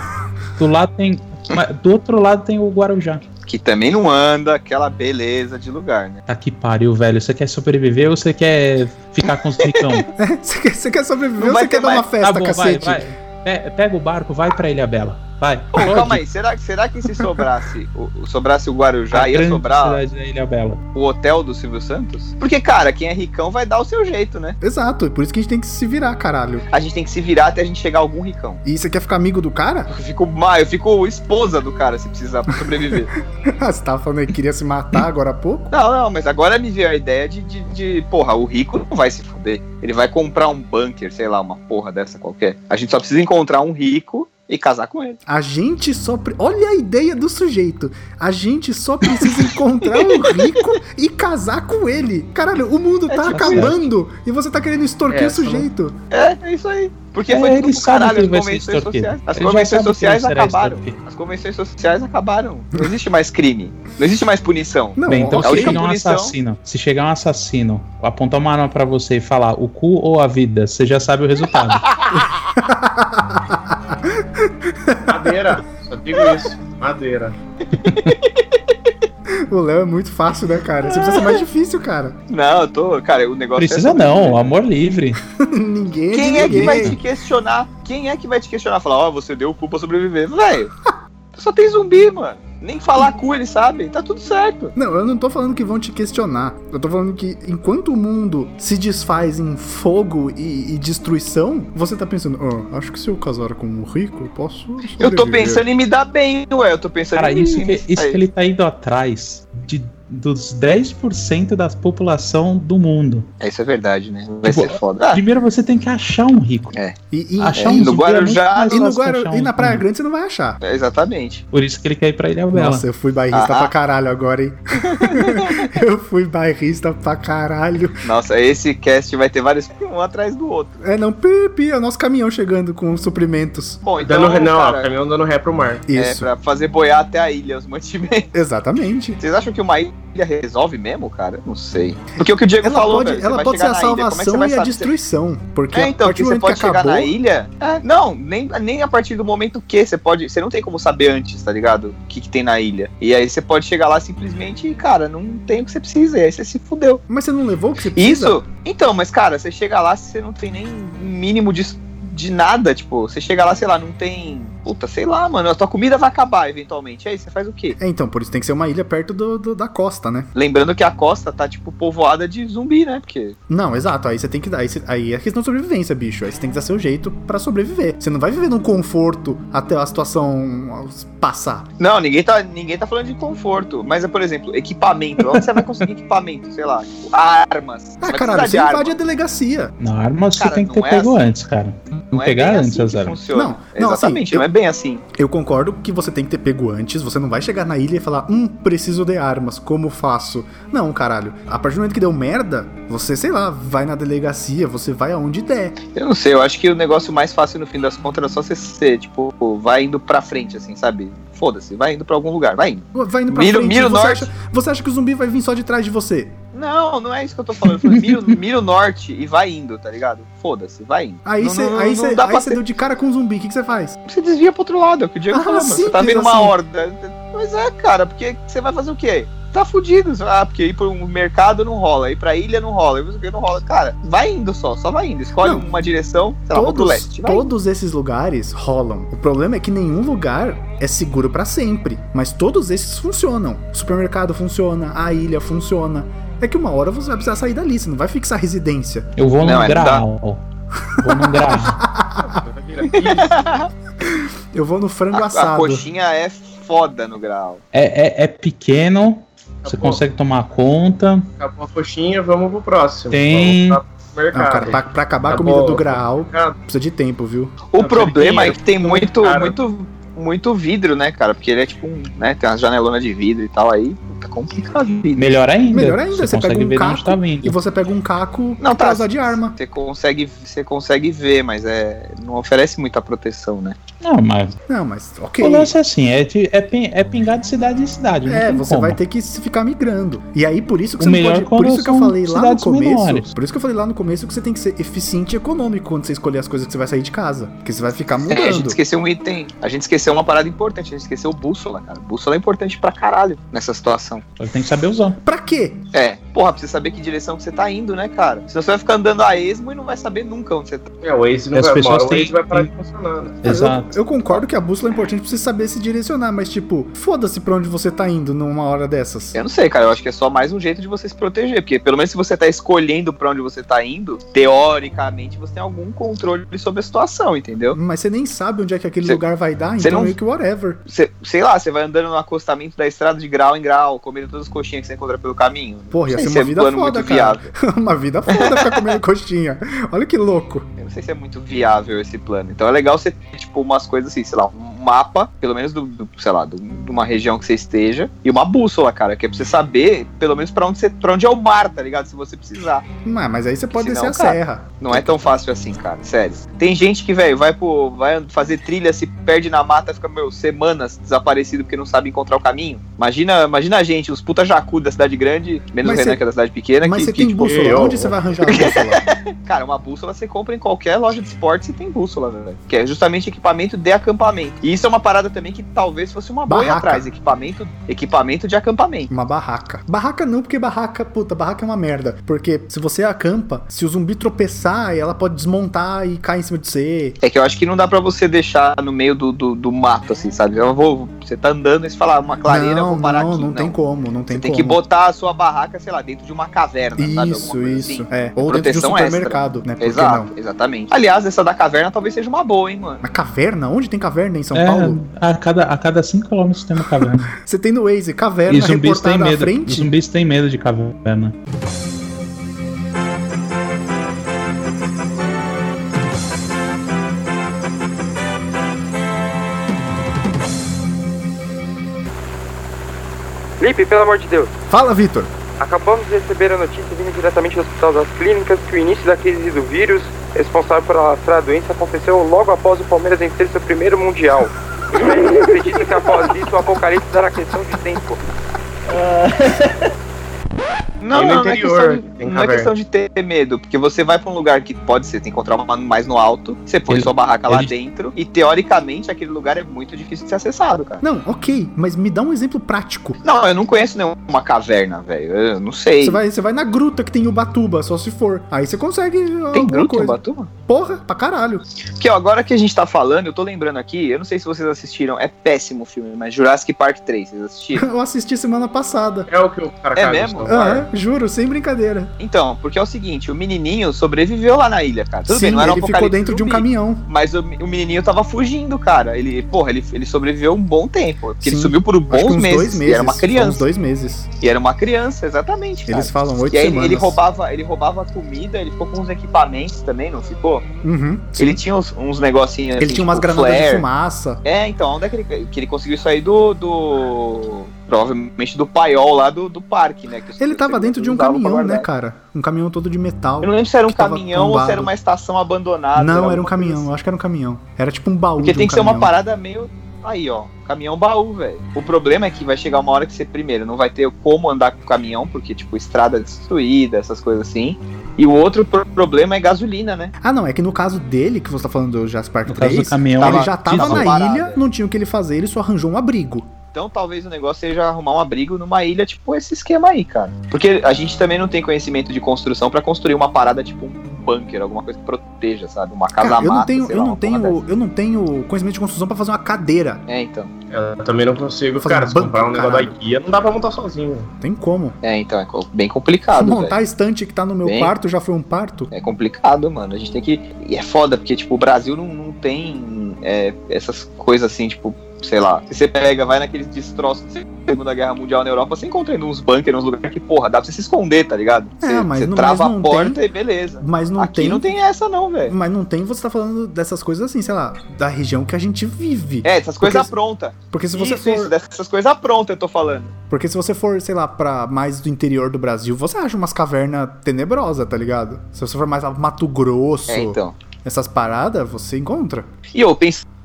Speaker 2: do lado tem. mas Do outro lado tem o Guarujá.
Speaker 1: Que também não anda aquela beleza de lugar, né?
Speaker 2: Tá que pariu, velho. Você quer sobreviver ou você quer ficar com os
Speaker 3: <laughs>
Speaker 2: ricão?
Speaker 3: <laughs> Você quer, você quer sobreviver
Speaker 1: Não
Speaker 3: ou
Speaker 1: vai
Speaker 3: você quer
Speaker 1: ter
Speaker 3: dar uma
Speaker 1: mais-
Speaker 3: festa,
Speaker 2: tá bom, vai,
Speaker 3: cacete?
Speaker 2: vai. Pe- Pega o barco, vai pra Ilha Bela. Vai.
Speaker 1: Pô, calma aí, será, será que se sobrasse o, o- sobrasse o Guarujá,
Speaker 2: A
Speaker 1: ia
Speaker 2: Tá grande
Speaker 1: sobrar
Speaker 2: cidade da Ilha Bela.
Speaker 1: o hotel do Silvio Santos? Porque, cara, quem é ricão vai dar o seu jeito, né?
Speaker 3: Exato, por isso que a gente tem que se virar, caralho.
Speaker 1: A gente tem que se virar até a gente chegar a algum ricão.
Speaker 3: E você quer ficar amigo do cara? <laughs>
Speaker 1: Eu fico, ma- eu fico esposa do cara se precisar pra
Speaker 2: <laughs>
Speaker 1: sobreviver.
Speaker 3: Ah, você tava falando que queria se matar agora há pouco?
Speaker 1: não, não, mas agora me veio a ideia de, de, de, porra, o rico não vai se fuder. Ele vai comprar um bunker, sei lá, uma porra dessa qualquer. A gente só precisa encontrar um rico e casar com ele.
Speaker 3: A gente só. pre- Olha a ideia do sujeito. A gente só precisa
Speaker 1: <laughs>
Speaker 3: encontrar um rico e casar com ele. Caralho, o mundo tá
Speaker 2: tipo
Speaker 3: acabando e você tá querendo extorquir
Speaker 4: É,
Speaker 3: o sujeito.
Speaker 1: É, é isso aí. Porque
Speaker 2: É,
Speaker 1: foi tudo pro
Speaker 2: ele sabe que
Speaker 1: caralho,
Speaker 2: ele
Speaker 1: as
Speaker 2: vai ser
Speaker 1: convenções
Speaker 2: extorquido.
Speaker 1: sociais. As
Speaker 2: Ele já sabe
Speaker 1: convenções
Speaker 2: que ele
Speaker 1: sociais
Speaker 2: será
Speaker 1: acabaram.
Speaker 2: extorquido.
Speaker 1: As convenções sociais acabaram. Não existe mais crime. Não existe mais punição.
Speaker 3: Não,
Speaker 2: Bem, então
Speaker 1: a
Speaker 2: se
Speaker 1: única
Speaker 2: chegar um
Speaker 1: punição-
Speaker 2: assassino, se chegar um assassino, apontar uma arma pra você e falar o cu ou a vida, você já sabe
Speaker 1: <laughs>
Speaker 2: o resultado.
Speaker 4: Madeira. Só digo isso. Madeira.
Speaker 3: o Léo é muito fácil, né, cara? Você precisa ser mais difícil, cara. <laughs>
Speaker 1: Não, eu tô. Cara, o negócio
Speaker 2: Precisa
Speaker 1: é sobreviver.
Speaker 2: não, amor livre.
Speaker 3: ninguém
Speaker 1: Quem
Speaker 3: de
Speaker 1: é que
Speaker 3: ninguém.
Speaker 1: vai te questionar? Quem é que vai te questionar? Falar, ó, você deu o cu pra sobreviver. Velho, só tem zumbi, mano. Nem falar cu eles sabem. Tá tudo certo.
Speaker 3: Não, eu não tô falando que vão te questionar. Eu tô falando que enquanto o mundo se desfaz em fogo e, e destruição, você tá pensando, "Ah, acho que se eu casar com um rico, eu posso.
Speaker 1: Eu tô
Speaker 3: sobreviver."
Speaker 1: pensando em me dar bem, ué. Eu tô pensando
Speaker 2: Cara,
Speaker 1: em
Speaker 2: isso que,
Speaker 1: mim.
Speaker 2: isso que ele tá indo atrás de, dos 10% da população do mundo.
Speaker 1: É, isso é verdade, né? Vai
Speaker 2: Tipo,
Speaker 1: ser foda. Ah,
Speaker 2: Primeiro você tem que achar um rico.
Speaker 3: E, e-
Speaker 2: Achar
Speaker 1: é,
Speaker 2: um
Speaker 1: e no
Speaker 2: zumbi é muito
Speaker 1: Guarujá-
Speaker 2: mais
Speaker 3: e no
Speaker 2: fácil que
Speaker 3: Guaru-
Speaker 2: achar
Speaker 3: e
Speaker 2: um
Speaker 3: na Praia
Speaker 2: rico.
Speaker 3: Grande você não vai achar.
Speaker 1: é, exatamente.
Speaker 2: Por isso que ele quer ir pra Ilha Bela.
Speaker 3: Nossa, eu fui bairrista
Speaker 1: Ah.
Speaker 3: pra caralho
Speaker 1: <laughs>
Speaker 3: agora, hein? eu fui bairrista pra caralho.
Speaker 1: Nossa, esse cast vai ter vários <laughs> um atrás do outro.
Speaker 3: É, não, pi, pi, é o nosso caminhão chegando com suprimentos.
Speaker 1: Bom, então.
Speaker 4: Dando, não, ó,
Speaker 1: cara,
Speaker 4: caminhão dando ré pro mar.
Speaker 1: é
Speaker 3: Isso,
Speaker 1: pra fazer boiar até a ilha os mantimentos.
Speaker 3: exatamente.
Speaker 1: Vocês acham que uma ilha resolve mesmo, cara? Não sei. Porque o que o Diego
Speaker 3: Ela
Speaker 1: falou,
Speaker 3: pode,
Speaker 1: velho, você
Speaker 3: ela
Speaker 1: vai
Speaker 3: pode ser
Speaker 1: chegar
Speaker 3: a
Speaker 1: na ilha, como é que você
Speaker 3: salvação
Speaker 1: vai
Speaker 3: e a
Speaker 1: saber?
Speaker 3: destruição. Porque
Speaker 1: É,
Speaker 3: a
Speaker 1: então, que
Speaker 3: partir do
Speaker 1: você
Speaker 3: momento que
Speaker 1: pode chegar
Speaker 3: acabou,
Speaker 1: na ilha. É, não, nem, nem a partir do momento que você pode. Você não tem como saber antes, tá ligado? O que, que tem na ilha. E aí você pode chegar lá simplesmente e, cara, não tem o que você precisa. E aí você se fudeu.
Speaker 3: mas você não levou o que você precisa?
Speaker 1: Isso? Então, mas, cara, você chega lá você não tem nem um mínimo de, de nada. Tipo, você chega lá, sei lá, não tem. Puta, sei lá, mano. A tua comida vai acabar eventualmente. E aí você faz o quê?
Speaker 3: É, então, por isso tem que ser uma ilha perto do, do- da costa, né?
Speaker 1: Lembrando que a costa tá, tipo, povoada de zumbi, né? Porque.
Speaker 3: Não, exato. Aí você tem que dar. Aí, você- aí é questão de sobrevivência, bicho. Aí você tem que dar seu jeito pra sobreviver. Você não vai viver num conforto até a situação passar.
Speaker 1: Não, ninguém tá, ninguém tá falando de conforto. Mas, é, por exemplo, equipamento. Onde você vai conseguir equipamento? Sei lá, tipo, armas.
Speaker 3: Ah,
Speaker 1: Vai precisar
Speaker 3: caralho, você
Speaker 1: de arma.
Speaker 3: invade a delegacia.
Speaker 2: Na arma você
Speaker 1: Cara,
Speaker 2: tem que ter
Speaker 1: não é
Speaker 2: pego
Speaker 1: assim.
Speaker 2: antes, cara. Não,
Speaker 1: é
Speaker 2: pegar
Speaker 1: bem
Speaker 2: antes
Speaker 1: assim
Speaker 2: as
Speaker 1: que
Speaker 2: armas.
Speaker 1: funciona.
Speaker 3: Não, não,
Speaker 1: Exatamente,
Speaker 3: assim, eu-
Speaker 1: não é bem assim.
Speaker 3: Eu concordo que você tem que ter pego antes, você não vai chegar na ilha e falar, hum, preciso de armas, como faço? Não, caralho. A partir do momento que deu merda, você, sei lá, vai na delegacia, você vai aonde der.
Speaker 1: Eu não sei, eu acho que o negócio mais fácil no fim das contas é só você ser, tipo, vai indo pra frente, assim, sabe? Foda-se, vai indo pra algum lugar, vai indo.
Speaker 3: Vai indo pra
Speaker 1: Mira-
Speaker 3: frente,
Speaker 1: mira o
Speaker 3: você,
Speaker 1: norte.
Speaker 3: Acha, você acha que o zumbi vai vir só de trás de você?
Speaker 1: Não, não é isso que eu tô falando. Eu falei, mira, o- mira o norte e vai indo, tá ligado? Foda-se, vai indo.
Speaker 3: Aí
Speaker 1: Não-
Speaker 3: você
Speaker 1: não-
Speaker 3: aí
Speaker 1: não
Speaker 3: cê-
Speaker 1: dá
Speaker 3: aí
Speaker 1: pra
Speaker 3: cê
Speaker 1: ser-
Speaker 3: deu de cara com um zumbi, o que que você faz?
Speaker 1: Você desvia pro outro lado, é o que o Diego
Speaker 3: Ah,
Speaker 1: falou, mano. Você tá
Speaker 3: simples
Speaker 1: vendo uma
Speaker 3: assim.
Speaker 1: horda. Mas é, cara, porque você vai fazer o quê? Tá fudido. Ah, porque ir pro mercado não rola, ir pra ilha não rola, ir pra isso aqui não rola. Cara, vai indo só, só vai indo. Escolhe
Speaker 3: Não.
Speaker 1: uma direção, sei lá, vou pro
Speaker 3: Todos,
Speaker 1: leste. Vai indo.
Speaker 3: todos esses lugares rolam. O problema é que nenhum lugar é seguro pra sempre. Mas todos esses funcionam. O supermercado funciona, a ilha funciona. É que uma hora você vai precisar sair dali, você não vai fixar residência.
Speaker 2: Eu vou
Speaker 1: Não,
Speaker 2: num
Speaker 1: é, não dá.
Speaker 2: graal. Vou num graal.
Speaker 3: Eu vou no frango
Speaker 1: A, a
Speaker 3: assado.
Speaker 1: coxinha é foda no grau.
Speaker 2: É, é, é pequeno,
Speaker 3: Tá
Speaker 2: Você consegue tomar conta.
Speaker 5: Acabou a coxinha, vamos pro próximo.
Speaker 2: Tem-
Speaker 5: Vamos pro
Speaker 3: Não,
Speaker 5: mercado.
Speaker 3: Ah, cara, pra, pra acabar a
Speaker 5: Tá
Speaker 3: comida
Speaker 5: bom.
Speaker 3: do Graal,
Speaker 5: Mercado.
Speaker 3: precisa de tempo, viu?
Speaker 1: O
Speaker 5: Não,
Speaker 1: problema é
Speaker 5: porque
Speaker 1: que tem muito,
Speaker 5: caro.
Speaker 1: muito, muito vidro, né, cara? Porque ele é tipo um, né? Tem umas janelonas de vidro e tal, aí fica complicado a vida.
Speaker 2: Melhor ainda.
Speaker 3: Melhor ainda, você pega
Speaker 2: consegue
Speaker 3: um
Speaker 2: ver de onde
Speaker 3: caco
Speaker 2: tá
Speaker 3: E
Speaker 2: vindo.
Speaker 3: você pega um caco
Speaker 1: Não,
Speaker 3: pra
Speaker 1: tá.
Speaker 3: usar de arma.
Speaker 1: Você consegue, você consegue ver, mas é, não oferece muita proteção, né?
Speaker 2: Não, mas
Speaker 3: Não, mas ok.
Speaker 2: o lance é assim, é, de- é, pin- é pingar de cidade em cidade. não
Speaker 3: É,
Speaker 2: tem
Speaker 3: você
Speaker 2: como.
Speaker 3: vai ter que se ficar migrando. E aí, por isso que
Speaker 2: O
Speaker 3: você
Speaker 2: melhor
Speaker 3: não pode. Por
Speaker 2: quando
Speaker 3: isso que eu
Speaker 2: são
Speaker 3: falei lá no
Speaker 2: cidades
Speaker 3: começo.
Speaker 2: menores.
Speaker 3: Por isso que eu falei lá no começo que você tem que ser eficiente e econômico quando você escolher as coisas que você vai sair de casa. Porque você vai ficar
Speaker 1: É, a gente
Speaker 3: Tá mudando.
Speaker 1: esqueceu um item. A gente esqueceu uma parada importante, a gente esqueceu bússola, cara. Bússola é importante pra caralho nessa situação.
Speaker 2: Só que tem que saber usar.
Speaker 3: pra quê?
Speaker 1: É, porra, precisa saber que direção que você tá indo, né, cara? Senão você vai ficar andando a esmo e não vai saber nunca onde você tá.
Speaker 5: É, o Waze não vai,
Speaker 2: As
Speaker 5: uma
Speaker 2: pessoas
Speaker 5: hora o Waze
Speaker 2: têm-
Speaker 5: vai parar de funcionar, né?
Speaker 2: Exato.
Speaker 3: Eu, eu concordo que a bússola é importante pra você saber se direcionar, mas tipo, foda-se pra onde você tá indo numa hora dessas.
Speaker 1: Eu não sei, cara. Eu acho que é só mais um jeito de você se proteger. Porque pelo menos se você tá escolhendo pra onde você tá indo, teoricamente você tem algum controle sobre a situação, entendeu?
Speaker 3: Mas você nem sabe onde é que aquele
Speaker 1: Cê-
Speaker 3: lugar vai dar,
Speaker 1: cê
Speaker 3: então
Speaker 1: não-
Speaker 3: meio que whatever. <laughs>
Speaker 1: Você, sei lá, você vai andando no acostamento da estrada de grau em grau, comendo todas as coxinhas que você encontra pelo caminho.
Speaker 3: Porra, ia
Speaker 1: Não sei
Speaker 3: ser
Speaker 1: se
Speaker 3: uma
Speaker 1: é
Speaker 3: vida
Speaker 1: plano
Speaker 3: foda,
Speaker 1: muito
Speaker 3: cara.
Speaker 1: viável.
Speaker 3: uma vida foda ficar comendo <laughs> coxinha. Olha que louco.
Speaker 1: Eu não sei se é muito viável esse plano. Então é legal você ter, tipo, umas coisas assim, sei lá, um mapa, pelo menos do, do- sei lá, do- de uma região que você esteja, e uma bússola, cara, que é pra você saber, pelo menos, pra onde, você, pra onde é o mar, tá ligado? Se você precisar.
Speaker 3: Ah, mas aí você pode
Speaker 1: Se
Speaker 3: descer
Speaker 1: não,
Speaker 3: a
Speaker 1: cara.
Speaker 3: serra.
Speaker 1: Não é tão fácil assim, cara, sério. Tem gente que, velho, vai pro, vai fazer trilha, se perde na mata, fica, meu, semanas desaparecido porque não sabe encontrar o caminho. Imagina, imagina a gente, os puta jacu da cidade grande, menos o
Speaker 3: Mas
Speaker 1: Renan,
Speaker 3: cê-
Speaker 1: que é da cidade pequena,
Speaker 3: Mas
Speaker 1: que,
Speaker 3: você
Speaker 1: que, tipo,
Speaker 3: tem bússola.
Speaker 5: eu-
Speaker 3: Onde você vai arranjar a bússola?
Speaker 1: cara, uma bússola você compra em qualquer loja de esportes e tem bússola, velho. Que é justamente equipamento de acampamento. E isso é uma parada também que talvez fosse uma boia
Speaker 3: Barraca.
Speaker 1: atrás, equipamento, equipamento de acampamento.
Speaker 3: Uma barraca. Barraca não, porque barraca, puta, barraca é uma merda. Porque se você acampa, se o zumbi tropeçar, ela pode desmontar e cair em cima de você.
Speaker 1: É que eu acho que não dá pra você deixar no meio do, do, do mato, assim, sabe? Eu vou, você tá andando e você fala, uma clareira, eu
Speaker 3: não,
Speaker 1: vou parar
Speaker 3: não,
Speaker 1: aqui.
Speaker 3: não tem como, não tem
Speaker 1: Você tem
Speaker 3: como.
Speaker 1: que botar a sua barraca, sei lá, dentro de uma caverna, sabe? Alguma
Speaker 3: Isso,
Speaker 1: coisa
Speaker 3: isso.
Speaker 1: assim.
Speaker 3: É. Ou dentro de um
Speaker 1: Proteção extra.
Speaker 3: supermercado, né? Por que
Speaker 1: Exato,
Speaker 3: não?
Speaker 1: exatamente. Aliás, essa da caverna talvez seja uma boa, hein, mano.
Speaker 3: Na caverna? Onde tem caverna em São
Speaker 2: É,
Speaker 3: Paulo?
Speaker 2: a cada, a cada 5 km tem uma caverna.
Speaker 3: Você tem no Waze caverna
Speaker 2: e zumbis têm
Speaker 3: reportada à
Speaker 2: medo.
Speaker 3: frente?
Speaker 2: Zumbis têm medo de caverna.
Speaker 6: Lipe, pelo amor de Deus.
Speaker 3: Fala, Vitor.
Speaker 6: Acabamos de receber a notícia vindo diretamente do Hospital das Clínicas que o início da crise do vírus responsável por alastrar a doença aconteceu logo após o Palmeiras vencer seu primeiro Mundial. E acredito que após isso o apocalipse será questão de tempo.
Speaker 1: Não,
Speaker 5: Tem no
Speaker 1: não, não, é
Speaker 5: interior,
Speaker 1: questão, de,
Speaker 5: tem
Speaker 1: não é
Speaker 5: caverna.
Speaker 1: questão de ter medo, porque você vai pra um lugar que pode ser, tem que encontrar uma mais no alto, você põe
Speaker 2: Ele-
Speaker 1: sua barraca lá
Speaker 2: ele-
Speaker 1: dentro, e teoricamente aquele lugar é muito difícil de ser acessado, cara.
Speaker 3: Não, ok, mas me dá um exemplo prático.
Speaker 1: Não, eu não conheço nenhuma caverna, velho. Eu não sei.
Speaker 3: Você vai, você vai na gruta que tem Ubatuba, só se for. Aí você consegue
Speaker 1: Tem
Speaker 3: alguma
Speaker 1: grupo em
Speaker 3: coisa.
Speaker 1: Ubatuba?
Speaker 3: Porra, pra caralho.
Speaker 1: Que ó, agora que a gente tá falando, eu tô lembrando aqui, eu não sei se vocês assistiram, é péssimo o filme, mas Jurassic Park 3, vocês
Speaker 3: <laughs>
Speaker 1: assistiram?
Speaker 3: <laughs> Eu assisti semana passada.
Speaker 5: É o que o cara
Speaker 1: É
Speaker 5: caga no
Speaker 1: mesmo?
Speaker 4: então.
Speaker 5: celular.
Speaker 3: Ah, é, juro, sem brincadeira.
Speaker 1: Então, porque é o seguinte, o menininho sobreviveu lá na ilha, cara. Tudo
Speaker 3: Sim,
Speaker 1: bem, não era um
Speaker 3: ele ficou
Speaker 1: apocalipse
Speaker 3: dentro de um
Speaker 1: zumbi,
Speaker 3: caminhão.
Speaker 1: Mas o, o menininho tava fugindo, cara. Ele, porra, ele, ele sobreviveu um bom tempo. Porque ele
Speaker 3: Sim,
Speaker 1: subiu por um
Speaker 3: Acho que
Speaker 1: bons
Speaker 3: uns
Speaker 1: meses,
Speaker 3: dois meses.
Speaker 1: E era uma
Speaker 3: foi Uns
Speaker 1: criança.
Speaker 3: dois meses.
Speaker 1: E era uma criança, exatamente, cara.
Speaker 3: Eles falam oito
Speaker 1: e aí ele,
Speaker 3: semanas.
Speaker 1: ele roubava, ele roubava comida, ele ficou com uns equipamentos também, não ficou?
Speaker 3: Uhum, sim.
Speaker 1: Ele tinha uns, uns negocinhos
Speaker 3: Ele
Speaker 1: assim,
Speaker 3: tinha umas
Speaker 1: tipo,
Speaker 3: granadas de
Speaker 1: flare,
Speaker 3: fumaça.
Speaker 1: É, então, onde é que ele, que ele conseguiu sair do, do. Provavelmente do paiol lá do, do parque, né? que os-
Speaker 3: Ele tava
Speaker 1: os
Speaker 3: dentro de um
Speaker 1: usavam pra
Speaker 3: caminhão,
Speaker 1: guardar.
Speaker 3: né, cara? Um caminhão todo de metal.
Speaker 1: Eu não lembro se era um
Speaker 3: que tava
Speaker 1: caminhão ou se
Speaker 3: tombado.
Speaker 1: era uma estação abandonada.
Speaker 3: Não, era um
Speaker 1: alguma coisa
Speaker 3: caminhão, eu acho que era um caminhão. Era tipo um baú.
Speaker 1: Porque
Speaker 3: de
Speaker 1: tem
Speaker 3: um
Speaker 1: que ser uma
Speaker 3: caminhão.
Speaker 1: parada meio. Aí, ó. Caminhão baú, velho. O problema é que vai chegar uma hora que você, primeiro, não vai ter como andar com o caminhão, porque, tipo, estrada destruída, essas coisas assim. E o outro pro- problema é gasolina, né?
Speaker 3: Ah, não, é que no caso dele, que você tá falando do Jurassic Park
Speaker 2: No caso
Speaker 3: 3,
Speaker 2: do caminhão,
Speaker 3: ele
Speaker 1: tava-
Speaker 3: já tava,
Speaker 1: tava
Speaker 3: na
Speaker 1: parado,
Speaker 3: ilha,
Speaker 1: é.
Speaker 3: não tinha o que ele fazer, ele só arranjou um abrigo.
Speaker 1: Então talvez o negócio seja arrumar um abrigo numa ilha, tipo esse esquema aí, cara. Porque a gente também não tem conhecimento de construção pra construir uma parada tipo um bunker, alguma coisa que proteja, sabe? Uma casa
Speaker 3: Cara, eu não
Speaker 1: mata,
Speaker 3: tenho,
Speaker 1: sei
Speaker 3: eu
Speaker 1: lá,
Speaker 3: não
Speaker 1: uma porra
Speaker 3: tenho, eu não tenho conhecimento de construção pra fazer uma cadeira.
Speaker 1: dessa. É, então.
Speaker 5: Eu também não consigo.
Speaker 3: Fazer
Speaker 5: Cara,
Speaker 3: um
Speaker 5: se
Speaker 3: banco,
Speaker 5: comprar um negócio da
Speaker 3: caralho.
Speaker 5: IKEA, não dá pra montar sozinho.
Speaker 4: né?
Speaker 3: Não Tem como.
Speaker 1: É, então, é co- bem complicado,
Speaker 3: Montar
Speaker 1: velho.
Speaker 3: a estante que tá no meu
Speaker 1: Bem-
Speaker 3: quarto já foi um parto.
Speaker 1: É complicado, mano. A gente tem que. E é foda, porque, tipo, o Brasil não, não tem é, essas coisas assim, tipo, sei lá, você pega, vai naqueles destroços da Segunda Guerra Mundial na Europa, você encontra ainda uns bunkers, uns lugares que, porra, dá pra você se esconder, tá ligado?
Speaker 3: É,
Speaker 1: Você,
Speaker 3: mas
Speaker 1: você
Speaker 3: não-
Speaker 1: trava
Speaker 3: mas não
Speaker 1: a porta
Speaker 3: tem-
Speaker 1: e beleza.
Speaker 3: Mas não
Speaker 1: Aqui
Speaker 3: tem.
Speaker 1: não tem essa não, velho.
Speaker 3: Mas não tem, você tá falando dessas coisas assim, sei lá, da região que a gente vive.
Speaker 1: É, essas
Speaker 3: Porque
Speaker 1: coisas
Speaker 3: se-
Speaker 1: prontas.
Speaker 3: Porque se
Speaker 1: Isso,
Speaker 3: você for.
Speaker 1: isso, dessas coisas prontas eu tô falando.
Speaker 3: Porque se você for, sei lá, pra mais do interior do Brasil, você acha umas cavernas tenebrosas, tá ligado? Se você for mais lá pro Mato Grosso,
Speaker 1: É, então.
Speaker 3: essas paradas, você encontra.
Speaker 1: E eu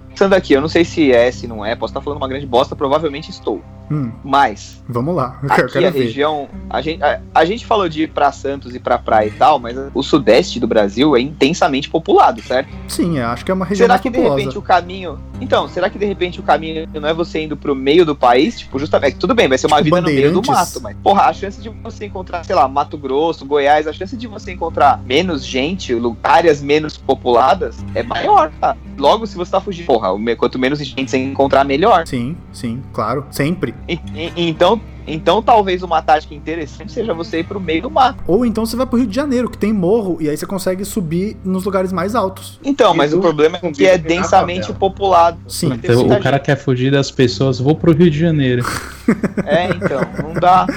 Speaker 1: pensando aqui, eu não sei se é, se não é, posso estar falando uma grande bosta, provavelmente estou.
Speaker 3: Hum,
Speaker 1: Mas,
Speaker 3: vamos lá. <laughs> Eu quero,
Speaker 1: aqui é
Speaker 3: quero
Speaker 1: a
Speaker 3: ver.
Speaker 1: região, a gente, a, a gente falou de ir pra Santos e pra praia e tal, mas o sudeste do Brasil é intensamente populado, certo?
Speaker 3: Sim, eu acho que é uma região
Speaker 1: Será
Speaker 3: mais
Speaker 1: que de
Speaker 3: populosa.
Speaker 1: repente o caminho. Então, será que de repente o caminho não é você indo pro meio do país? Tipo, justamente. Tudo bem, vai ser uma
Speaker 3: Tipo,
Speaker 1: vida no meio do
Speaker 3: Bandeirantes.
Speaker 1: mato, mas. Porra, a chance de você encontrar, sei lá, Mato Grosso, Goiás, a chance de você encontrar menos gente, lu- áreas menos populadas, é maior, tá? Logo, se você tá fugindo. Porra, o me- quanto menos gente você encontrar, melhor.
Speaker 3: Sim, sim, claro. Sempre.
Speaker 1: E- e- então. Então, talvez uma tática interessante seja você ir pro meio do mato.
Speaker 3: Ou então você vai pro Rio de Janeiro, que tem morro, e aí você consegue subir nos lugares mais altos. <laughs>
Speaker 1: Então,
Speaker 4: E
Speaker 1: mas o
Speaker 4: do-
Speaker 1: problema é que
Speaker 4: combina
Speaker 1: é
Speaker 4: que na
Speaker 1: densamente
Speaker 4: favela.
Speaker 1: populado.
Speaker 3: Sim,
Speaker 1: Vai ter
Speaker 3: então
Speaker 2: Então,
Speaker 1: muita
Speaker 2: o cara quer fugir das pessoas, vou pro Rio de Janeiro.
Speaker 1: gente. É, então, não dá.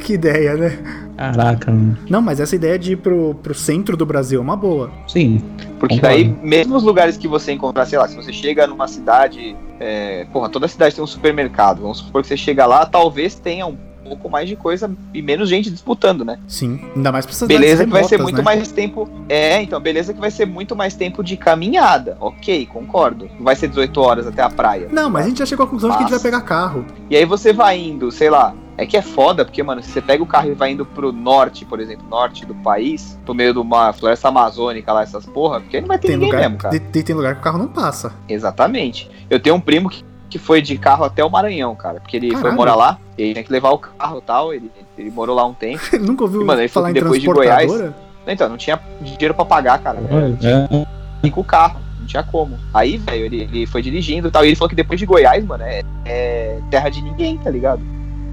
Speaker 3: que ideia, né?
Speaker 2: Caraca, mano.
Speaker 3: Não, mas essa ideia de ir pro, pro centro do Brasil é uma boa.
Speaker 2: Sim,
Speaker 1: Porque
Speaker 2: Concordo.
Speaker 1: daí, mesmo os lugares que você encontrar, sei lá, se você chega numa cidade. É, porra, toda cidade tem um supermercado. Vamos supor que você chega lá, talvez tenha um pouco mais de coisa e menos gente disputando, né?
Speaker 3: Sim, ainda mais pra essas
Speaker 1: Beleza
Speaker 3: áreas
Speaker 1: que vai ser
Speaker 3: remotas,
Speaker 1: muito
Speaker 3: né?
Speaker 1: mais tempo. É, então, beleza que vai ser muito mais tempo de caminhada. Ok, concordo. Não Vai ser 18 horas até a praia.
Speaker 3: Não, mas a gente já chegou à conclusão de que a gente vai
Speaker 1: Fácil.
Speaker 3: pegar carro.
Speaker 1: E aí você vai indo, sei lá. É que é foda, porque, mano, se você pega o carro e vai indo pro norte, por exemplo, norte do país, pro meio de uma floresta amazônica lá, essas porra, porque aí não vai ter
Speaker 3: Tem
Speaker 1: ninguém
Speaker 3: lugar,
Speaker 1: mesmo, cara.
Speaker 3: de- de- tem lugar que o carro não passa. <laughs>
Speaker 1: Exatamente. Eu tenho um primo que, que foi de carro até o Maranhão, cara. Porque ele foi
Speaker 3: Caralho.
Speaker 1: morar lá, e ele tinha que levar o carro e tal. Ele, ele morou lá um tempo.
Speaker 3: Ele nunca ouviu
Speaker 1: E, mano, ele
Speaker 3: falar em
Speaker 1: falou que depois de Goiás-
Speaker 3: transportadora?
Speaker 1: Então, não tinha dinheiro pra pagar, cara. Era
Speaker 2: é,
Speaker 1: cinco o carro, não tinha como. Aí, velho, ele, ele foi dirigindo e tal. E ele falou que depois de Goiás, mano, é, é terra de ninguém, tá ligado?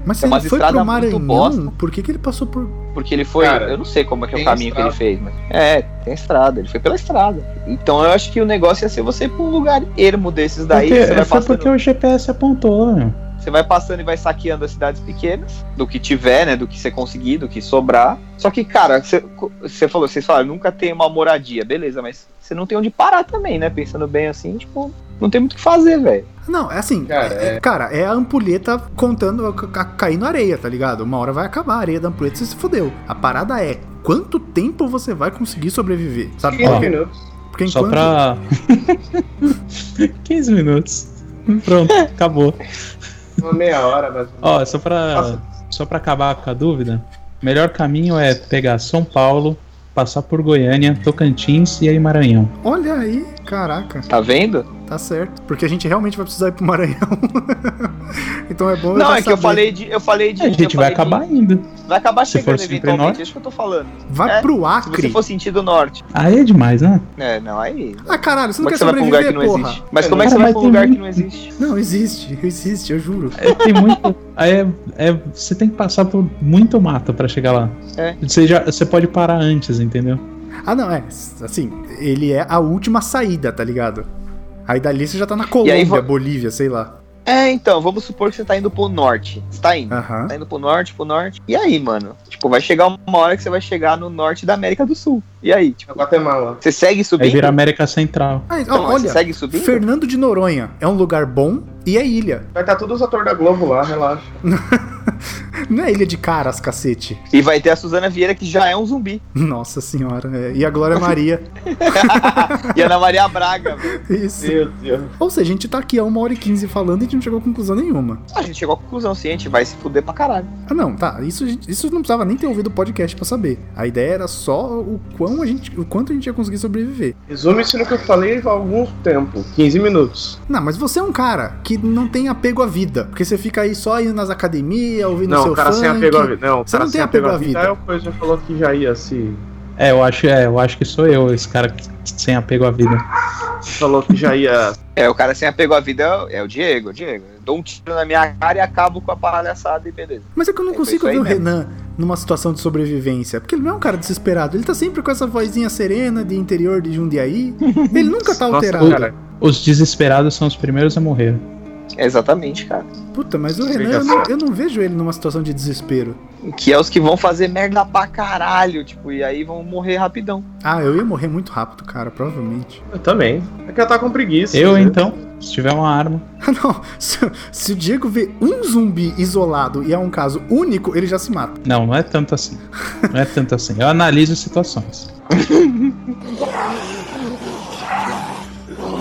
Speaker 3: Mas se
Speaker 1: É
Speaker 3: ele
Speaker 1: umas
Speaker 3: foi pro
Speaker 1: estradas muito
Speaker 3: Maranhão,
Speaker 1: bosta.
Speaker 3: por que, que ele passou por.
Speaker 1: Porque ele foi.
Speaker 4: Cara,
Speaker 1: eu não sei como é que é o
Speaker 4: tem
Speaker 1: caminho que ele fez, mas. É, tem estrada. Ele foi pela estrada. Então eu acho que o negócio ia ser você ir pra um lugar ermo desses daí.
Speaker 2: porque-
Speaker 1: você vai
Speaker 2: foi
Speaker 1: passando
Speaker 2: porque o GPS apontou, né, meu.
Speaker 1: Você vai passando e vai saqueando as cidades pequenas, do que tiver, né? Do que você conseguir, do que sobrar. Só que, cara, você, você falou, vocês falaram, nunca tem uma moradia, beleza, mas você não tem onde parar também, né? Pensando bem assim, tipo, não tem muito o que fazer, velho.
Speaker 3: Não, é assim.
Speaker 4: Cara,
Speaker 3: é, é- cara, é a ampulheta contando a, a, cair na areia, tá ligado? Uma hora vai acabar a areia da ampulheta e você se fodeu. A parada é quanto tempo você vai conseguir sobreviver, sabe?
Speaker 4: 15
Speaker 2: Ó.
Speaker 3: Porque,
Speaker 4: minutos.
Speaker 3: porque
Speaker 2: Só
Speaker 3: enquanto.
Speaker 2: pra. <laughs> 15 minutos.
Speaker 1: <laughs>
Speaker 2: Pronto, acabou.
Speaker 4: Uma meia hora, mais ou menos.
Speaker 2: Ó, só pra, só pra acabar com a dúvida, o melhor caminho é pegar São Paulo, passar por Goiânia, Tocantins e aí Maranhão.
Speaker 3: Olha aí, caraca,
Speaker 1: Tá vendo?
Speaker 3: tá certo. Porque a gente realmente vai precisar ir pro Maranhão. <laughs> então é bom.
Speaker 1: não,
Speaker 3: já
Speaker 1: é que eu
Speaker 3: saber.
Speaker 1: falei de. Eu falei de.
Speaker 2: A gente
Speaker 1: eu
Speaker 2: vai
Speaker 1: falei de-
Speaker 2: acabar indo.
Speaker 1: vai acabar
Speaker 2: se for
Speaker 1: chegando
Speaker 2: sempre
Speaker 1: eventualmente,
Speaker 2: norte.
Speaker 1: é isso que eu tô falando.
Speaker 3: Vai
Speaker 1: É,
Speaker 3: pro
Speaker 1: Se
Speaker 3: Acre.
Speaker 1: você for sentido norte.
Speaker 2: Aí é
Speaker 1: <laughs>
Speaker 2: demais, né?
Speaker 1: É, não, aí.
Speaker 3: Ah, caralho, você não
Speaker 1: Como é que você
Speaker 3: quer
Speaker 1: vai pra um lugar que
Speaker 3: sobreviver,
Speaker 1: não
Speaker 3: porra.
Speaker 1: existe? Mas
Speaker 4: É,
Speaker 1: como é que você
Speaker 2: cara,
Speaker 1: vai
Speaker 2: mas
Speaker 1: pra um
Speaker 2: tem
Speaker 1: lugar que
Speaker 2: muito-
Speaker 1: não existe?
Speaker 3: Não, existe, <laughs> existe, eu juro.
Speaker 2: É, tem muito. aí é, é- você tem que passar por muito mato pra chegar lá.
Speaker 1: É.
Speaker 2: Você, já, você pode parar antes, entendeu?
Speaker 3: Ah, não, é. Assim, ele é a última saída, tá ligado? Aí dali você já tá na Colômbia,
Speaker 1: vo-
Speaker 3: Bolívia, sei lá.
Speaker 1: É, então, vamos supor que você tá indo pro norte. Você tá indo.
Speaker 3: Aham.
Speaker 1: Tá indo pro norte, pro norte. E aí, mano? Tipo, vai chegar uma hora que você vai chegar no norte da América do Sul. E aí? Tipo,
Speaker 4: Na Guatemala.
Speaker 1: você segue subindo?
Speaker 2: Aí vira América Central.
Speaker 3: Aí, ó,
Speaker 1: Não, mas você
Speaker 3: olha,
Speaker 1: segue subindo?
Speaker 3: Fernando de Noronha é um lugar bom e é ilha. <laughs>
Speaker 4: Vai estar todos os atores da Globo lá, relaxa.
Speaker 3: Não é ilha de caras, cacete.
Speaker 1: E vai ter a Suzana Vieira, que já é um zumbi. <laughs>
Speaker 3: Nossa senhora. é. E a Glória Maria.
Speaker 1: E a Ana Maria Braga. velho.
Speaker 3: Isso.
Speaker 4: Meu Deus.
Speaker 3: Ou seja, a gente tá aqui há uma hora e quinze falando e a gente não chegou a conclusão nenhuma.
Speaker 1: a gente chegou à conclusão, assim, a gente vai se fuder pra caralho.
Speaker 3: Ah, não, tá. Isso, a gente- isso não precisava nem ter ouvido o podcast pra saber. A ideia era só o, quão a gente, o quanto a gente ia conseguir sobreviver.
Speaker 4: Resume isso no que eu falei há algum tempo. 15 minutos.
Speaker 3: Não, mas você é um cara que não tem apego à vida. Porque você fica aí só indo nas academias, ouvindo
Speaker 4: Não,
Speaker 3: seu
Speaker 4: o cara
Speaker 3: funk.
Speaker 4: sem apego à vida. Não, o
Speaker 3: Você
Speaker 4: cara
Speaker 3: não tem
Speaker 4: sem apego
Speaker 3: apego à
Speaker 4: à vida.
Speaker 5: É,
Speaker 3: vida.
Speaker 4: Aí o coisa falou que já ia se.
Speaker 2: É, eu acho, é, eu acho que sou eu, esse cara que- sem apego à vida.
Speaker 4: Falou que já
Speaker 3: <laughs>
Speaker 4: ia.
Speaker 1: É, o cara sem apego à vida é o- é o Diego, o Diego. Eu dou um tiro na minha cara e acabo com a palhaçada e beleza.
Speaker 3: Mas é que eu não
Speaker 1: É, foi
Speaker 3: consigo
Speaker 1: isso aí
Speaker 3: ver o
Speaker 1: mesmo.
Speaker 3: Renan numa situação de sobrevivência. Porque ele não é um cara desesperado. Ele tá sempre com essa vozinha serena de
Speaker 1: <laughs>
Speaker 3: interior de Jundiaí. Ele nunca tá
Speaker 4: Nossa,
Speaker 3: alterado.
Speaker 4: cara.
Speaker 2: Os desesperados são os primeiros a morrer.
Speaker 1: Exatamente, cara.
Speaker 3: Puta, mas o Renan, eu não, eu não vejo ele numa situação de desespero.
Speaker 1: Que é os que vão fazer merda pra caralho, tipo, e aí vão morrer rapidão.
Speaker 3: Ah, eu ia morrer muito rápido, cara, provavelmente.
Speaker 5: Eu também. É que ela tá com preguiça.
Speaker 2: Eu,
Speaker 5: né?
Speaker 2: então, se tiver uma arma.
Speaker 3: <laughs> Ah, não. Se, se o Diego vê um zumbi isolado e é um caso único, ele já se mata.
Speaker 2: Não, não é tanto assim. Não é tanto assim. Eu analiso situações.
Speaker 4: então.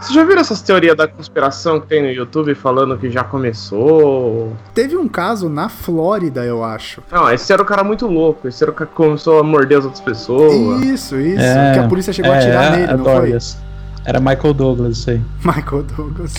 Speaker 5: Vocês já viram essas teorias da conspiração que tem no YouTube falando que já começou?
Speaker 3: Teve um caso na Flórida, eu acho.
Speaker 5: Não, esse era o cara muito louco. Esse era o cara que começou a morder as outras pessoas.
Speaker 3: Isso, isso.
Speaker 2: É,
Speaker 3: que a polícia chegou a
Speaker 2: É,
Speaker 3: atirar
Speaker 2: é,
Speaker 3: nele, não
Speaker 2: adoro isso. Era Michael Douglas isso aí.
Speaker 3: foi? Michael Douglas.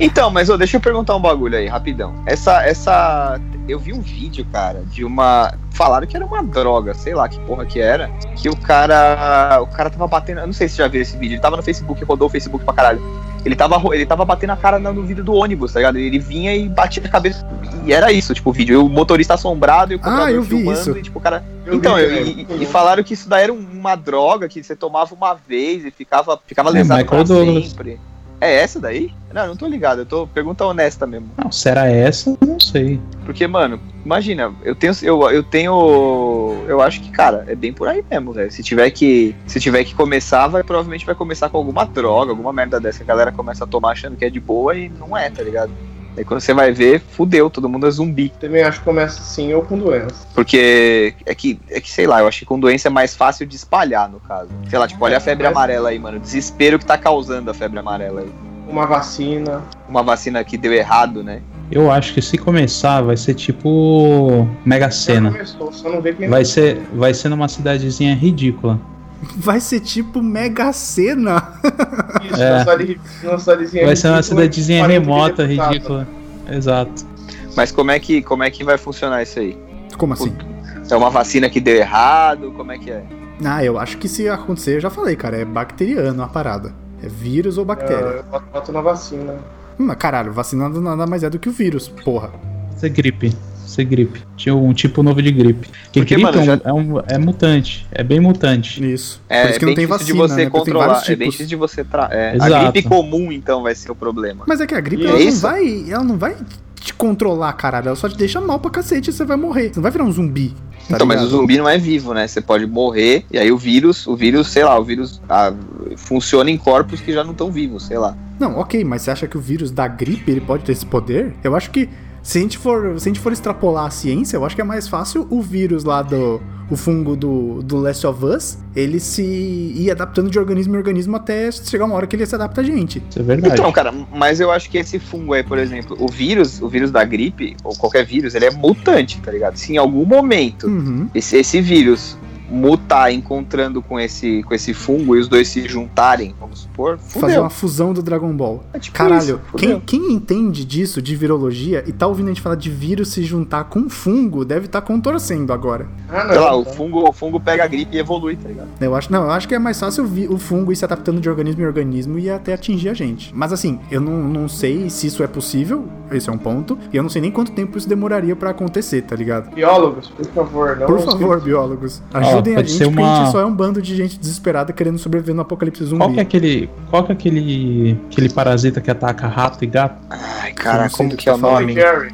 Speaker 1: Então, mas ô, deixa eu perguntar um bagulho aí, rapidão. Essa, essa. Eu vi um vídeo, cara, de uma. Falaram que era uma droga, sei lá que porra que era. Que o cara. O cara tava batendo. Eu não sei se você já viu esse vídeo. Ele tava no Facebook, rodou o Facebook pra caralho. Ele tava, ro- ele tava batendo a cara na- no vidro do ônibus, tá ligado? Ele vinha e batia a cabeça. E era isso, tipo, o vídeo. E O motorista assombrado e o comprador
Speaker 3: Ah, eu vi
Speaker 1: filmando.
Speaker 3: isso.
Speaker 1: E, tipo, o cara.
Speaker 5: Eu
Speaker 1: então,
Speaker 5: vi
Speaker 1: eu-
Speaker 5: também.
Speaker 1: e, e falaram que isso daí era uma droga que você tomava uma vez e ficava, ficava
Speaker 2: É,
Speaker 1: lesado
Speaker 2: Michael
Speaker 1: pra
Speaker 2: Douglas.
Speaker 1: sempre. É essa daí? Não, eu não tô ligado, eu tô pergunta honesta mesmo.
Speaker 2: Não, será essa? Não sei.
Speaker 1: Porque, mano, imagina, eu tenho eu, eu tenho eu acho que, cara, é bem por aí mesmo, velho. Se tiver que se tiver que começar, vai provavelmente vai começar com alguma droga, alguma merda dessa que a galera começa a tomar achando que é de boa e não é, tá ligado? Aí quando você vai ver, fudeu, todo mundo é zumbi.
Speaker 5: Também acho que começa assim ou com doença.
Speaker 1: Porque é que, é que, sei lá, eu acho que com doença é mais fácil de espalhar, no caso. Sei lá, tipo, olha a febre amarela aí, mano. o Desespero que tá causando a febre amarela aí.
Speaker 5: Uma vacina.
Speaker 1: Uma vacina que deu errado, né?
Speaker 2: Eu acho que se começar vai ser tipo Mega
Speaker 5: Já
Speaker 2: Sena.
Speaker 5: começou, só não vê quem
Speaker 2: Vai ser, vai ser numa cidadezinha ridícula.
Speaker 3: Vai ser tipo Mega Sena.
Speaker 5: Isso,
Speaker 2: É.
Speaker 5: na cidade- na
Speaker 3: É
Speaker 5: cidadezinha
Speaker 2: Vai ser uma
Speaker 5: ridícula,
Speaker 2: cidadezinha
Speaker 5: 40
Speaker 2: remota,
Speaker 5: deputados.
Speaker 2: ridícula. Exato.
Speaker 1: Mas como é que, como é que vai funcionar isso aí?
Speaker 3: Como assim?
Speaker 1: É uma vacina que deu errado? Como é que é?
Speaker 3: Ah, eu acho que se acontecer, eu já falei, cara, é bacteriano a parada. É vírus ou
Speaker 5: Eu,
Speaker 1: É.
Speaker 3: bactéria.
Speaker 5: eu boto- boto na vacina.
Speaker 3: Hum, mas caralho, vacinado nada mais é do que o vírus, porra.
Speaker 2: Isso é gripe. Isso é gripe. Tinha um tipo novo de gripe. Porque,
Speaker 1: Porque,
Speaker 2: gripe
Speaker 1: mano,
Speaker 2: é um-
Speaker 1: já-
Speaker 2: é, um, é mutante. É bem mutante.
Speaker 3: Isso.
Speaker 1: É,
Speaker 3: Por isso que
Speaker 1: é
Speaker 3: não
Speaker 1: bem
Speaker 3: tem
Speaker 1: difícil
Speaker 3: vacina,
Speaker 1: de você
Speaker 3: né? Porque tem vários
Speaker 1: controlar. É bem
Speaker 3: tipos.
Speaker 1: difícil de você tra... é, A
Speaker 2: Exato.
Speaker 1: gripe comum, então, vai ser o problema.
Speaker 3: Mas é que a gripe,
Speaker 2: E
Speaker 3: ela
Speaker 1: é
Speaker 3: não,
Speaker 1: isso?
Speaker 3: vai, ela não vai te controlar, caralho. Ela só te deixa mal pra cacete e você vai morrer. Você não vai virar um zumbi. tá
Speaker 1: então, mas o
Speaker 3: ligado?
Speaker 1: zumbi não é vivo, né? Você pode morrer, e aí o vírus, o vírus, sei lá, o vírus ah, funciona em corpos que já não estão vivos, sei lá.
Speaker 3: Não, ok, mas você acha que o vírus da gripe ele pode ter esse poder? Eu acho que se a gente for, se a gente for extrapolar a ciência, eu acho que é mais fácil o vírus lá do o fungo do, do Last of Us, ele se ir adaptando de organismo em organismo até chegar uma hora que ele se adapta a gente.
Speaker 2: Isso é verdade.
Speaker 1: Então, cara, mas eu acho que esse fungo aí, por exemplo, o vírus, o vírus da gripe, ou qualquer vírus, ele é mutante, tá ligado? Se em algum momento
Speaker 3: Uhum.
Speaker 1: esse, esse vírus mutar encontrando com esse, com esse fungo e os dois se juntarem, vamos supor,
Speaker 3: Fazer
Speaker 1: fudeu.
Speaker 3: uma fusão do Dragon Ball.
Speaker 1: É tipo
Speaker 3: Caralho,
Speaker 1: isso,
Speaker 3: quem,
Speaker 1: fudeu.
Speaker 3: quem entende disso, de virologia, e tá ouvindo a gente falar de vírus se juntar com fungo, deve estar contorcendo agora.
Speaker 5: Ah, não.
Speaker 1: Sei lá, o
Speaker 5: tá.
Speaker 1: fungo, o fungo pega a gripe e evolui, tá ligado?
Speaker 3: Eu acho, não, eu acho que é mais fácil vi- o fungo ir se adaptando de organismo em organismo e até atingir a gente. Mas assim, eu não, não sei se isso é possível, esse é um ponto, e eu não sei nem quanto tempo isso demoraria pra acontecer, tá ligado?
Speaker 5: Biólogos, por favor, não.
Speaker 3: Por favor, biólogos, ajudem a
Speaker 2: pode
Speaker 3: gente,
Speaker 2: ser
Speaker 3: porque a gente
Speaker 2: uma-
Speaker 3: só é um bando de gente desesperada querendo sobreviver no apocalipse zumbi.
Speaker 2: Qual que é aquele. Qual que é aquele. aquele parasita que ataca rato e gato?
Speaker 1: Ai,
Speaker 3: Eu não
Speaker 1: cara,
Speaker 3: sei
Speaker 1: como
Speaker 3: do
Speaker 1: que é o
Speaker 3: que tá falando.
Speaker 1: nome?
Speaker 5: Jerry.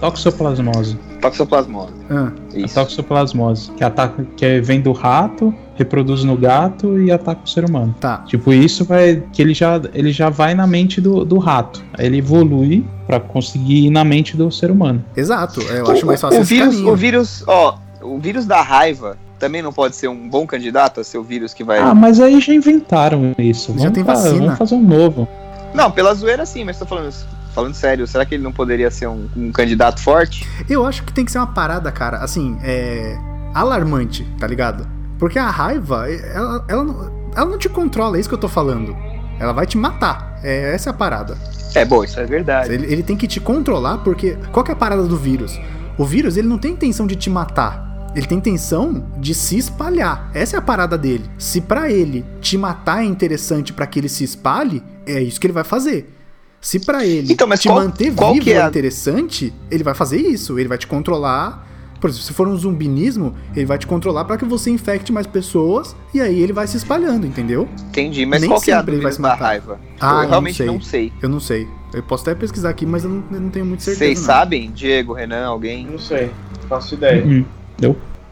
Speaker 2: Toxoplasmose.
Speaker 1: Toxoplasmose.
Speaker 3: Ah,
Speaker 2: A
Speaker 1: Isso.
Speaker 2: toxoplasmose. Que ataca. Que é, vem do rato, reproduz no gato e ataca o ser humano.
Speaker 3: tá.
Speaker 2: Tipo, isso vai. que ele já, ele já vai na mente do, do rato. Aí Ele evolui pra conseguir ir na mente do ser humano.
Speaker 3: Exato, eu acho
Speaker 1: O-
Speaker 3: mais fácil
Speaker 1: o
Speaker 3: esse
Speaker 1: vírus,
Speaker 3: caminho. né?
Speaker 1: o vírus, ó, o vírus da raiva também não pode ser um bom candidato a ser o vírus que vai.
Speaker 2: Ah, mas aí já inventaram isso.
Speaker 3: Já tem
Speaker 2: fa-
Speaker 3: vacina.
Speaker 2: Vamos fazer um novo.
Speaker 1: Não, pela zoeira sim, mas tô falando, falando sério, será que ele não poderia ser um, um candidato forte?
Speaker 3: Eu acho que tem que ser uma parada, cara, assim, é. alarmante, tá ligado? Porque a raiva, ela, ela, não- ela não te controla, é isso que eu tô falando. Ela vai te matar. É, essa é a parada.
Speaker 1: É, bom, isso é verdade.
Speaker 3: Ele, ele tem que te controlar, porque. Qual que é a parada do vírus? O vírus, ele não tem intenção de te matar. Ele tem intenção de se espalhar. Essa é a parada dele. Se pra ele te matar é interessante pra que ele se espalhe, é isso que ele vai fazer. Se pra ele
Speaker 1: Então, mas
Speaker 3: te
Speaker 1: qual-
Speaker 3: manter
Speaker 1: qual
Speaker 3: vivo
Speaker 1: que é
Speaker 3: é
Speaker 1: a-
Speaker 3: interessante, ele vai fazer isso. Ele vai te controlar Por exemplo, se for um zumbinismo, ele vai te controlar para que você infecte mais pessoas e aí ele vai se espalhando, entendeu?
Speaker 1: Entendi, mas
Speaker 3: Nem
Speaker 1: qual que é a
Speaker 3: sempre ele vai
Speaker 1: doença
Speaker 3: se
Speaker 1: da
Speaker 3: matar.
Speaker 1: raiva?
Speaker 3: Ah,
Speaker 1: eu
Speaker 3: eu
Speaker 1: realmente
Speaker 3: não sei.
Speaker 1: não sei.
Speaker 3: Eu não sei. Eu posso até pesquisar aqui, mas eu não, eu não tenho muito certeza.
Speaker 1: Vocês
Speaker 3: não.
Speaker 1: sabem, Diego, Renan, alguém?
Speaker 5: Não sei, não faço
Speaker 1: É.
Speaker 5: ideia.
Speaker 2: Hum,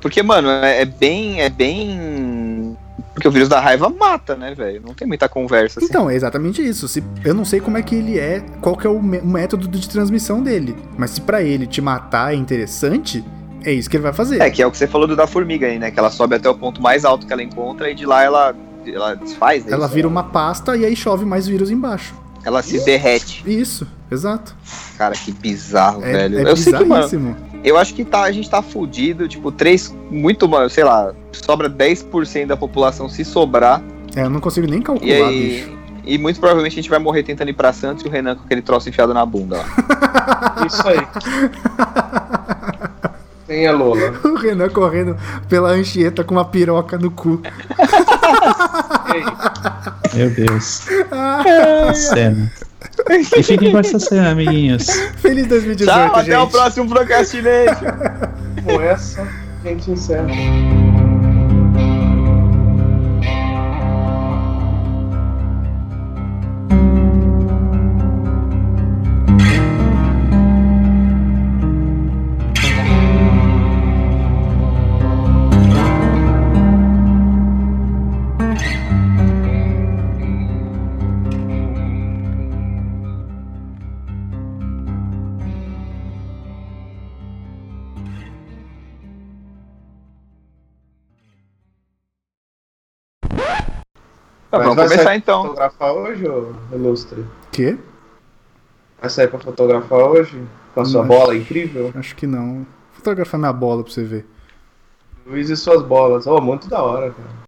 Speaker 1: Porque, mano, é é bem. É bem. Porque o vírus da raiva mata, né, velho? Não tem muita conversa assim.
Speaker 3: Então, é exatamente isso. Se, eu não sei como é que ele é, qual que é o, mé- o método de transmissão dele. Mas se pra ele te matar é interessante, é isso que ele vai fazer.
Speaker 1: É, que é o que você falou do da formiga aí, né? Que ela sobe até o ponto mais alto que ela encontra e de lá ela, ela desfaz, né?
Speaker 3: Ela
Speaker 1: Isso.
Speaker 3: vira um uma pasta e aí chove mais vírus embaixo.
Speaker 1: Ela se derrete.
Speaker 3: Isso, exato.
Speaker 1: Cara, que bizarro,
Speaker 3: É,
Speaker 1: velho.
Speaker 3: é
Speaker 1: eu sei que, mano,
Speaker 3: bizarríssimo.
Speaker 1: eu acho que tá, a gente tá fudido, tipo, três, muito, mano, sei lá, sobra 10% da população se sobrar.
Speaker 3: É, eu não consigo nem
Speaker 1: E
Speaker 3: calcular, bicho. <laughs>
Speaker 1: aí. E muito provavelmente a gente vai morrer tentando ir pra Santos e o Renan com aquele troço enfiado na bunda lá.
Speaker 5: Isso aí. Quem é Lola?
Speaker 3: O Renan correndo pela Anchieta com uma piroca no cu.
Speaker 2: Meu Deus.
Speaker 3: Ah,
Speaker 2: A cena. E fiquem com essa cena, amiguinhos.
Speaker 3: feliz 2018,
Speaker 1: Tchau,
Speaker 3: gente.
Speaker 1: até o
Speaker 5: <laughs>
Speaker 1: próximo Procrastination!
Speaker 5: Com essa, a gente encerra.
Speaker 1: Tá,
Speaker 5: Mas
Speaker 1: vamos
Speaker 5: vai
Speaker 1: começar
Speaker 5: sair pra
Speaker 1: então.
Speaker 5: fotografar hoje, ô ilustre?
Speaker 3: Quê?
Speaker 5: Vai sair pra fotografar hoje? Com a sua
Speaker 3: Não.
Speaker 5: bola incrível?
Speaker 3: Acho que não. Vou fotografar minha bola pra você ver.
Speaker 5: Luiz e suas bolas. Ó, muito da hora, cara.